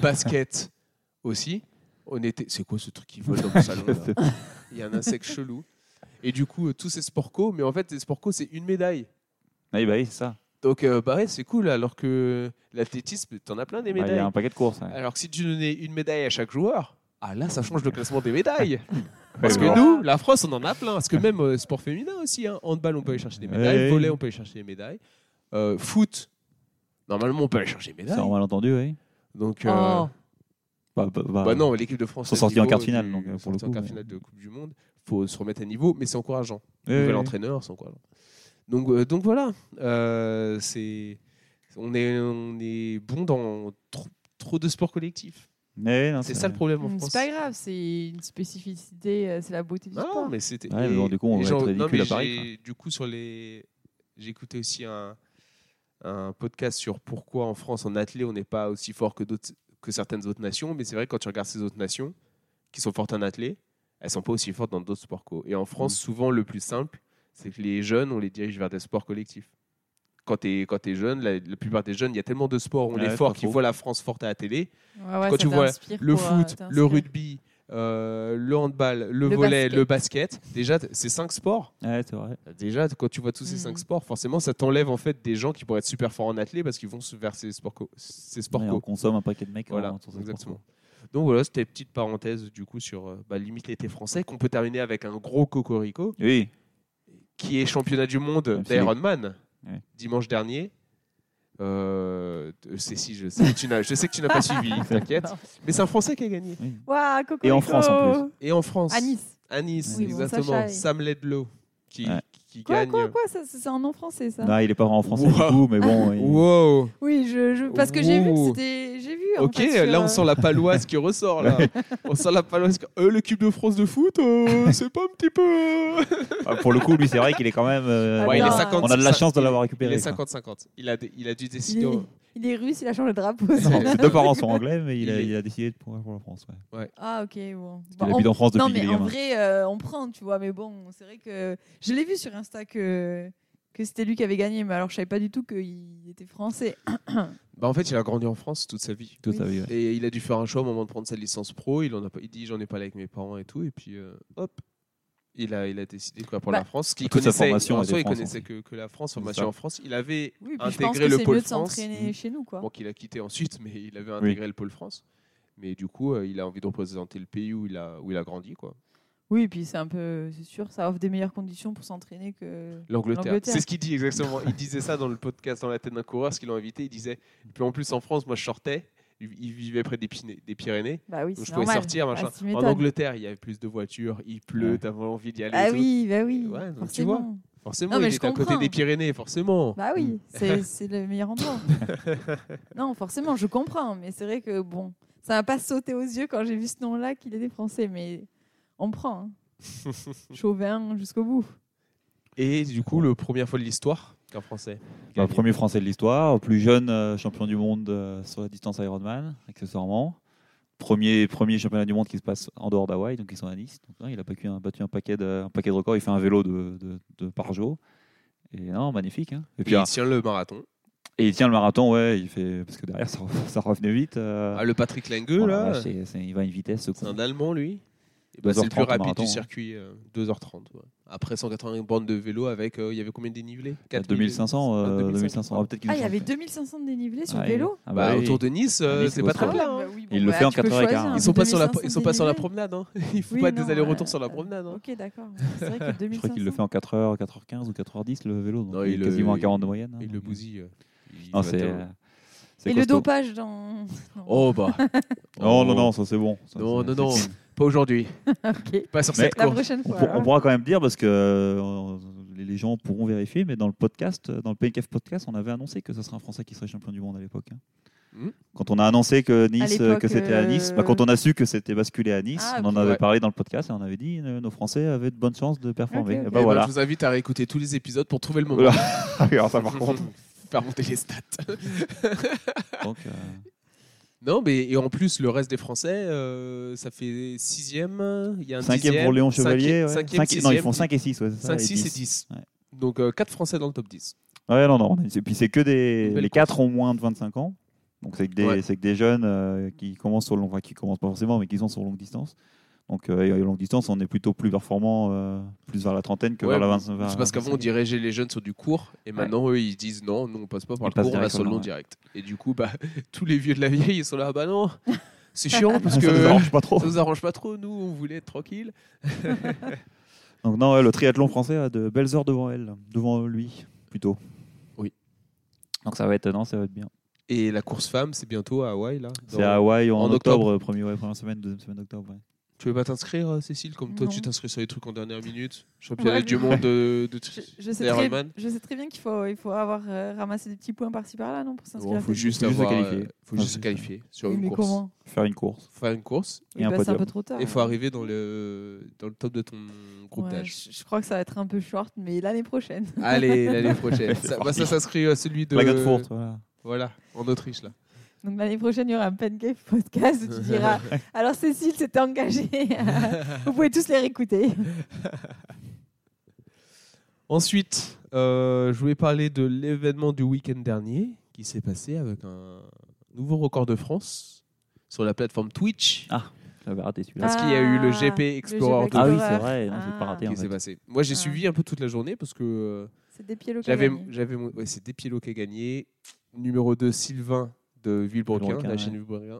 Speaker 1: basket aussi. On était, c'est quoi ce truc qui vole dans mon salon là Il y a un insecte chelou. Et du coup, euh, tous ces sport co, mais en fait, les sport co, c'est une médaille.
Speaker 3: Oui, bah oui, c'est ça.
Speaker 1: Donc, euh, bah ouais, c'est cool, alors que l'athlétisme, t'en as plein des
Speaker 3: Bah, Il
Speaker 1: médailles.
Speaker 3: y a un paquet de courses. ouais.
Speaker 1: Alors que si tu donnais une médaille à chaque joueur, ah là, ça change le classement des médailles. Parce
Speaker 3: Ouais,
Speaker 1: que
Speaker 3: bon.
Speaker 1: nous, la France, on en a plein. Parce que même euh, sport féminin aussi, hein, handball, on peut aller chercher des médailles.
Speaker 3: Ouais.
Speaker 1: Volley, on peut aller chercher des médailles. Euh, foot, normalement, on peut aller chercher des
Speaker 3: C'est
Speaker 1: médailles.
Speaker 3: un malentendu, oui.
Speaker 1: Donc, euh,
Speaker 2: Oh,
Speaker 3: Bah, bah, bah,
Speaker 1: bah non, l'équipe de France
Speaker 3: sont
Speaker 1: est à
Speaker 3: sortis en
Speaker 1: niveau
Speaker 3: quart de finale,
Speaker 1: du-
Speaker 3: donc, euh, pour
Speaker 1: sortis
Speaker 3: le
Speaker 1: en
Speaker 3: coup,
Speaker 1: quart de
Speaker 3: ouais.
Speaker 1: finale de Coupe du Monde, faut se remettre à niveau, mais c'est encourageant.
Speaker 3: oui,
Speaker 1: Nouvel
Speaker 3: oui.
Speaker 1: entraîneur, c'est encourageant. Donc, euh, donc voilà, Euh, c'est on est on est bon dans trop, trop de sports collectifs.
Speaker 3: Mais non,
Speaker 1: C'est ça le problème en France.
Speaker 2: Mmh, Mm, c'est pas grave, c'est une spécificité, euh, c'est la beauté du
Speaker 1: Non,
Speaker 2: sport.
Speaker 1: mais c'était.
Speaker 3: Ouais, mais
Speaker 1: et-
Speaker 3: bon, du coup, on
Speaker 1: et
Speaker 3: va
Speaker 1: genre-
Speaker 3: être ridicule
Speaker 1: non, mais
Speaker 3: à Paris,
Speaker 1: j'ai- Du coup, sur les, j'écoutais aussi un, un podcast sur pourquoi en France, en athlée, on n'est pas aussi fort que d'autres, que certaines autres nations. Mais c'est vrai que quand tu regardes ces autres nations qui sont fortes en athlée, elles sont pas aussi fortes
Speaker 3: Mm.
Speaker 1: dans d'autres sports co. Et en France, souvent, le plus simple, c'est que les jeunes, on les dirige vers des sports collectifs. quand tu es, quand es jeune, la, la plupart des jeunes, il y a tellement de sports, on
Speaker 3: Ouais,
Speaker 1: est
Speaker 3: pas
Speaker 1: fort, qui
Speaker 3: faux.
Speaker 1: voient la France forte à la télé.
Speaker 2: Ouais, ouais,
Speaker 1: Quand
Speaker 2: ça
Speaker 1: tu vois
Speaker 2: t'inspire
Speaker 1: Le
Speaker 2: pour, euh,
Speaker 1: foot, le
Speaker 2: t'inspirer.
Speaker 1: rugby, euh, le handball, le,
Speaker 2: Le
Speaker 1: volet, le basket, déjà, t- c'est cinq sports.
Speaker 3: Ouais, c'est vrai.
Speaker 1: Déjà, quand tu vois tous ces
Speaker 2: Mhm.
Speaker 1: cinq sports, forcément, ça t'enlève en fait des gens qui pourraient être super forts en athlé parce qu'ils vont se vers ces sports co. Ces sports
Speaker 3: Ouais,
Speaker 1: co.
Speaker 3: on consomme un paquet de mecs.
Speaker 1: Voilà,
Speaker 3: en- sur ce
Speaker 1: exactement. Donc voilà, c'était une petite parenthèse du coup sur euh, bah, limite l'été français qu'on peut terminer avec un gros cocorico
Speaker 3: sport. Oui,
Speaker 1: qui est championnat du monde
Speaker 3: Même si les-
Speaker 1: d'Ironman
Speaker 3: Ouais.
Speaker 1: dimanche dernier. Euh, euh, c'est si je sais que tu n'as, je sais que tu n'as pas suivi, t'inquiète. Mais c'est un Français qui a gagné.
Speaker 3: oui.
Speaker 2: Waouh, Cocorico
Speaker 3: Et en France, en
Speaker 1: Et en France,
Speaker 2: À Nice.
Speaker 1: à Nice,
Speaker 2: Oui, bon,
Speaker 1: exactement.
Speaker 2: Sacha, il-
Speaker 1: Sam Ledlow qui,
Speaker 3: Ouais.
Speaker 1: qui
Speaker 2: Quoi,
Speaker 1: gagne. euh,
Speaker 2: quoi, quoi ça- ça- C'est un nom français, ça
Speaker 3: Non, il est pas en français
Speaker 1: Wow.
Speaker 3: du coup, mais bon. il-
Speaker 1: Wow.
Speaker 2: Oui, je, je- parce que j'ai vu que
Speaker 1: Ouh.
Speaker 2: c'était. J'ai vu. en
Speaker 1: Ok,
Speaker 2: fait, sur,
Speaker 1: là on
Speaker 2: euh,
Speaker 1: sent la paloise qui ressort là. on sent la paloise. qui- Euh, l'équipe de France de foot, euh, c'est pas un petit peu. euh,
Speaker 3: Ah, pour le coup, lui, c'est vrai qu'il est quand même. euh,
Speaker 2: Ouais, il est
Speaker 3: on a-
Speaker 1: 50,
Speaker 3: on a de la chance de
Speaker 1: il-
Speaker 3: l'avoir
Speaker 1: Il
Speaker 3: récupéré.
Speaker 1: est
Speaker 3: quoi.
Speaker 1: 50-50. Il a, dé- il a dû
Speaker 2: Il
Speaker 1: décider.
Speaker 2: est,
Speaker 1: au-
Speaker 2: il est russe, il a changé le drapeau.
Speaker 1: Non.
Speaker 3: Non, Deux parents sont anglais, mais il
Speaker 1: Il
Speaker 3: a,
Speaker 1: est-
Speaker 3: il a décidé de pour, pour la France. Ouais.
Speaker 2: Ah, ok, bon.
Speaker 3: Il
Speaker 2: Bon, on-
Speaker 3: habite en France depuis
Speaker 2: non,
Speaker 3: qu'il
Speaker 2: mais
Speaker 3: est
Speaker 2: en
Speaker 3: gamin.
Speaker 2: vrai, euh, on prend, tu vois. Mais bon, c'est vrai que. Je l'ai vu sur Insta que, que c'était lui qui avait gagné, mais alors je savais pas du tout qu'il était français.
Speaker 1: Bah, en fait, il a grandi en France toute sa vie.
Speaker 3: Tout
Speaker 2: Oui.
Speaker 3: à fait, ouais.
Speaker 1: Et il a dû faire un choix au moment de prendre sa licence pro. Il, en a, pas- il dit J'en ai parlé avec mes parents et tout. Et puis, euh, hop, il a, il a décidé quoi, pour
Speaker 2: Bah,
Speaker 1: la France. Qu'il
Speaker 3: Toute sa
Speaker 1: connaissait,
Speaker 3: formation
Speaker 1: en
Speaker 3: était
Speaker 1: soi, il
Speaker 3: France,
Speaker 1: connaissait
Speaker 3: en
Speaker 1: que, que la France,
Speaker 3: C'est
Speaker 1: formation
Speaker 3: ça.
Speaker 1: en France. Il avait,
Speaker 2: Oui, puis je pense
Speaker 1: Intégrer
Speaker 2: que
Speaker 1: le
Speaker 2: c'est
Speaker 1: pôle
Speaker 2: mieux de
Speaker 1: France. mm.
Speaker 2: s'entraîner
Speaker 3: Mhm.
Speaker 2: chez nous, quoi.
Speaker 1: bon, qu'il a quitté ensuite, mais il avait intégré le pôle France. Mais du coup, euh, il a envie de représenter le pays où il a, où il a grandi. quoi.
Speaker 2: Oui, et puis c'est un peu. C'est sûr, ça offre des meilleures conditions pour s'entraîner que.
Speaker 1: L'Angleterre.
Speaker 2: L'Angleterre.
Speaker 1: C'est ce qu'il dit exactement. Il disait ça dans le podcast dans la tête d'un coureur, ce qu'ils l'ont invité. Il disait Puis en plus, en France, moi, je sortais. Il il vivait près des Piné- des Pyrénées.
Speaker 2: Bah oui,
Speaker 1: Donc
Speaker 2: c'est
Speaker 1: je pouvais
Speaker 2: normal.
Speaker 1: sortir, machin.
Speaker 2: Ah, tu
Speaker 1: en
Speaker 2: m'étonnes.
Speaker 1: Angleterre, il y avait plus de voitures, il pleut,
Speaker 3: Ouais.
Speaker 1: t'avais envie d'y aller. et
Speaker 2: Ah
Speaker 1: tout.
Speaker 2: oui, bah oui.
Speaker 1: Ouais, donc tu
Speaker 2: forcément.
Speaker 1: Forcément,
Speaker 2: Non, mais
Speaker 1: il
Speaker 2: je
Speaker 1: était à côté
Speaker 2: comprends.
Speaker 1: des Pyrénées, forcément.
Speaker 2: Bah oui, c'est c'est le meilleur endroit. non, forcément, je comprends, mais c'est vrai que bon, ça m'a pas sauté aux yeux quand j'ai vu ce nom-là qu'il était français, mais on prend. hein. Chauvin jusqu'au bout.
Speaker 1: Et du coup, la première fois de l'histoire qu'un Français.
Speaker 3: Bah,
Speaker 1: gagne.
Speaker 3: premier français de l'histoire, plus jeune euh, champion du monde euh, sur la distance Ironman, accessoirement. Premier, premier championnat du monde qui se passe en dehors d'Hawaï, donc ils sont à Nice. Donc, non, il a battu un, battu un paquet de, un paquet de records, il fait un vélo de, de- de par jour. Et non, magnifique. hein. Et,
Speaker 1: Et
Speaker 3: puis,
Speaker 1: il
Speaker 3: ah,
Speaker 1: tient le marathon.
Speaker 3: et il tient le marathon, ouais, il fait, parce que derrière ça, re- ça revenait vite. euh.
Speaker 1: Ah, le Patrick Lange,
Speaker 3: Oh la
Speaker 1: là,
Speaker 3: vache, c'est- c'est- il va à une vitesse. ce
Speaker 1: c'est
Speaker 3: con.
Speaker 1: un Allemand, lui. Et bah,
Speaker 3: 2h30
Speaker 1: c'est le plus rapide
Speaker 3: marathon,
Speaker 1: du
Speaker 3: hein.
Speaker 1: circuit, euh, 2h30. ouais. Après 180 bandes de vélo avec, euh, il y avait combien de
Speaker 3: Bah,
Speaker 1: dénivelés 4000,
Speaker 3: 2500, euh,
Speaker 1: 2500,
Speaker 3: 2500. Ah, peut-être qu'il
Speaker 2: Ah,
Speaker 3: nous
Speaker 2: il y
Speaker 3: change.
Speaker 2: avait 2500 de dénivelé sur
Speaker 3: Ah,
Speaker 2: le
Speaker 3: il-
Speaker 2: vélo
Speaker 3: ah,
Speaker 1: Bah,
Speaker 3: bah oui.
Speaker 1: autour de Nice, euh,
Speaker 3: Ah, Nice,
Speaker 1: c'est
Speaker 3: c'est
Speaker 1: pas
Speaker 3: au
Speaker 1: très
Speaker 3: sol.
Speaker 1: plat. hein.
Speaker 2: bah oui,
Speaker 3: Il le
Speaker 2: bah,
Speaker 3: fait en
Speaker 2: tu peux
Speaker 3: 4 heures et quart,
Speaker 2: choisir,
Speaker 3: hein.
Speaker 1: Ils
Speaker 2: mais
Speaker 1: sont pas sur la,
Speaker 2: 2500
Speaker 1: ils sont pas sur la
Speaker 2: dénivelé.
Speaker 1: promenade. Hein. Il faut
Speaker 2: Oui,
Speaker 1: pas des
Speaker 2: non,
Speaker 1: allers-retours
Speaker 2: euh,
Speaker 1: sur la
Speaker 2: euh,
Speaker 1: promenade. hein.
Speaker 2: Ok, d'accord. C'est vrai que 2500.
Speaker 3: Je crois qu'il le fait en 4h, 4h15 ou 4h10 le vélo. Donc
Speaker 1: Non,
Speaker 3: il est
Speaker 1: il le-
Speaker 3: quasiment à
Speaker 1: il-
Speaker 3: 40 de moyenne. hein.
Speaker 1: Il le
Speaker 3: Donc,
Speaker 1: bousille. euh, il
Speaker 3: Non,
Speaker 1: va
Speaker 3: c'est. euh,
Speaker 1: tellement-
Speaker 3: c'est
Speaker 2: Et le
Speaker 3: costaud.
Speaker 2: dopage dans.
Speaker 1: Oh bah.
Speaker 3: Non,
Speaker 1: Oh.
Speaker 3: non, non, ça c'est bon. Ça,
Speaker 1: Non,
Speaker 3: c'est-
Speaker 1: non, non.
Speaker 3: c'est-
Speaker 1: Pas aujourd'hui.
Speaker 2: Ok.
Speaker 1: Pas sur
Speaker 3: Mais-
Speaker 1: cette
Speaker 2: La
Speaker 1: course.
Speaker 2: prochaine
Speaker 3: On,
Speaker 2: fois.
Speaker 3: pour- on
Speaker 2: alors.
Speaker 3: pourra quand même dire parce que euh, les- les gens pourront vérifier, mais dans le podcast, euh, dans le PNKF podcast, on avait annoncé que ce serait un Français qui serait champion du monde à l'époque. hein.
Speaker 1: Mhm.
Speaker 3: Quand on a annoncé que Nice, euh, que
Speaker 2: l'époque,
Speaker 3: c'était à Nice, bah,
Speaker 2: euh,
Speaker 3: quand on a su que c'était basculé à Nice,
Speaker 2: Ah,
Speaker 3: on en
Speaker 2: ok.
Speaker 3: avait
Speaker 1: Ouais.
Speaker 3: parlé dans le podcast et on avait dit euh, nos Français avaient de bonnes chances de performer.
Speaker 2: Ok,
Speaker 3: Et
Speaker 2: ok.
Speaker 1: Eh
Speaker 3: bah
Speaker 1: ben,
Speaker 3: voilà.
Speaker 1: Je vous invite à réécouter tous les épisodes pour trouver le moment.
Speaker 3: Voilà. Alors ça par contre.
Speaker 1: Faire monter les stats.
Speaker 3: Donc, euh,
Speaker 1: Non, mais et en plus, le reste des Français, euh, ça fait sixième. Il y a un
Speaker 3: cinquième
Speaker 1: dixième,
Speaker 3: pour Léon Chevalier.
Speaker 1: Cinquième,
Speaker 3: ouais.
Speaker 1: cinquième,
Speaker 3: Cinq- non, ils
Speaker 1: sixième,
Speaker 3: font 5 et 6. Ouais, c'est ça,
Speaker 1: cinq,
Speaker 3: et
Speaker 1: six et
Speaker 3: dix.
Speaker 1: 10.
Speaker 3: Ouais.
Speaker 1: Donc 4 Français dans le top 10.
Speaker 3: Ouais, non, non. on est- Et puis c'est que
Speaker 1: Une
Speaker 3: des.
Speaker 1: belle
Speaker 3: Les 4 ont moins de 25 ans. Donc c'est que, des-
Speaker 1: Ouais.
Speaker 3: c'est que des jeunes euh, qui commencent sur long... enfin, qui commencent pas forcément, mais qui sont sur longue distance. Donc euh, et à longue distance, on est plutôt plus performant, euh, plus vers la trentaine que
Speaker 1: Ouais,
Speaker 3: vers la 25.
Speaker 1: C'est parce qu'avant, on dirigeait les jeunes sur du cours. Et maintenant, eux, ils disent non, nous, on passe pas par
Speaker 3: Ils
Speaker 1: le
Speaker 3: passent
Speaker 1: cours, on va
Speaker 3: direct
Speaker 1: sur
Speaker 3: au
Speaker 1: le long
Speaker 3: long, ouais.
Speaker 1: direct. Et du coup, bah, tous les vieux de la vieille, ils sont là, bah non, c'est chiant parce que
Speaker 3: ça nous arrange pas trop.
Speaker 1: ça nous arrange pas trop. Nous, on voulait être tranquille.
Speaker 3: Donc non, ouais, le triathlon français a de belles heures devant elle, devant lui plutôt.
Speaker 1: Oui.
Speaker 3: Donc ça va être non, ça va être bien.
Speaker 1: Et la course femme, c'est bientôt à Hawaï, là.
Speaker 3: C'est
Speaker 1: dans-
Speaker 3: à Hawaï en,
Speaker 1: en
Speaker 3: octobre, euh, premier, ouais, première semaine, deuxième semaine d'octobre. ouais.
Speaker 1: Tu veux pas t'inscrire, euh, Cécile Comme toi,
Speaker 2: Non.
Speaker 1: tu t'inscris sur les trucs en dernière minute. Championnat
Speaker 2: Ouais,
Speaker 1: du
Speaker 2: je-
Speaker 1: monde de, de tri-
Speaker 2: Je, je sais très,
Speaker 1: d'Ironman.
Speaker 2: je sais très bien qu'il faut, il faut avoir euh, ramassé des petits points par-ci par-là, non, pour s'inscrire.
Speaker 1: Bon,
Speaker 2: à
Speaker 1: faut
Speaker 2: cette-
Speaker 1: juste
Speaker 3: Faut juste se
Speaker 1: avoir, euh,
Speaker 3: qualifier.
Speaker 1: faut
Speaker 3: Ah,
Speaker 1: juste se
Speaker 3: c'est
Speaker 1: qualifier sur
Speaker 2: Oui,
Speaker 1: une
Speaker 2: mais
Speaker 1: course.
Speaker 2: comment
Speaker 3: Faire une course.
Speaker 1: Faire une course
Speaker 3: Et
Speaker 2: Oui,
Speaker 3: un
Speaker 2: bah, C'est un
Speaker 3: podium.
Speaker 2: peu trop tard.
Speaker 1: et il faut arriver dans le dans le top de ton groupe
Speaker 2: Ouais,
Speaker 1: d'âge.
Speaker 2: je, je crois que ça va être un peu short, mais l'année prochaine.
Speaker 1: Allez, l'année prochaine.
Speaker 3: C'est
Speaker 1: ça, bah,
Speaker 3: parti.
Speaker 1: ça s'inscrit à celui de
Speaker 3: La Gautefort, voilà.
Speaker 1: Voilà, en Autriche là.
Speaker 2: Donc l'année prochaine, il y aura un pancake podcast où tu diras Alors Cécile s'était engagée. Vous pouvez tous les réécouter.
Speaker 1: Ensuite, euh, je voulais parler de l'événement du week-end dernier qui s'est passé avec un nouveau record de France sur la plateforme
Speaker 3: Ah,
Speaker 1: Twitch.
Speaker 3: J'avais raté celui-là.
Speaker 1: Parce qu'il y a eu le
Speaker 2: Ah,
Speaker 1: GP Explorer
Speaker 2: GP
Speaker 1: Tour
Speaker 3: Ah oui,
Speaker 2: Explorer.
Speaker 3: c'est vrai, non, j'ai
Speaker 2: Ah.
Speaker 3: pas raté. en
Speaker 1: qui s'est
Speaker 3: fait.
Speaker 1: passé. Moi, j'ai
Speaker 2: Ah.
Speaker 1: suivi un peu toute la journée parce que euh,
Speaker 2: C'est des pieds locaux.
Speaker 1: j'avais,
Speaker 2: gagnés.
Speaker 1: j'avais, mon- ouais, c'est Despielo qui a gagné. Numéro 2, Sylvain de Villebrequin, de
Speaker 3: Villebrequin,
Speaker 1: la
Speaker 3: ouais.
Speaker 1: chaîne Villebrequin,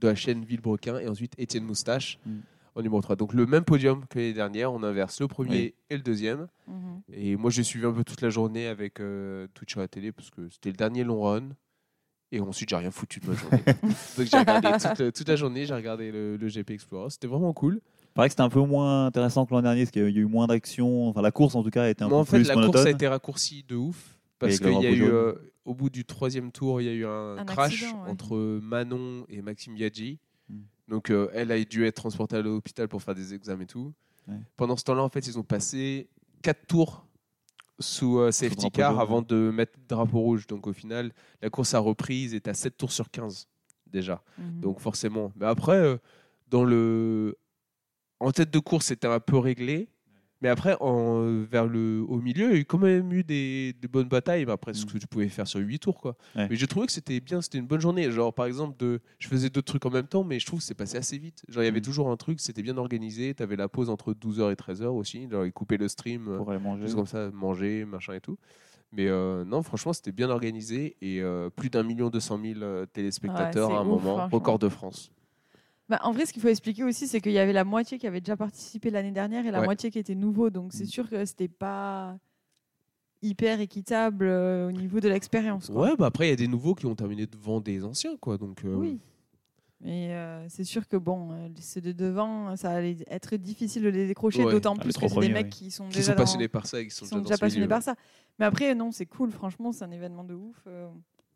Speaker 1: de la chaîne Villebrequin, et ensuite Étienne Moustache
Speaker 3: Mm.
Speaker 1: en numéro 3. Donc le même podium que l'année dernière, on inverse le premier
Speaker 3: Oui.
Speaker 1: et le deuxième.
Speaker 2: Mhm.
Speaker 1: Et moi, j'ai suivi un peu toute la journée avec euh, Twitch sur la télé parce que c'était le dernier long run. Et ensuite, j'ai rien foutu de ma journée. Donc, j'ai regardé toute, le- toute la journée, j'ai regardé le, le GP Explorer. C'était vraiment cool.
Speaker 3: Il paraît que c'était un peu moins intéressant que l'an dernier, parce qu'il y a eu moins d'action. Enfin, la course en tout cas était un
Speaker 1: Mais en
Speaker 3: peu
Speaker 1: fait,
Speaker 3: plus
Speaker 1: la
Speaker 3: monotone.
Speaker 1: course a été raccourcie de ouf. Parce
Speaker 3: Avec le
Speaker 1: qu'il y a
Speaker 3: drapeau
Speaker 1: eu,
Speaker 3: jaune.
Speaker 1: euh, au bout du troisième tour, il y a eu un,
Speaker 2: Un
Speaker 1: crash
Speaker 2: accident, ouais.
Speaker 1: entre Manon et Maxime Biaggi.
Speaker 3: Hmm.
Speaker 1: Donc, euh, elle a dû être transportée à l'hôpital pour faire des examens et tout.
Speaker 3: Ouais.
Speaker 1: Pendant ce temps-là, en fait, ils ont passé quatre tours sous euh, safety
Speaker 3: drapeau
Speaker 1: car
Speaker 3: jaune,
Speaker 1: avant de mettre drapeau rouge. Donc, au final, la course à reprise est à 7 tours sur 15 déjà.
Speaker 2: Mhm.
Speaker 1: Donc forcément. Mais après, euh, dans le... en tête de course, c'était un peu réglé. Mais après, en, euh, vers le, au milieu, il y a eu quand même eu des, des bonnes batailles. Mais après, ce
Speaker 3: Mm.
Speaker 1: que tu pouvais faire sur 8 tours. Quoi.
Speaker 3: Ouais.
Speaker 1: Mais j'ai trouvé que c'était bien, c'était une bonne journée. Genre, par exemple, de, je faisais d'autres trucs en même temps, mais je trouve que c'est passé assez vite. Genre, il y avait
Speaker 3: Mm.
Speaker 1: toujours un truc, c'était bien organisé. Tu avais la pause entre 12h et 13h aussi. Genre, ils coupaient le stream. euh,
Speaker 3: pour aller manger.
Speaker 2: Mm.
Speaker 1: juste comme ça, manger, machin et tout. Mais euh, non, franchement, c'était bien organisé et euh, plus d'un million deux cent mille euh, téléspectateurs
Speaker 2: Ouais, c'est
Speaker 1: à un
Speaker 2: ouf,
Speaker 1: moment,
Speaker 2: franchement.
Speaker 1: record de France.
Speaker 2: Bah, en vrai, ce qu'il faut expliquer aussi, c'est qu'il y avait la moitié qui avait déjà participé l'année dernière et la
Speaker 1: Ouais.
Speaker 2: moitié qui était nouveau. Donc c'est
Speaker 3: Mm.
Speaker 2: sûr que c'était pas hyper équitable euh, au niveau de l'expérience. quoi.
Speaker 1: Ouais, bah après, il y a des nouveaux qui ont terminé devant des anciens, quoi. Donc, euh,
Speaker 2: Oui. Mais euh, c'est sûr que bon, euh, ceux de devant, ça allait être difficile de les décrocher,
Speaker 1: Ouais.
Speaker 2: d'autant
Speaker 3: Ah, les
Speaker 2: plus que
Speaker 3: trois
Speaker 2: c'est des
Speaker 3: premiers,
Speaker 2: mecs
Speaker 3: oui.
Speaker 2: qui sont
Speaker 1: qui sont
Speaker 2: déjà dans-
Speaker 1: passionnés par ça et qui sont,
Speaker 2: qui sont
Speaker 1: déjà
Speaker 2: déjà
Speaker 1: dans ce milieu.
Speaker 2: passionnés par ça. Mais après, non, c'est cool. Franchement, c'est un événement de ouf. euh.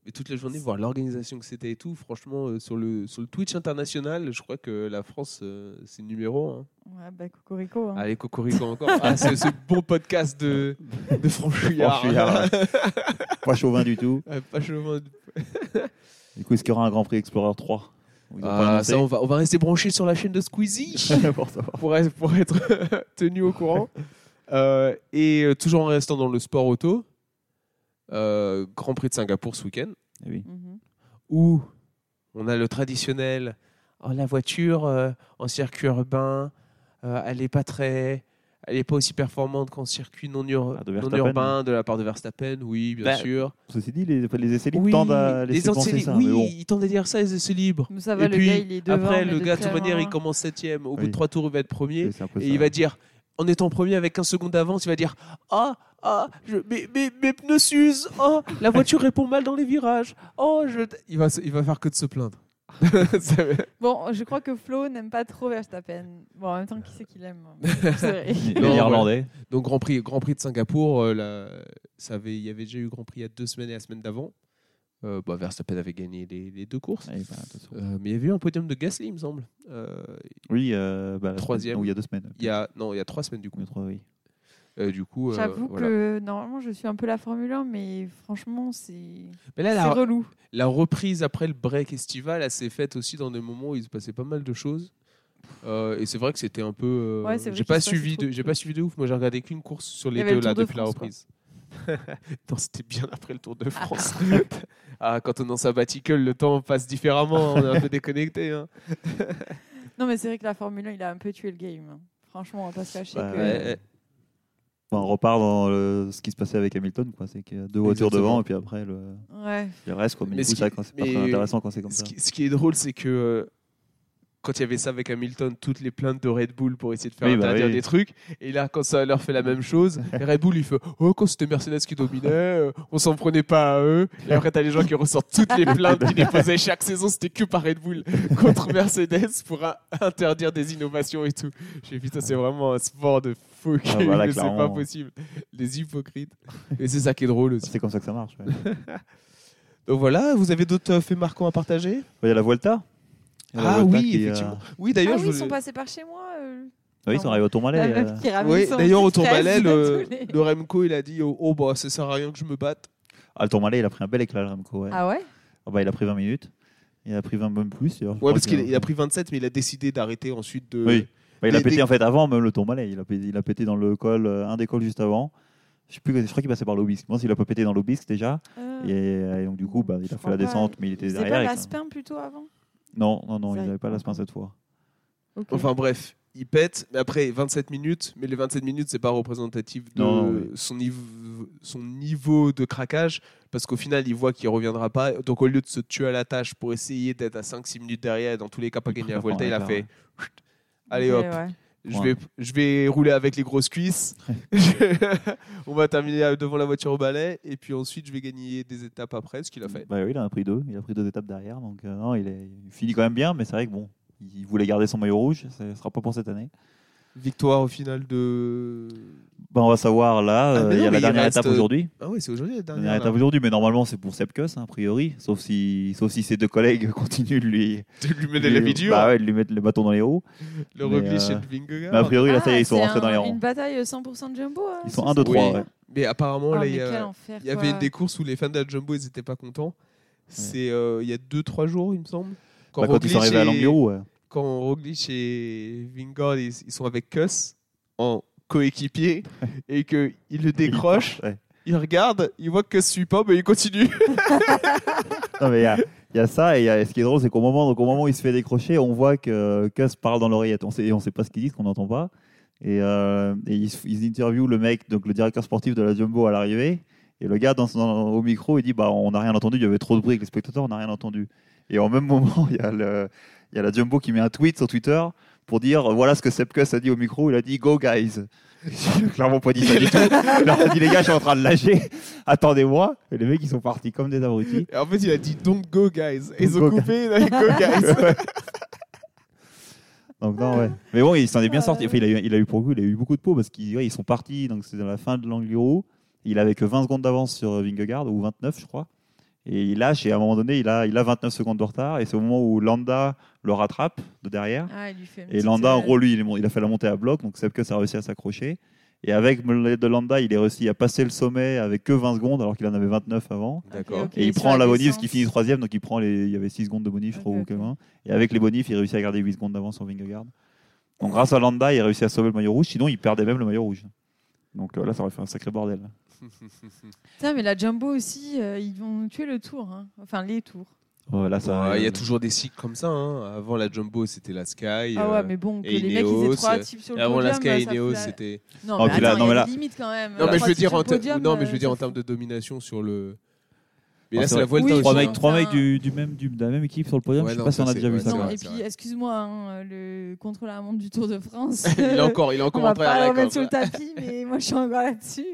Speaker 1: Et toute la journée, voir l'organisation que c'était et tout, franchement, euh, sur, le, sur le Twitch international, je crois que la France, euh, c'est numéro un.
Speaker 2: Ouais, bah, cocorico. hein.
Speaker 1: Allez, Cocorico encore. Ah, c'est ce bon podcast de, de Franchouillard.
Speaker 3: Franchouillard, Pas chauvin du tout.
Speaker 1: Ah, Pas chauvin du
Speaker 3: Du coup, est-ce qu'il y aura un Grand Prix Explorer 3 Ils ont pas
Speaker 1: Ah,
Speaker 3: annoncé.
Speaker 1: ça, on va, on va rester branché sur la chaîne de Squeezie
Speaker 3: Pour savoir.
Speaker 1: pour être, pour être tenu au courant. Euh, et euh, toujours en restant dans le sport auto, euh, Grand Prix de Singapour ce week-end,
Speaker 3: Eh oui.
Speaker 2: Mhm.
Speaker 1: où on a le traditionnel oh, la voiture euh, en circuit urbain, euh, elle n'est pas très. Elle n'est pas aussi performante qu'en circuit non, ur-
Speaker 3: Ah, de
Speaker 1: non
Speaker 3: Verstappen,
Speaker 1: urbain de la part de Verstappen, oui, bien
Speaker 3: Bah,
Speaker 1: sûr.
Speaker 3: Ceci dit, les, les essais libres
Speaker 1: Oui,
Speaker 3: tendent à
Speaker 1: les
Speaker 3: laisser penser
Speaker 1: essais-
Speaker 3: ça.
Speaker 1: oui,
Speaker 3: mais bon.
Speaker 1: ils tendent à dire ça, les essais libres.
Speaker 2: Mais ça
Speaker 1: Et
Speaker 2: va, le
Speaker 1: puis,
Speaker 2: gars, il est devant.
Speaker 1: Après,
Speaker 2: mais
Speaker 1: le
Speaker 2: de
Speaker 1: gars, de toute
Speaker 2: très
Speaker 1: manière, il
Speaker 2: loin.
Speaker 1: commence septième. Au bout
Speaker 3: Oui.
Speaker 1: de trois tours, il va être premier.
Speaker 3: Oui, c'est un peu
Speaker 1: Et
Speaker 3: ça.
Speaker 1: il va dire, en étant premier avec 15 secondes d'avance, il va dire Ah, ah, je- mes, mes- mes pneus s'usent. Oh, la voiture répond mal dans les virages. Oh, je. t- Il va, se- il va faire que de se plaindre. Ça va-
Speaker 2: Bon, je crois que Flo n'aime pas trop Verstappen. Bon, en même temps, qui c'est qu'il aime C'est vrai.
Speaker 3: Les
Speaker 1: Non,
Speaker 3: Irlandais.
Speaker 1: Donc, Grand Prix, Grand Prix de Singapour, euh, la- ça avait, il y avait déjà eu Grand Prix il y a deux semaines et la semaine d'avant. Euh, bah, Verstappen avait gagné les, les deux courses.
Speaker 3: Eh ben, attention.
Speaker 1: Euh, mais il y avait eu un podium de Gasly, il me semble. Euh,
Speaker 3: Oui, euh, bah, la semaine-
Speaker 1: troisième.
Speaker 3: non, il y a deux semaines.
Speaker 1: il y a, non, il y a trois semaines du coup.
Speaker 3: Combien de trois, oui.
Speaker 1: Euh, du coup, euh,
Speaker 2: J'avoue
Speaker 1: voilà.
Speaker 2: que normalement, je suis un peu la Formule 1, mais franchement, c'est
Speaker 1: Mais là,
Speaker 3: Ben,
Speaker 2: c'est
Speaker 1: la,
Speaker 2: relou.
Speaker 1: La reprise après le break estival, elle s'est faite aussi dans des moments où il se passait pas mal de choses. Euh, et c'est vrai que c'était un peu. euh,
Speaker 2: Ouais, c'est vrai
Speaker 1: j'ai
Speaker 2: qu'il
Speaker 1: pas
Speaker 2: se passait
Speaker 1: suivi,
Speaker 2: trop
Speaker 1: de,
Speaker 2: de
Speaker 1: j'ai
Speaker 2: trucs.
Speaker 1: pas suivi de ouf. Moi, j'ai regardé qu'une course sur
Speaker 2: y
Speaker 1: les
Speaker 2: avait le
Speaker 1: deux là
Speaker 2: Tour de
Speaker 1: depuis la
Speaker 2: France,
Speaker 1: reprise. non, c'était bien après le Tour de France. ah, quand on est en sabbatical, le temps passe différemment. On est un peu déconnecté. hein.
Speaker 2: Non, mais c'est vrai que la Formule 1, il a un peu tué le game. hein. Franchement, on va pas se lâcher.
Speaker 3: Bah,
Speaker 2: que...
Speaker 3: ouais.
Speaker 1: Euh,
Speaker 3: Enfin, on repart dans le- ce qui se passait avec Hamilton, quoi. C'est qu'il y a deux voitures
Speaker 1: Exactement.
Speaker 3: devant et puis après le,
Speaker 2: Ouais.
Speaker 3: le reste, quoi. Mais,
Speaker 1: Mais ce
Speaker 3: du coup,
Speaker 1: qui-
Speaker 3: ça, quand c'est pas
Speaker 1: mais-
Speaker 3: très intéressant quand c'est comme
Speaker 1: ce,
Speaker 3: ça.
Speaker 1: qui, ce qui est drôle, c'est que euh, quand il y avait ça avec Hamilton, toutes les plaintes de Red Bull pour essayer de faire
Speaker 3: Oui, bah
Speaker 1: interdire
Speaker 3: oui.
Speaker 1: des trucs, et là, quand ça leur fait la même chose, Red Bull, il fait Oh, quand c'était Mercedes qui dominait, euh, on s'en prenait pas à eux. Et après, t'as les gens qui ressortent toutes les plaintes qu'ils déposaient chaque saison, c'était que par Red Bull contre Mercedes pour a- interdire des innovations et tout. J'ai vu, ça, c'est vraiment un sport de faux
Speaker 3: Ah,
Speaker 1: cul,
Speaker 3: voilà,
Speaker 1: mais c'est pas
Speaker 3: clairement.
Speaker 1: possible. Les hypocrites. Et c'est ça qui est drôle aussi.
Speaker 3: C'est comme ça que ça marche. ouais.
Speaker 1: Donc voilà, vous avez d'autres euh, faits marquants à partager
Speaker 3: Il y a la Vuelta. Il y a la
Speaker 1: Ah
Speaker 3: Vuelta
Speaker 1: oui,
Speaker 3: qui, euh,
Speaker 1: effectivement. Oui,
Speaker 2: Ah
Speaker 1: d'ailleurs,
Speaker 2: oui,
Speaker 1: je
Speaker 2: ils sont
Speaker 1: voulais-
Speaker 2: passés par chez moi. euh,
Speaker 3: Oui, ils sont arrivés au
Speaker 2: la
Speaker 3: Tourmalet. euh,
Speaker 2: meuf qui ramène
Speaker 1: Oui,
Speaker 2: son
Speaker 1: d'ailleurs, au
Speaker 2: petit
Speaker 1: Tourmalet,
Speaker 2: fraise
Speaker 1: le,
Speaker 2: à tous les-
Speaker 1: le Remco, il a dit Oh, oh, bah, ça sert à rien que je me batte.
Speaker 3: Ah, le Tourmalet, il a pris un bel éclat, le Remco. ouais.
Speaker 2: Ah ouais
Speaker 3: Ah bah, il a pris 20 minutes. Il a pris 20 même plus. d'ailleurs, je
Speaker 1: Ouais,
Speaker 3: crois
Speaker 1: parce qu'il il a pris 27, mais il a décidé d'arrêter ensuite de.
Speaker 3: Oui. Bah, il a
Speaker 1: des-
Speaker 3: pété
Speaker 1: des-
Speaker 3: en fait avant même le Tourmalet. Il a pété, il a pété dans le col, euh, un des cols juste avant. Je, sais plus, je crois qu'il passait par l'obisque. Moi, il a pas pété dans l'obisque déjà. Et, euh, et donc, du coup, bah, il
Speaker 2: Ah. Je
Speaker 3: a fait
Speaker 2: crois
Speaker 3: la
Speaker 2: pas.
Speaker 3: descente, mais il était
Speaker 2: C'était
Speaker 3: derrière. hein.
Speaker 2: pas
Speaker 3: et ça-
Speaker 2: l'aspin plutôt avant
Speaker 3: Non, non, non,
Speaker 2: Ça
Speaker 3: il
Speaker 2: arrive
Speaker 3: n'avait pas
Speaker 2: pas.
Speaker 3: l'aspin cette fois.
Speaker 2: Ok.
Speaker 1: Enfin bref, il pète, mais après 27 minutes, mais les 27 minutes, c'est pas représentatif de
Speaker 3: Non, non, oui.
Speaker 1: son, niveau, son niveau de craquage, parce qu'au final, il voit qu'il reviendra pas. Donc au lieu de se tuer à la tâche pour essayer d'être à 5-6 minutes derrière, et dans tous les cas pas
Speaker 3: Il
Speaker 1: gagner la
Speaker 3: préfère prendre
Speaker 1: Vuelta, il a
Speaker 3: la
Speaker 1: fait
Speaker 3: carte,
Speaker 1: Allez
Speaker 2: Ok,
Speaker 1: hop,
Speaker 2: ouais.
Speaker 1: je,
Speaker 3: Ouais.
Speaker 1: vais, je vais rouler avec les grosses cuisses. On va terminer euh, devant la voiture au balai, et puis ensuite, je vais gagner des étapes après, ce qu'il a fait.
Speaker 3: Bah oui, il en a pris deux. Il a pris deux étapes derrière. Donc, euh, non, il, est, il finit quand même bien, mais c'est vrai que bon, il voulait garder son maillot rouge. Ce ne sera pas pour cette année.
Speaker 1: Victoire au final de.
Speaker 3: Bah, on va savoir là.
Speaker 1: Ah,
Speaker 3: euh,
Speaker 1: mais
Speaker 3: il y
Speaker 1: non,
Speaker 3: a
Speaker 1: mais
Speaker 3: la
Speaker 1: il
Speaker 3: dernière
Speaker 1: reste,
Speaker 3: étape
Speaker 1: euh,
Speaker 3: aujourd'hui.
Speaker 1: Ah oui, c'est aujourd'hui la
Speaker 3: La
Speaker 1: dernière.
Speaker 3: dernière
Speaker 1: là.
Speaker 3: étape aujourd'hui, mais normalement, c'est pour Sepkus, hein, a priori. Sauf si, sauf si ses deux collègues continuent de lui.
Speaker 1: De lui
Speaker 3: de
Speaker 1: mener
Speaker 3: lui-
Speaker 1: la vidéo,
Speaker 3: Bah ouais, de lui mettre le bâton dans les roues.
Speaker 1: le
Speaker 3: mais,
Speaker 1: repli
Speaker 3: euh,
Speaker 1: chez Vingegaard.
Speaker 3: Mais a priori, là, ça y est,
Speaker 2: Ah,
Speaker 3: ils sont
Speaker 2: c'est
Speaker 3: rentrés dans les
Speaker 2: un-
Speaker 3: rangs.
Speaker 2: Une bataille 100% Jumbo. hein,
Speaker 3: Ils sont
Speaker 2: ce
Speaker 3: 1, 2,
Speaker 2: soir.
Speaker 3: 3.
Speaker 1: Oui. Mais apparemment, Oh,
Speaker 2: Ah,
Speaker 1: là,
Speaker 2: mais
Speaker 1: il y,
Speaker 2: quel
Speaker 1: a-
Speaker 2: enfer,
Speaker 1: il y avait
Speaker 2: quoi.
Speaker 1: des courses où les fans de la Jumbo ils n'étaient pas contents. C'est euh, il y a 2-3 jours, il me semble. Quand,
Speaker 3: Bah, quand ils sont
Speaker 1: Roglic
Speaker 3: arrivés à
Speaker 1: et-
Speaker 3: l'Angliru, ouais.
Speaker 1: quand Roglic et Vingord ils, ils sont avec Kuss en coéquipier et qu'ils le décrochent,
Speaker 3: Ouais.
Speaker 1: ils regardent, ils voient que Kuss suit pas, mais ils continuent.
Speaker 3: Non, mais il y a, il y a ça, et il y a- ce qui est drôle, c'est qu'au moment, donc, au moment où il se fait décrocher, on voit que Cuss parle dans l'oreillette. On sait, et on sait pas ce qu'il dit, ce qu'on n'entend pas. Et, euh, et ils, se- ils interviewent le mec, donc le directeur sportif de la Jumbo à l'arrivée. Et le gars, dans son- au micro, il dit bah, On n'a rien entendu, il y avait trop de bruit avec les spectateurs, on n'a rien entendu. Et en même moment, il y, a le- il y a la Jumbo qui met un tweet sur Twitter pour dire Voilà ce que Sepp Kuss a dit au micro, il a dit Go guys. Il a clairement pas dit ça du tout. Il leur a dit Les gars, je suis en train de lâcher, attendez-moi. Et les mecs, ils sont partis comme des abrutis.
Speaker 1: Et en fait, il a dit Don't go, guys. Et ils
Speaker 3: Don't
Speaker 1: ont
Speaker 3: go,
Speaker 1: coupé, il a dit, Go, guys.
Speaker 3: Donc non, ouais. Mais bon, il s'en est bien
Speaker 2: Ah,
Speaker 3: sorti. Enfin, il a eu, il a eu pour le coup, il a eu beaucoup de peau parce qu'ils ouais, ils sont partis. Donc c'est dans la fin de l'Angliru. Il avait que 20 secondes d'avance sur Vingegaard ou 29, je crois. Et il lâche et à un moment donné, il a, il a 29 secondes de retard. Et c'est au moment où Landa le rattrape de derrière.
Speaker 2: Ah, il lui fait une
Speaker 3: Et
Speaker 2: petite,
Speaker 3: Landa, en
Speaker 2: euh,
Speaker 3: gros, lui, il, est mon- il a fait la montée à bloc, donc que ça a réussi à s'accrocher. Et avec l'aide de Landa, il est réussi à passer le sommet avec que 20 secondes, alors qu'il en avait 29 avant.
Speaker 1: D'accord.
Speaker 2: Ok,
Speaker 3: Et il
Speaker 2: sur
Speaker 3: prend la bonif,
Speaker 2: descente.
Speaker 3: parce qu'il finit troisième, donc il prend les, il y avait 6 secondes de bonif, je
Speaker 2: Ok,
Speaker 3: crois, ou
Speaker 2: ok.
Speaker 3: quelqu'un. Et avec les bonifs, il réussit à garder 8 secondes d'avance sur Vingegaard. Donc grâce à Landa, il a réussi à sauver le maillot rouge, sinon il perdait même le maillot rouge. Donc euh, là, ça aurait fait un sacré bordel.
Speaker 2: Putain, mais la Jumbo aussi, euh, ils vont tuer le tour. hein. Enfin, les tours.
Speaker 3: Ouais, là, ça,
Speaker 1: Ouais, Il y a toujours des cycles comme ça. hein. Avant la Jumbo, c'était la Sky.
Speaker 2: Ah
Speaker 1: euh,
Speaker 2: ouais, mais bon, que
Speaker 1: et
Speaker 2: les mecs, ils
Speaker 1: Ineos,
Speaker 2: aient trois
Speaker 1: euh,
Speaker 2: types sur
Speaker 1: et
Speaker 2: le
Speaker 1: avant
Speaker 2: podium. bah,
Speaker 1: la Sky et
Speaker 2: ça fout
Speaker 1: Ineos,
Speaker 2: la-
Speaker 1: c'était.
Speaker 2: Non,
Speaker 3: Ah,
Speaker 2: mais
Speaker 3: puis là-
Speaker 2: attends,
Speaker 3: non,
Speaker 2: il y
Speaker 3: mais
Speaker 2: a
Speaker 3: là-
Speaker 2: des limites quand même.
Speaker 1: Non, mais je
Speaker 2: Trois
Speaker 1: veux
Speaker 2: types
Speaker 1: dire
Speaker 2: sur
Speaker 1: en,
Speaker 2: le
Speaker 1: te-
Speaker 2: podium,
Speaker 1: non, mais je veux
Speaker 2: euh,
Speaker 1: dire en
Speaker 2: ça
Speaker 1: termes
Speaker 2: fout.
Speaker 1: de domination sur le. Mais
Speaker 3: Ah,
Speaker 1: là,
Speaker 3: c'est
Speaker 1: c'est la hein.
Speaker 3: vrai.
Speaker 1: Vuelta
Speaker 2: Oui,
Speaker 1: aussi.
Speaker 3: Trois
Speaker 2: ils
Speaker 3: mecs,
Speaker 2: ont
Speaker 3: trois
Speaker 2: fait
Speaker 3: mecs
Speaker 2: un-
Speaker 3: du, du même, du- de la même équipe sur le podium,
Speaker 1: Ouais,
Speaker 3: je sais
Speaker 1: non,
Speaker 3: pas si
Speaker 1: ça,
Speaker 3: on a
Speaker 1: c'est-
Speaker 3: déjà vu
Speaker 1: ouais,
Speaker 3: ça.
Speaker 1: c'est
Speaker 3: quoi.
Speaker 2: Non,
Speaker 1: vrai,
Speaker 2: et
Speaker 1: c'est
Speaker 2: puis,
Speaker 1: vrai.
Speaker 2: excuse-moi, hein, le contrôle à la montre du Tour de France.
Speaker 1: Il est encore, il est
Speaker 2: On
Speaker 1: encore
Speaker 2: va
Speaker 1: entré à
Speaker 2: pas
Speaker 1: la
Speaker 2: le remettre sur
Speaker 1: corde.
Speaker 2: le tapis, mais moi, je suis encore là-dessus.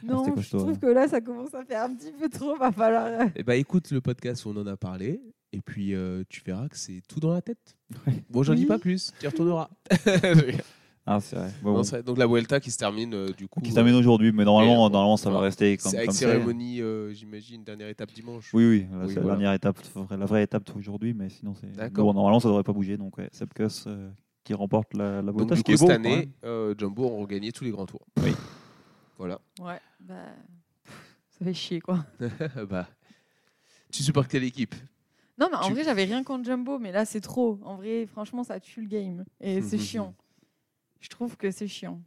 Speaker 2: Non,
Speaker 3: c'était
Speaker 2: je
Speaker 3: costaud,
Speaker 2: trouve
Speaker 3: hein.
Speaker 2: que là, ça commence à faire un petit peu trop. Va falloir. euh,
Speaker 1: Eh ben, écoute le podcast où on en a parlé, et puis euh, tu verras que c'est tout dans la tête.
Speaker 3: Ouais.
Speaker 1: Bon, j'en dis
Speaker 2: Oui.
Speaker 1: pas plus, tu y retourneras.
Speaker 3: Ah, c'est vrai. Bon,
Speaker 1: Non,
Speaker 3: bon.
Speaker 1: c'est vrai. Donc la Vuelta qui se termine euh, du coup.
Speaker 3: Qui se termine aujourd'hui, mais normalement,
Speaker 1: Et-
Speaker 3: normalement ça va
Speaker 1: voilà.
Speaker 3: rester
Speaker 1: euh,
Speaker 3: comme,
Speaker 1: c'est avec
Speaker 3: comme ça.
Speaker 1: cérémonie, euh, j'imagine, dernière étape dimanche.
Speaker 3: Oui, oui, là,
Speaker 1: Oui,
Speaker 3: c'est la
Speaker 1: voilà.
Speaker 3: dernière étape, la vraie étape c'est aujourd'hui, mais sinon c'est.
Speaker 1: D'accord.
Speaker 3: Bon, normalement, ça devrait pas bouger, donc ouais, Sepp Kuss, euh, qui remporte la, la
Speaker 1: Donc
Speaker 3: Vuelta,
Speaker 1: du
Speaker 3: ce qui
Speaker 1: coup,
Speaker 3: est beau, hein.
Speaker 1: cette
Speaker 3: quand même.
Speaker 1: année, euh, Jumbo ont regagné tous les grands tours.
Speaker 3: Oui.
Speaker 1: Voilà.
Speaker 2: Ouais, bah. pff, Ça fait chier, quoi.
Speaker 1: bah, tu supportes quelle équipe
Speaker 2: Non, mais en
Speaker 1: Tu-
Speaker 2: vrai, j'avais rien contre Jumbo, mais là, c'est trop. En vrai, franchement, ça tue le game. Et c'est chiant. Je trouve que c'est chiant.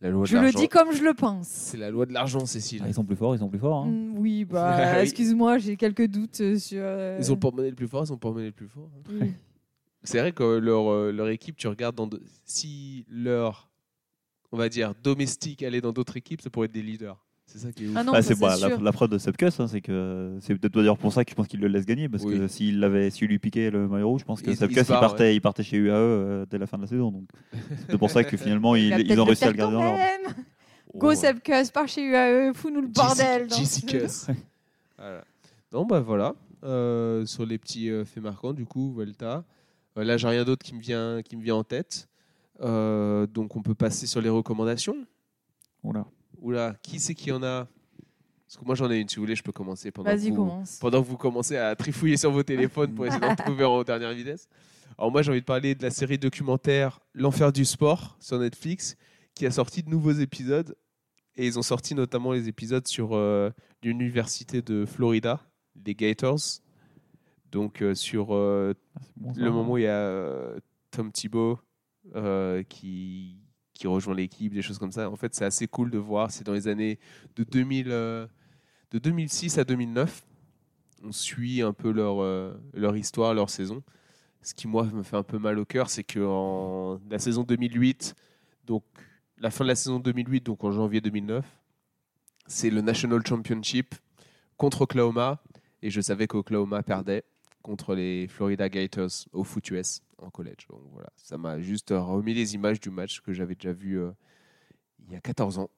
Speaker 1: La loi
Speaker 2: Je le dis comme je le pense.
Speaker 1: C'est la loi de l'argent, Cécile.
Speaker 3: Ah, ils sont plus forts, ils sont plus forts. hein.
Speaker 2: Mm, Oui,
Speaker 1: Ah
Speaker 2: bah,
Speaker 1: oui.
Speaker 2: excuse-moi, j'ai quelques doutes euh, sur. euh,
Speaker 1: Ils ont porte-monnaie le plus fort, ils ont porte-monnaie le plus fort. hein.
Speaker 2: oui.
Speaker 1: C'est vrai que leur, euh, leur équipe, tu regardes dans de- si leur, on va dire, domestique allait dans d'autres équipes, ça pourrait être des leaders. C'est ça qui est ouf.
Speaker 2: Ah non,
Speaker 3: Bah,
Speaker 2: ça,
Speaker 3: c'est bah,
Speaker 2: c'est
Speaker 3: la,
Speaker 2: sûr.
Speaker 3: la preuve de Sepp Kuss, hein, c'est que c'est peut-être d'ailleurs pour ça que je pense qu'il le laisse gagner, parce que
Speaker 1: Oui.
Speaker 3: s'il l'avait, s'il lui piquait le maillot rouge, je pense que
Speaker 1: Il-
Speaker 3: Sepp
Speaker 1: il
Speaker 3: Kuss,
Speaker 1: se
Speaker 3: il,
Speaker 1: barre,
Speaker 3: partait, il partait chez UAE euh, dès la fin de la saison, donc c'est pour ça que finalement ils,
Speaker 2: Il va
Speaker 3: ils
Speaker 2: peut-être
Speaker 3: ont
Speaker 2: le
Speaker 3: réussi à
Speaker 2: faire
Speaker 3: le garder
Speaker 2: quand
Speaker 3: dans leur.
Speaker 2: même.
Speaker 1: Oh.
Speaker 2: Go Seb Kuss, par chez UAE, fous-nous le bordel. dans-
Speaker 1: JCKS. Voilà. Non, bah voilà. Euh, sur les petits euh, faits marquants, du coup, Vuelta. Euh, là, j'ai rien d'autre qui me vient, qui me vient en tête. Euh, donc, on peut passer sur les recommandations.
Speaker 3: Oula.
Speaker 1: Oula, qui c'est qui en a Parce que moi, j'en ai une. Si vous voulez, je peux commencer pendant que
Speaker 2: Vas-y,
Speaker 1: vous-
Speaker 2: commence.
Speaker 1: pendant que vous commencez à trifouiller sur vos téléphones pour essayer d'en trouver en dernière vitesse. Alors moi j'ai envie de parler de la série documentaire L'enfer du sport sur Netflix qui a sorti de nouveaux épisodes et ils ont sorti notamment les épisodes sur euh, l'université de Florida, les Gators. Donc euh, sur euh,
Speaker 3: Ah, c'est bon, ça.
Speaker 1: le moment où il y a euh, Tom Thibault euh, qui, qui rejoint l'équipe, des choses comme ça. En fait, c'est assez cool de voir. C'est dans les années de, 2000, euh, de 2006 à 2009. On suit un peu leur, euh, leur histoire, leur saison. Ce qui, moi, me fait un peu mal au cœur, c'est que en la saison 2008, donc la fin de la saison 2008, donc en janvier 2009, c'est le National Championship contre Oklahoma. Et je savais qu'Oklahoma perdait contre les Florida Gators au foot US en collège. Donc voilà, ça m'a juste remis les images du match que j'avais déjà vu euh, il y a 14 ans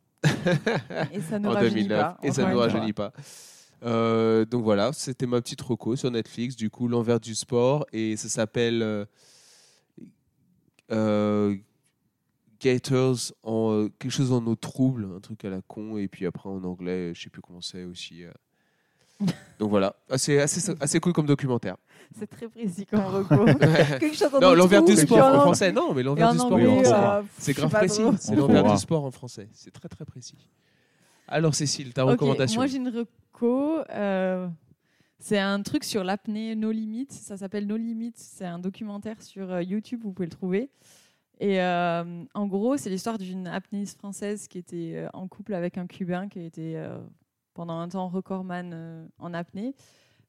Speaker 2: Et ça ne
Speaker 1: en
Speaker 2: rajeunit
Speaker 1: 2009
Speaker 2: pas.
Speaker 1: et ça ne
Speaker 2: encore une fois.
Speaker 1: rajeunit pas. Euh, donc voilà, c'était ma petite reco sur Netflix, du coup l'envers du sport et ça s'appelle euh, euh, Gators en euh, quelque chose en eau trouble, un truc à la con et puis après en anglais, je sais plus comment c'est aussi. euh. Donc voilà, Ah, c'est assez, assez cool comme documentaire.
Speaker 2: C'est très précis comme recours. Quelque chose en
Speaker 1: Non,
Speaker 2: autre
Speaker 1: l'envers du
Speaker 2: goût,
Speaker 1: sport
Speaker 2: genre,
Speaker 1: en français, non, mais
Speaker 2: Et
Speaker 1: l'envers
Speaker 2: en
Speaker 1: du sport
Speaker 2: anglais,
Speaker 1: en français.
Speaker 2: euh,
Speaker 1: C'est
Speaker 2: je
Speaker 1: grave
Speaker 2: sais pas
Speaker 1: précis.
Speaker 2: trop.
Speaker 1: C'est
Speaker 3: On
Speaker 1: l'envers
Speaker 3: trouvera.
Speaker 1: du sport en français. C'est très très précis. Alors Cécile, ta
Speaker 2: Ok,
Speaker 1: recommandation
Speaker 2: Moi, j'ai une reco. euh, c'est un truc sur l'apnée No Limit. Ça s'appelle No Limit. C'est un documentaire sur euh, YouTube. Vous pouvez le trouver. Et euh, en gros, c'est l'histoire d'une apnéiste française qui était euh, en couple avec un Cubain qui a été euh, pendant un temps recordman euh, en apnée,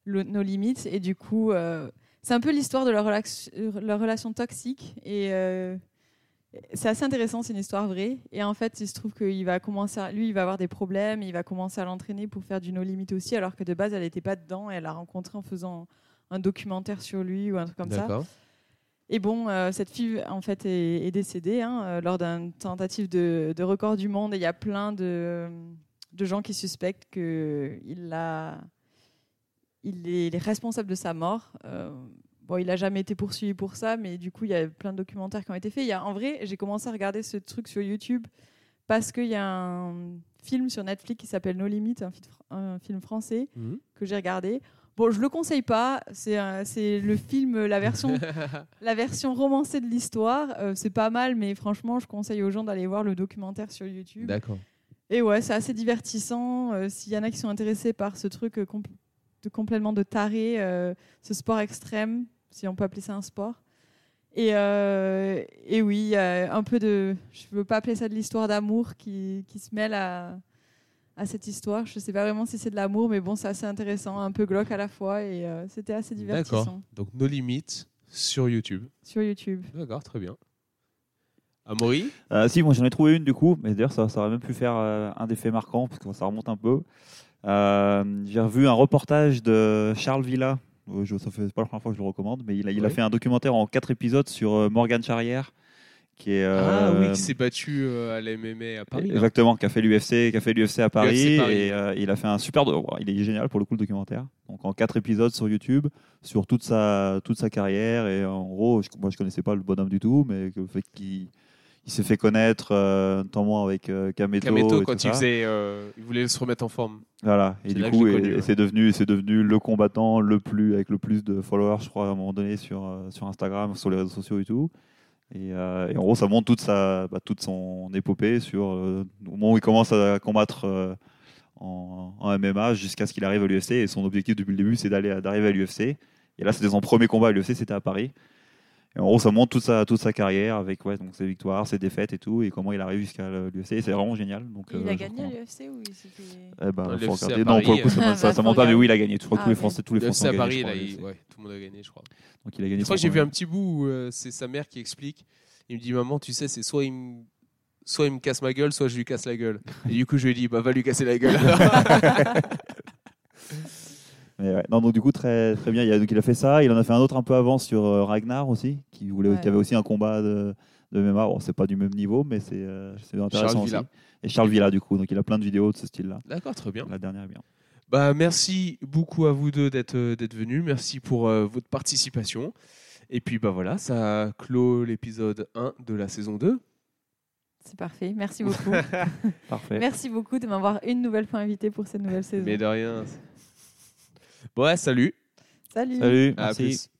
Speaker 2: le, No Limit. Et du coup, euh, c'est un peu l'histoire de leur, relax- leur relation toxique. Et euh, c'est assez intéressant, c'est une histoire vraie. Et en fait, il se trouve qu'il va commencer, à- lui, il va avoir des problèmes, il va commencer à l'entraîner pour faire du no limit aussi, alors que de base, elle n'était pas dedans. Elle l'a rencontré en faisant un documentaire sur lui ou un truc comme ça.
Speaker 1: D'accord.
Speaker 2: Et bon, euh, cette fille, en fait, est, est décédée hein, euh, lors d'une tentative de, de record du monde. Et il y a plein de, de gens qui suspectent qu'il l'a- il est, il est responsable de sa mort. Euh, bon, il n'a jamais été poursuivi pour ça, mais du coup, il y a plein de documentaires qui ont été faits. Il y a, en vrai, j'ai commencé à regarder ce truc sur YouTube parce qu'il y a un film sur Netflix qui s'appelle No Limit, un fi- un film français
Speaker 1: Mhm.
Speaker 2: que j'ai regardé. Bon, je le conseille pas. C'est un- c'est le film, la version, la version romancée de l'histoire. Euh, c'est pas mal, mais franchement, je conseille aux gens d'aller voir le documentaire sur YouTube.
Speaker 1: D'accord.
Speaker 2: Et ouais, c'est assez divertissant. Euh, S'il y en a qui sont intéressés par ce truc euh, compl- de complètement de taré, euh, ce sport extrême, si on peut appeler ça un sport. Et, euh, et oui, euh, un peu de. Je veux pas appeler ça de l'histoire d'amour qui, qui se mêle à, à cette histoire. Je sais pas vraiment si c'est de l'amour, mais bon, c'est assez intéressant, un peu glauque à la fois. Et euh, c'était assez
Speaker 1: D'accord.
Speaker 2: divertissant
Speaker 1: Donc nos limites sur YouTube.
Speaker 2: sur YouTube.
Speaker 1: D'accord, très bien. Amaury
Speaker 3: Euh, si, moi j'en ai trouvé une du coup, mais d'ailleurs ça, ça aurait même pu faire euh, un des faits marquants, parce que ça remonte un peu. Euh, J'ai revu un reportage de Charles Villa, Euh, je, ça fait c'est pas la première fois que je le recommande, mais il a, il a
Speaker 1: Oui.
Speaker 3: fait un documentaire en quatre épisodes sur euh, Morgane Charrière, qui est.
Speaker 1: Ah oui,
Speaker 3: euh,
Speaker 1: qui s'est battu euh, à la MMA à Paris. là.
Speaker 3: Exactement, qui a fait l'UFC, qui a fait l'UFC à
Speaker 1: UFC
Speaker 3: Paris,
Speaker 1: Paris.
Speaker 3: et euh, il a fait un super, do- il est génial pour le coup le documentaire. Donc en quatre épisodes sur YouTube, sur toute sa toute sa carrière et en gros, je, moi je connaissais pas le bonhomme du tout, mais que- fait qu'il il s'est fait connaître euh, notamment avec euh, Kameto,
Speaker 1: Kameto,
Speaker 3: et
Speaker 1: quand
Speaker 3: tout
Speaker 1: il
Speaker 3: ça.
Speaker 1: faisait, euh, il voulait se remettre en forme.
Speaker 3: Voilà, et
Speaker 1: C'est
Speaker 3: du
Speaker 1: là que
Speaker 3: coup,
Speaker 1: je l'ai
Speaker 3: et-
Speaker 1: connu,
Speaker 3: et
Speaker 1: ouais.
Speaker 3: c'est devenu, c'est devenu le combattant le plus, avec le plus de followers, je crois, à un moment donné, sur, euh, sur Instagram, sur les réseaux sociaux et tout. Et, euh, et en gros, ça montre toute, sa, bah, toute son épopée sur euh, au moment où il commence à combattre euh, en, en MMA jusqu'à ce qu'il arrive à l'UFC. Et son objectif depuis le début, c'est d'aller à- d'arriver à l'UFC. Et là, c'était son premier combat à l'UFC, c'était à Paris. Et en gros, ça montre toute sa, toute sa carrière avec ouais, donc ses victoires, ses défaites et tout, et comment il arrive jusqu'à l'UFC. Et c'est vraiment génial. Donc,
Speaker 2: il
Speaker 3: euh,
Speaker 2: a
Speaker 3: je
Speaker 2: gagné à
Speaker 3: recommande.
Speaker 2: l'UFC ou il s'était.
Speaker 3: Eh ben,
Speaker 1: Dans
Speaker 3: faut
Speaker 1: l'UFC à Paris,
Speaker 3: regarder. non, pour le coup,
Speaker 2: euh,
Speaker 3: ça, ça,
Speaker 2: bah,
Speaker 3: ça
Speaker 2: faut
Speaker 3: monte pas, mais
Speaker 2: regarder.
Speaker 3: oui, il a gagné. Je crois que
Speaker 2: Ah,
Speaker 3: tous les
Speaker 2: oui.
Speaker 3: Français, tous les
Speaker 1: UFC
Speaker 3: Français
Speaker 1: à
Speaker 3: ont
Speaker 1: Paris,
Speaker 3: gagné.
Speaker 1: là,
Speaker 3: je crois,
Speaker 1: il-
Speaker 3: les-
Speaker 1: ouais, tout le monde a gagné, je crois.
Speaker 3: Donc il a gagné.
Speaker 1: Je crois que
Speaker 3: son
Speaker 1: j'ai vu un
Speaker 3: premier.
Speaker 1: petit bout où euh, c'est sa mère qui explique. Il me dit Maman, tu sais, c'est soit il me. Soit il me casse ma gueule, soit je lui casse la gueule. Et du coup, je lui ai dit, bah va lui casser la gueule.
Speaker 3: Mais ouais. Non, donc du coup très très bien. Il a, donc, il a fait ça. Il en a fait un autre un peu avant sur euh, Ragnar aussi, qui voulait,
Speaker 2: Ouais.
Speaker 3: qui avait aussi un combat de, de MMA. Bon, c'est pas du même niveau, mais c'est euh, c'est intéressant
Speaker 1: Charles
Speaker 3: aussi.
Speaker 1: Villa.
Speaker 3: Et Charles Villa du coup. Donc il a plein de vidéos de ce style-là.
Speaker 1: D'accord, très bien.
Speaker 3: La dernière est bien.
Speaker 1: Bah, merci beaucoup à vous deux d'être euh, d'être venus. Merci pour euh, votre participation. Et puis bah voilà, ça clôt l'épisode 1 de la saison 2.
Speaker 2: C'est parfait. Merci beaucoup.
Speaker 3: Parfait.
Speaker 2: Merci beaucoup de m'avoir une nouvelle fois invité pour cette nouvelle saison.
Speaker 1: Mais de rien. Bon, ouais, salut.
Speaker 2: Salut.
Speaker 3: Salut.
Speaker 1: À
Speaker 3: merci.
Speaker 1: plus.